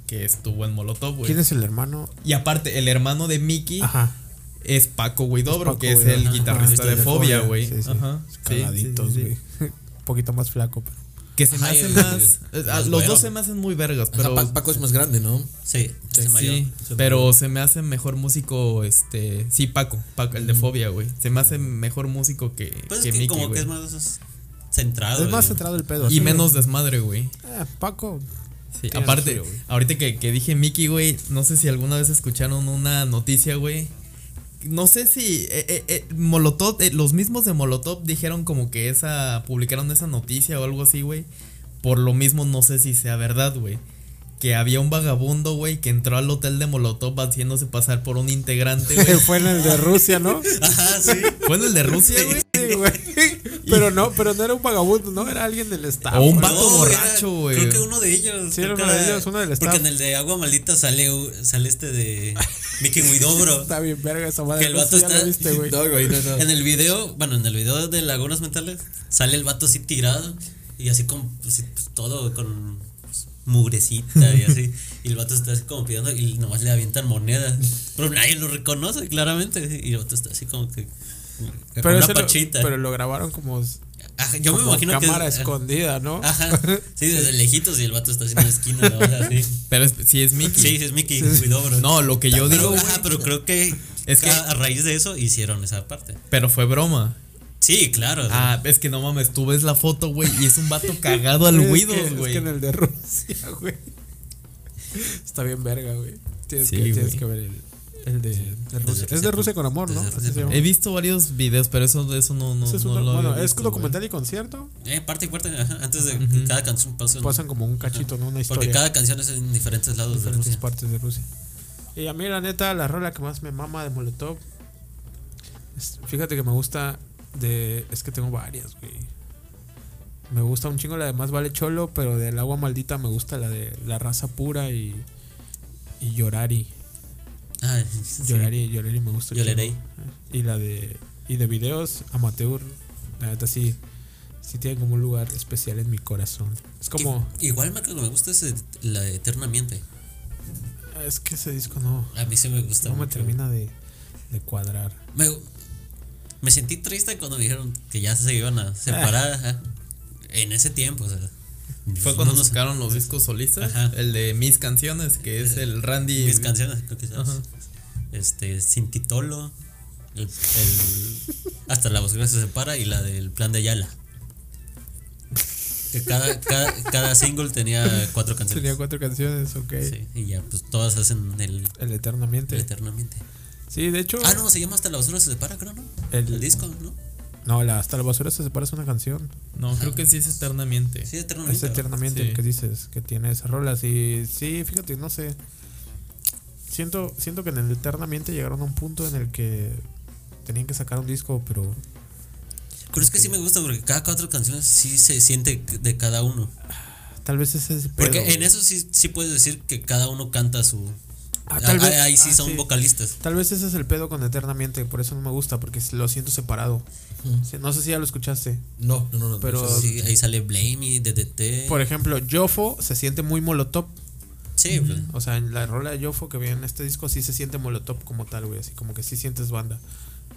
Speaker 3: que estuvo en Molotov, güey.
Speaker 5: ¿Quién es el hermano?
Speaker 3: Y aparte, el hermano de Mickey
Speaker 5: Ajá.
Speaker 3: es Paco Guidobro,
Speaker 5: Paco
Speaker 3: que es
Speaker 5: Guidobro.
Speaker 3: el
Speaker 5: Ajá,
Speaker 3: guitarrista
Speaker 5: sí,
Speaker 3: de Fobia,
Speaker 5: Fobia,
Speaker 3: güey.
Speaker 5: sí, sí.
Speaker 3: Ajá. sí, sí,
Speaker 5: Caladitos,
Speaker 3: sí.
Speaker 5: güey. Un poquito más flaco, pero.
Speaker 3: Que se me
Speaker 6: Ajá, y
Speaker 3: hacen
Speaker 6: el-
Speaker 3: más. eh, a-
Speaker 6: más
Speaker 3: los
Speaker 6: güero.
Speaker 3: dos se me hacen muy vergas,
Speaker 4: Ajá,
Speaker 3: pero.
Speaker 4: Pa- Paco es más grande, ¿no?
Speaker 6: Sí, es el mayor.
Speaker 3: Sí, pero se me hace mejor músico este, sí Paco, Paco el de Fobia, güey. Se me hace mejor músico que
Speaker 6: Pues
Speaker 3: que
Speaker 6: es que
Speaker 3: Mickey,
Speaker 6: como que
Speaker 3: güey.
Speaker 6: es más centrado.
Speaker 5: Es más
Speaker 6: güey.
Speaker 5: centrado el pedo.
Speaker 3: Ah, Y
Speaker 5: sí.
Speaker 3: menos desmadre, güey.
Speaker 5: Eh, Paco. [LAUGHS]
Speaker 3: Sí,
Speaker 5: Tiene
Speaker 3: aparte,
Speaker 5: lo suyo, güey.
Speaker 3: ahorita que, que dije Mickey, güey, no sé si alguna vez escucharon una noticia, güey. No sé si eh, eh, eh, Molotov, eh, los mismos de Molotov dijeron como que esa, publicaron esa noticia o algo así, güey. Por lo mismo no sé si sea verdad, güey. Que había un vagabundo, güey, que
Speaker 5: [LAUGHS]
Speaker 3: entró al hotel de Molotov haciéndose pasar por un integrante, güey. [LAUGHS]
Speaker 5: Fue en el de Rusia, ¿no?
Speaker 6: Ajá, sí.
Speaker 3: ¿Fue en el de Rusia, güey?
Speaker 5: Sí, güey. Pero no, pero no era un vagabundo, no era alguien del Estado.
Speaker 3: O un
Speaker 5: güey.
Speaker 3: vato borracho, güey.
Speaker 6: era- Creo que uno de ellos.
Speaker 5: Sí,
Speaker 6: creo
Speaker 5: era
Speaker 6: que
Speaker 5: uno de ellos, uno del staff.
Speaker 6: Porque en el de Agua Maldita sale, sale este de Mickey
Speaker 5: [LAUGHS]
Speaker 6: Widobro.
Speaker 5: Está bien, verga esa madre.
Speaker 6: Que el
Speaker 5: no sé
Speaker 6: vato
Speaker 5: si ya lo
Speaker 6: está-
Speaker 5: viste,
Speaker 3: [LAUGHS]
Speaker 5: güey.
Speaker 4: No, güey, no, no.
Speaker 6: En el video, bueno, en el video de Lagunas Mentales, sale el vato así tirado y así con pues, pues, todo con pues, mugrecita
Speaker 5: [LAUGHS]
Speaker 6: y así. Y el vato está así como pidiendo y nomás le avientan moneda. Pero nadie lo reconoce, claramente. Y el vato está así como que. con
Speaker 5: Pero,
Speaker 6: una
Speaker 5: ese lo-
Speaker 6: pachita.
Speaker 5: pero lo grabaron como,
Speaker 6: Ajá, yo me
Speaker 5: como
Speaker 6: imagino que.
Speaker 5: cámara
Speaker 6: es-
Speaker 5: escondida, ¿no?
Speaker 6: Ajá.
Speaker 5: [LAUGHS]
Speaker 6: Sí, desde lejitos y el vato está así en la esquina, la verdad, sí.
Speaker 3: Pero es- sí es Mickey.
Speaker 6: Sí, es Mickey, cuidado, bro.
Speaker 3: No, lo que yo digo,
Speaker 6: pero,
Speaker 3: güey.
Speaker 6: ajá, pero creo que,
Speaker 3: Es que-
Speaker 6: a, a raíz de eso hicieron esa parte.
Speaker 3: Pero fue broma.
Speaker 6: Sí, claro. o sea,
Speaker 3: Ah, es que no mames, tú ves la foto, güey, y es un vato cagado al
Speaker 5: Es que-
Speaker 3: Widows,
Speaker 5: Es
Speaker 3: güey.
Speaker 5: que en el de Rusia, [LAUGHS] güey. Está bien verga, güey. Tienes,
Speaker 3: Sí,
Speaker 5: que, tienes
Speaker 3: güey.
Speaker 5: que ver el, el de, de Rusia.
Speaker 6: Rusia
Speaker 5: Es de
Speaker 6: con-
Speaker 5: Rusia con amor, ¿no?
Speaker 6: desde Rusia
Speaker 5: Así se
Speaker 6: con-
Speaker 5: llama.
Speaker 3: He visto varios videos, pero eso, eso no, no,
Speaker 5: Ese es
Speaker 3: Eh, no
Speaker 5: un-
Speaker 3: lo había
Speaker 5: bueno, es
Speaker 3: visto,
Speaker 5: documental y concierto.
Speaker 6: eh, parte y parte, ajá, antes de que cada canción pase. un-
Speaker 5: Pasan como un cachito, ¿no? Una
Speaker 6: porque
Speaker 5: historia.
Speaker 6: cada canción es en diferentes
Speaker 5: en
Speaker 6: lados de
Speaker 5: diferentes
Speaker 6: Rusia.
Speaker 5: partes de Rusia. Y a mí, la neta, la rola que más me mama de Molotov. es- fíjate que me gusta de. Es que tengo varias, güey. Me gusta un chingo la de Más Vale Cholo, pero del agua maldita me gusta la de La raza pura y. Y Llorari.
Speaker 6: Ah, sí.
Speaker 5: Lloraré, lloraré, me gusta. un
Speaker 6: Lloraré.
Speaker 5: chingo. Eh, Y la de. Y de videos, amateur. La neta sí. Sí tiene como un lugar especial en mi corazón. Es
Speaker 6: Que-
Speaker 5: como.
Speaker 6: Igual me, que me gusta ese, la de Eternamente.
Speaker 5: Es que ese disco no.
Speaker 6: A mí sí me gusta.
Speaker 5: No me
Speaker 6: mucho.
Speaker 5: termina de, de cuadrar.
Speaker 6: Me, me sentí triste cuando me dijeron que ya se iban a separar. ajá. En ese tiempo, o sea.
Speaker 3: Fue cuando
Speaker 6: no nos-
Speaker 3: sacaron los discos solistas,
Speaker 6: Ajá. Eh,
Speaker 3: el de Mis Canciones, que es el Randy.
Speaker 6: mis canciones, creo que sabes. Este, Sin Titolo. el- el- hasta la bosquera se separa y la del plan de Ayala. Que cada, cada, cada single tenía cuatro
Speaker 5: Tenía
Speaker 6: canciones.
Speaker 5: cuatro canciones, ok.
Speaker 6: Sí, y ya, pues todas hacen el,
Speaker 5: El Eternamente.
Speaker 6: el Eternamente.
Speaker 5: sí, de hecho.
Speaker 6: Ah, no, se llama Hasta la basura se separa, creo, ¿no?
Speaker 5: El-
Speaker 6: El, disco, ¿no?
Speaker 5: No, la, hasta la basura se separa es una canción.
Speaker 3: No, creo que sí es eternamente.
Speaker 6: Sí, Eternamente.
Speaker 5: Es Eternamente
Speaker 3: Sí.
Speaker 5: el que dices, que tiene esas rolas. Y sí, fíjate, no sé. Siento, siento que en el Eternamente llegaron a un punto en el que tenían que sacar un disco, pero.
Speaker 6: Pero es que sí me gusta porque cada cuatro canciones sí se siente de cada uno.
Speaker 5: Tal vez ese es. el
Speaker 6: Porque
Speaker 5: pedo,
Speaker 6: en
Speaker 5: güey.
Speaker 6: eso sí, sí puedes decir que cada uno canta su.
Speaker 5: Ah, tal
Speaker 6: Ah,
Speaker 5: vez-
Speaker 6: ahí sí
Speaker 5: ah,
Speaker 6: son
Speaker 5: sí.
Speaker 6: vocalistas.
Speaker 5: Tal vez ese es el pedo con Eternamente, por eso no me gusta, porque lo siento separado. Sí, No sé si ya lo escuchaste.
Speaker 6: Eh.
Speaker 4: No, no, no, no.
Speaker 5: Pero-
Speaker 6: Sí, ahí sale Blamey, DDT.
Speaker 5: Por ejemplo, Yofo se siente muy molotov.
Speaker 6: sí, pues,
Speaker 5: O sea, en la rola de Yofo que viene en este disco sí se siente molotov como tal, güey. Así como que sí sientes banda.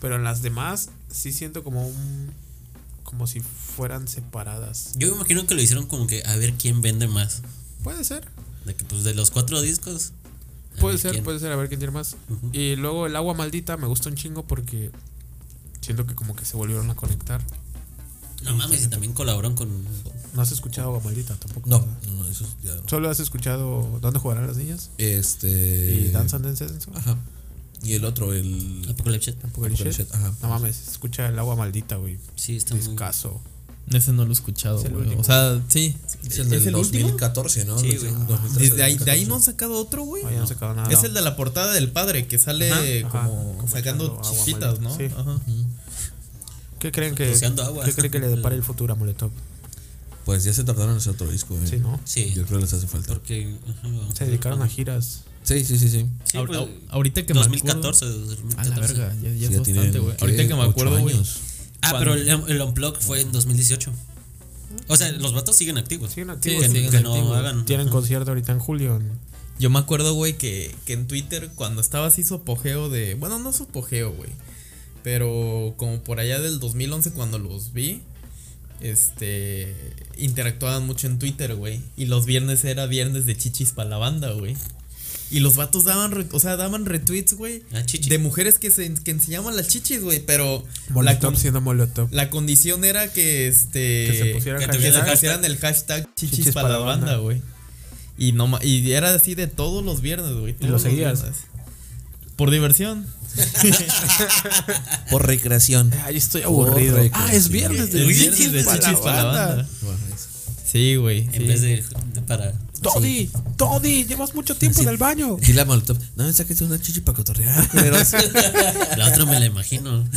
Speaker 5: Pero en las demás sí siento como un. Como si fueran separadas.
Speaker 6: yo me imagino que lo hicieron como que a ver quién vende más.
Speaker 5: Puede ser.
Speaker 6: De que pues de los cuatro discos. a
Speaker 5: Puede
Speaker 6: ver
Speaker 5: ser,
Speaker 6: quién.
Speaker 5: puede ser. A ver quién tiene más. Y luego el agua maldita me gusta un chingo porque siento que como que se volvieron a conectar.
Speaker 6: No mames, y también colaboraron con.
Speaker 5: No has escuchado agua maldita tampoco.
Speaker 4: No,
Speaker 5: ¿verdad?
Speaker 4: no, no, eso es- ya no.
Speaker 5: Solo has escuchado ¿Dónde jugarán las niñas?
Speaker 4: Este.
Speaker 5: Y Danzan Dance Dance.
Speaker 4: Ajá. Y el otro, el.
Speaker 6: Apocalypse.
Speaker 5: Apocalypse.
Speaker 4: Apocalypse, ajá.
Speaker 5: No mames, escucha el agua maldita, güey.
Speaker 6: Sí, está muy.
Speaker 5: Descaso.
Speaker 3: Ese no lo he escuchado,
Speaker 5: Es el
Speaker 3: güey.
Speaker 5: último.
Speaker 3: O sea, sí.
Speaker 4: Es el del 2014, ¿no?
Speaker 6: Sí, güey.
Speaker 4: Del 2013,
Speaker 3: Desde ahí, de ahí no han
Speaker 4: 2014.
Speaker 3: sacado otro, güey.
Speaker 5: No, ya ah, no han sacado nada.
Speaker 3: Es el de la portada del padre que sale
Speaker 5: Ajá,
Speaker 3: como,
Speaker 5: como echando
Speaker 3: sacando
Speaker 5: agua
Speaker 3: chisquitas, ¿no?
Speaker 5: maldita, sí.
Speaker 3: Ajá.
Speaker 5: ¿Qué creen que,
Speaker 6: Rociando agua.
Speaker 5: ¿qué creen que le depara el futuro a Molotov?
Speaker 4: Pues ya se tardaron en hacer otro disco, güey.
Speaker 5: Sí, ¿no?
Speaker 6: Sí.
Speaker 4: Yo creo que les hace falta.
Speaker 6: Porque. ajá, vamos
Speaker 5: Se
Speaker 6: a ver
Speaker 5: dedicaron a
Speaker 6: cuándo.
Speaker 5: giras.
Speaker 4: Sí, sí, sí, sí.
Speaker 6: Sí,
Speaker 3: Ahor-
Speaker 6: pues,
Speaker 3: au- ahorita que me
Speaker 6: 2014,
Speaker 3: acuerdo. A la
Speaker 6: 2014.
Speaker 3: verga, ya, ya
Speaker 4: Sí,
Speaker 3: es bastante,
Speaker 4: tienen,
Speaker 3: güey.
Speaker 4: ¿qué?
Speaker 3: Ahorita que me
Speaker 4: Ocho
Speaker 3: acuerdo, güey.
Speaker 4: años.
Speaker 6: Ah, pero el, el Unplug fue en 2018. O sea, los vatos siguen activos.
Speaker 5: Siguen
Speaker 6: Que-
Speaker 5: activos.
Speaker 6: que,
Speaker 3: siguen
Speaker 6: no
Speaker 3: activos.
Speaker 6: hagan.
Speaker 5: Tienen
Speaker 6: ajá.
Speaker 5: concierto ahorita en julio. en-
Speaker 3: Yo me acuerdo, güey, que, que en Twitter, cuando estaba así su apogeo de. Bueno, no su apogeo, güey. Pero como por allá del 2011, cuando los vi, este. Interactuaban mucho en Twitter, güey. Y los viernes era viernes de chichis para la banda, güey. Y los vatos daban, re- o sea, daban retweets, güey.
Speaker 6: Ah, chichis.
Speaker 3: De mujeres que, se, que enseñaban las chichis, güey. Pero la,
Speaker 5: Molotov
Speaker 3: con-
Speaker 5: siendo Molotov.
Speaker 3: la condición era que este.
Speaker 5: Que se pusieran
Speaker 6: que
Speaker 3: Que
Speaker 6: Hashtag-
Speaker 3: se
Speaker 5: hashtag.
Speaker 3: pusieran el hashtag chichis,
Speaker 5: Chichis
Speaker 3: para
Speaker 5: pa'
Speaker 3: la
Speaker 5: la
Speaker 3: banda,
Speaker 5: banda.
Speaker 3: güey. Y, no, ma- y era así de todos los viernes, güey. todos
Speaker 5: lo
Speaker 3: los
Speaker 5: seguías?
Speaker 3: viernes. Por diversión.
Speaker 4: Por recreación.
Speaker 5: Ay, estoy
Speaker 4: Por
Speaker 5: aburrido.
Speaker 4: recreación.
Speaker 5: Ah, es viernes de
Speaker 3: El
Speaker 5: chichis
Speaker 3: viernes de
Speaker 5: para la
Speaker 3: chichis para la
Speaker 5: banda.
Speaker 3: banda.
Speaker 4: Bueno, es-
Speaker 3: Sí, güey.
Speaker 6: En
Speaker 3: sí.
Speaker 6: vez de, de para.
Speaker 5: Toddy, Toddy, llevas mucho tiempo
Speaker 4: Sí.
Speaker 5: en el baño.
Speaker 4: Y la molotov. No me saques una chichi para cotorrear, culeros.
Speaker 6: La otra me la imagino. [LAUGHS]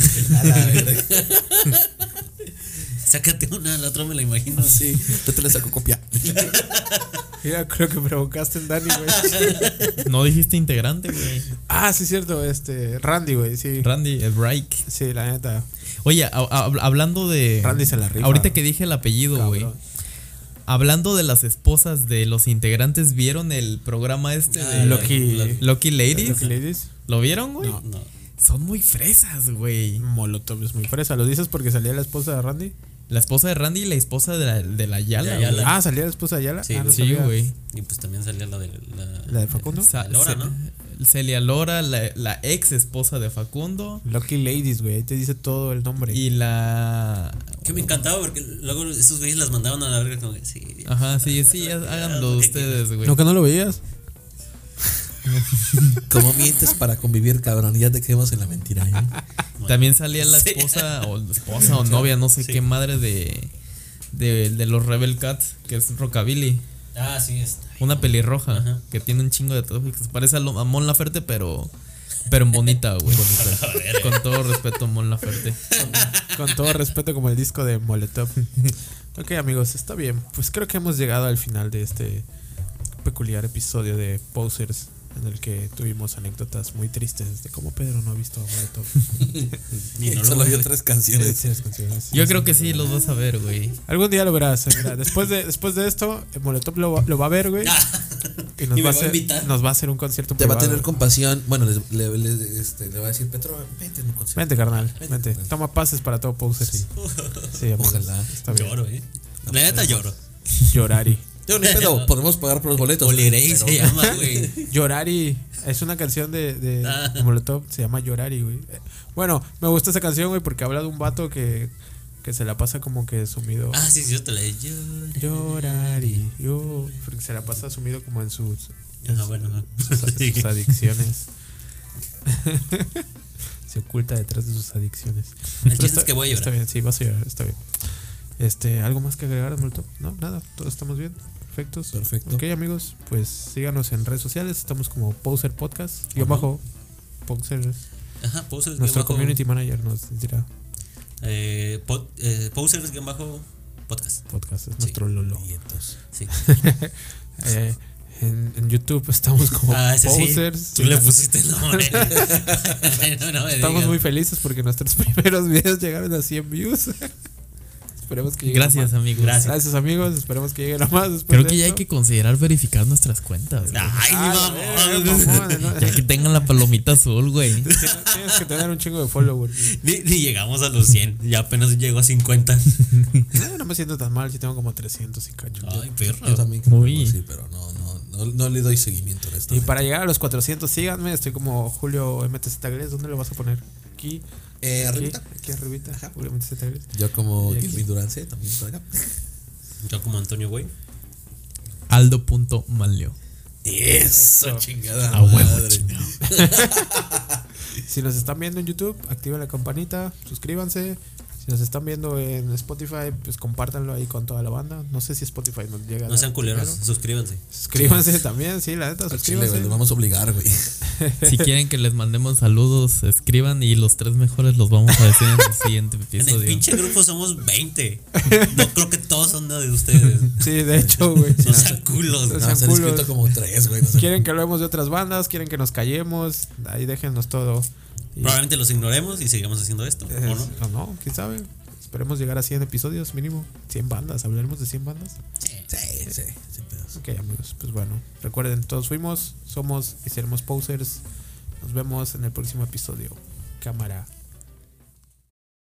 Speaker 6: Sácate una, la otra me la imagino.
Speaker 4: Sí, [LAUGHS] yo te la
Speaker 3: [LAUGHS]
Speaker 4: saco copia.
Speaker 5: [LAUGHS] Mira, creo que provocaste en Dani, güey.
Speaker 3: No dijiste integrante, güey.
Speaker 5: [LAUGHS] Ah, sí, cierto, este, Randy, güey, sí.
Speaker 3: Randy, el Reich.
Speaker 5: Sí, la neta.
Speaker 3: Oye, a- a- hablando de.
Speaker 5: Randy se la rifa.
Speaker 3: Ahorita que dije el apellido, güey. Hablando de las esposas de los integrantes, ¿vieron el programa este de
Speaker 5: Lucky-
Speaker 3: Lucky Ladies?
Speaker 5: ¿Lo que le dices?
Speaker 3: ¿Lo vieron, güey?
Speaker 6: No.
Speaker 3: Son muy fresas, güey.
Speaker 5: Molotov es muy fresa. ¿Lo dices porque salía la esposa de Randy?
Speaker 3: La esposa de Randy y la esposa de la, de la Yala.
Speaker 6: De Ayala.
Speaker 3: güey.
Speaker 5: Ah, salía la esposa de Ayala.
Speaker 6: Sí,
Speaker 5: Ah, no
Speaker 3: Sí,
Speaker 5: sabía.
Speaker 3: güey.
Speaker 6: Y pues también salía la de. La,
Speaker 5: La de Facundo.
Speaker 3: Sa-
Speaker 6: Lora,
Speaker 3: Ce-
Speaker 6: ¿no?
Speaker 3: Celia Lora, la, la ex esposa de Facundo.
Speaker 5: Lucky Ladies, güey. Ahí te dice todo el nombre.
Speaker 3: Y la.
Speaker 6: Que me encantaba porque luego esos güeyes las mandaban a la verga como que sí.
Speaker 3: Ajá, sí, sí, haz- háganlo ustedes, güey.
Speaker 5: No, que no lo veías.
Speaker 4: Como mientes para convivir, cabrón. Ya te quedamos en la mentira. ¿eh?
Speaker 3: También salía la
Speaker 6: Sí.
Speaker 3: esposa o esposa o novia, no sé qué madre de, de, de los Rebel Cats, que es Rockabilly.
Speaker 6: Ah, sí, está.
Speaker 3: Una pelirroja
Speaker 6: Ajá.
Speaker 3: que tiene un chingo de tatuajes que se parece a, lo- a Mon Laferte, pero, pero bonita,
Speaker 6: [LAUGHS]
Speaker 3: güey. Con todo respeto, Mon Laferte.
Speaker 5: Con todo respeto, como el disco de Molotov. ok, amigos, está bien. Pues creo que hemos llegado al final de este peculiar episodio de Posers. En el que tuvimos anécdotas muy tristes de cómo Pedro no ha visto a Molotov.
Speaker 6: Y no
Speaker 4: Solo
Speaker 6: lo
Speaker 4: había tres canciones.
Speaker 5: Sí, las canciones.
Speaker 3: Yo creo que sí, los vas a ver, güey.
Speaker 5: Algún día lo verás. eh, mira, después, de, después de esto, eh, Molotov lo, va- lo va a ver, güey. Y nos
Speaker 6: Ah, Y me
Speaker 5: va a
Speaker 6: va a
Speaker 5: hacer,
Speaker 6: invitar.
Speaker 5: nos va a hacer un concierto
Speaker 4: Te va a
Speaker 5: privado.
Speaker 4: tener compasión. Bueno, les- le, le- este, le va a decir, Petro, vente en un concierto.
Speaker 5: Vente, carnal. Vente. Toma pases para todo Posers. Sí, amigos,
Speaker 4: Ojalá.
Speaker 5: Está bien.
Speaker 6: [LAUGHS] Lloro, eh. La neta lloro.
Speaker 5: Llorari.
Speaker 4: Yo ni
Speaker 6: [LAUGHS]
Speaker 4: pedo, Oh, podemos pagar por los boletos.
Speaker 6: Olerey
Speaker 4: Pero-
Speaker 6: se llama, güey.
Speaker 5: Llorari es una canción de, de, de Molotov, se llama Llorari, güey. Eh, Bueno, me gusta esa canción, güey, porque habla de un vato que, que se la pasa como que sumido.
Speaker 6: Ah, sí, sí, yo te la lloro.
Speaker 5: Llorari, yo. Porque se la pasa sumido como en sus, en
Speaker 6: Ah, bueno.
Speaker 4: [LAUGHS]
Speaker 6: ajá. [LAUGHS]
Speaker 5: sus- sus adicciones. [LAUGHS] se oculta detrás de sus adicciones.
Speaker 6: El
Speaker 5: Pero
Speaker 6: chiste
Speaker 5: está-
Speaker 6: es que voy a llorar.
Speaker 5: Está bien, sí, vas a llorar, está bien. Este, ¿Algo más que agregar, Molotov? No, nada, todos estamos bien. Perfectos.
Speaker 4: Perfecto.
Speaker 5: Ok, amigos, pues síganos en redes sociales. Estamos como Poser Podcast. Yo bajo Poser.
Speaker 6: Ajá, Posers guión
Speaker 5: Nuestro
Speaker 6: bajo,
Speaker 5: community manager nos dirá
Speaker 6: Eh, pod- eh, Posers guión bajo podcast.
Speaker 5: podcast. Es nuestro Lolo.
Speaker 4: Y entonces,
Speaker 6: Sí.
Speaker 5: Eh, en, en YouTube [LAUGHS] estamos como
Speaker 6: Ah, ese sí.
Speaker 5: Posers.
Speaker 6: Tú le pusiste
Speaker 5: [LAUGHS]
Speaker 6: el nombre. no, no me
Speaker 5: Estamos
Speaker 6: digas.
Speaker 5: muy felices porque nuestros [LAUGHS] primeros videos llegaron a 100 views. [LAUGHS] Esperemos que lleguen a
Speaker 3: Gracias,
Speaker 5: más.
Speaker 3: amigos.
Speaker 5: Gracias, amigos. Esperemos que lleguen a más. después
Speaker 3: Creo
Speaker 5: de
Speaker 3: que ya hay
Speaker 5: esto.
Speaker 3: que considerar verificar nuestras cuentas. güey.
Speaker 6: Ay,
Speaker 5: Ah,
Speaker 6: mamón.
Speaker 5: eh, mamón, ¿no?
Speaker 3: Ya que tengan la palomita azul, [LAUGHS] güey.
Speaker 5: Tienes que tener un chingo de followers.
Speaker 6: Ni, ni llegamos a los 100. Ya apenas llegó
Speaker 4: [LAUGHS]
Speaker 6: a 50.
Speaker 5: No, no me siento tan mal, yo tengo como 300 y cacho.
Speaker 6: Ay, perro. Eh,
Speaker 4: yo también
Speaker 3: Muy-
Speaker 4: sí, pero no, no, no, no le doy seguimiento a esto.
Speaker 5: Y para llegar a los 400, síganme. Estoy como Julio MTZ Tagles. ¿Dónde lo vas a poner? Aquí.
Speaker 4: Eh,
Speaker 5: Aquí,
Speaker 4: arribita.
Speaker 5: aquí arribita. Julio MTZ Tagles.
Speaker 4: Yo como
Speaker 5: Y aquí.
Speaker 4: Gilvin Durance también por acá.
Speaker 6: Yo como Antonio, güey.
Speaker 3: Aldo.manlio.
Speaker 4: Eso, chingada.
Speaker 3: A huevo,
Speaker 4: madre.
Speaker 3: chingado.
Speaker 5: Si nos están viendo en YouTube, activen la campanita, suscríbanse. Si nos están viendo en Spotify, pues compártanlo ahí con toda la banda. No sé si Spotify nos llega.
Speaker 6: No sean culeros. Suscríbanse.
Speaker 5: Suscríbanse también, sí, la neta,
Speaker 4: Al chile, güey,
Speaker 5: suscríbanse.
Speaker 4: lo vamos a obligar, güey.
Speaker 3: Si quieren que les mandemos saludos, escriban y los tres mejores los vamos a decir en el siguiente
Speaker 6: En el
Speaker 3: episodio.
Speaker 6: pinche grupo
Speaker 4: [LAUGHS]
Speaker 6: somos 20. No creo que todos son de ustedes.
Speaker 5: Sí, de hecho, güey.
Speaker 6: No sean culos.
Speaker 5: No
Speaker 4: No,
Speaker 5: sean
Speaker 4: se han
Speaker 5: culos.
Speaker 4: escrito como tres, güey. no sé.
Speaker 5: Quieren que hablemos de otras bandas, quieren que nos callemos. Ahí déjenos todo. Y-
Speaker 6: Probablemente los ignoremos y sigamos haciendo esto.
Speaker 5: Eh,
Speaker 6: ¿O no?
Speaker 5: no, no, quién sabe. Esperemos llegar a 100 episodios mínimo. 100 bandas, hablaremos de 100 bandas.
Speaker 4: Sí, sí, sin pedos.
Speaker 5: Ok, amigos, pues bueno. Recuerden, todos fuimos, somos y seremos posers. Nos vemos en el próximo episodio. Cámara.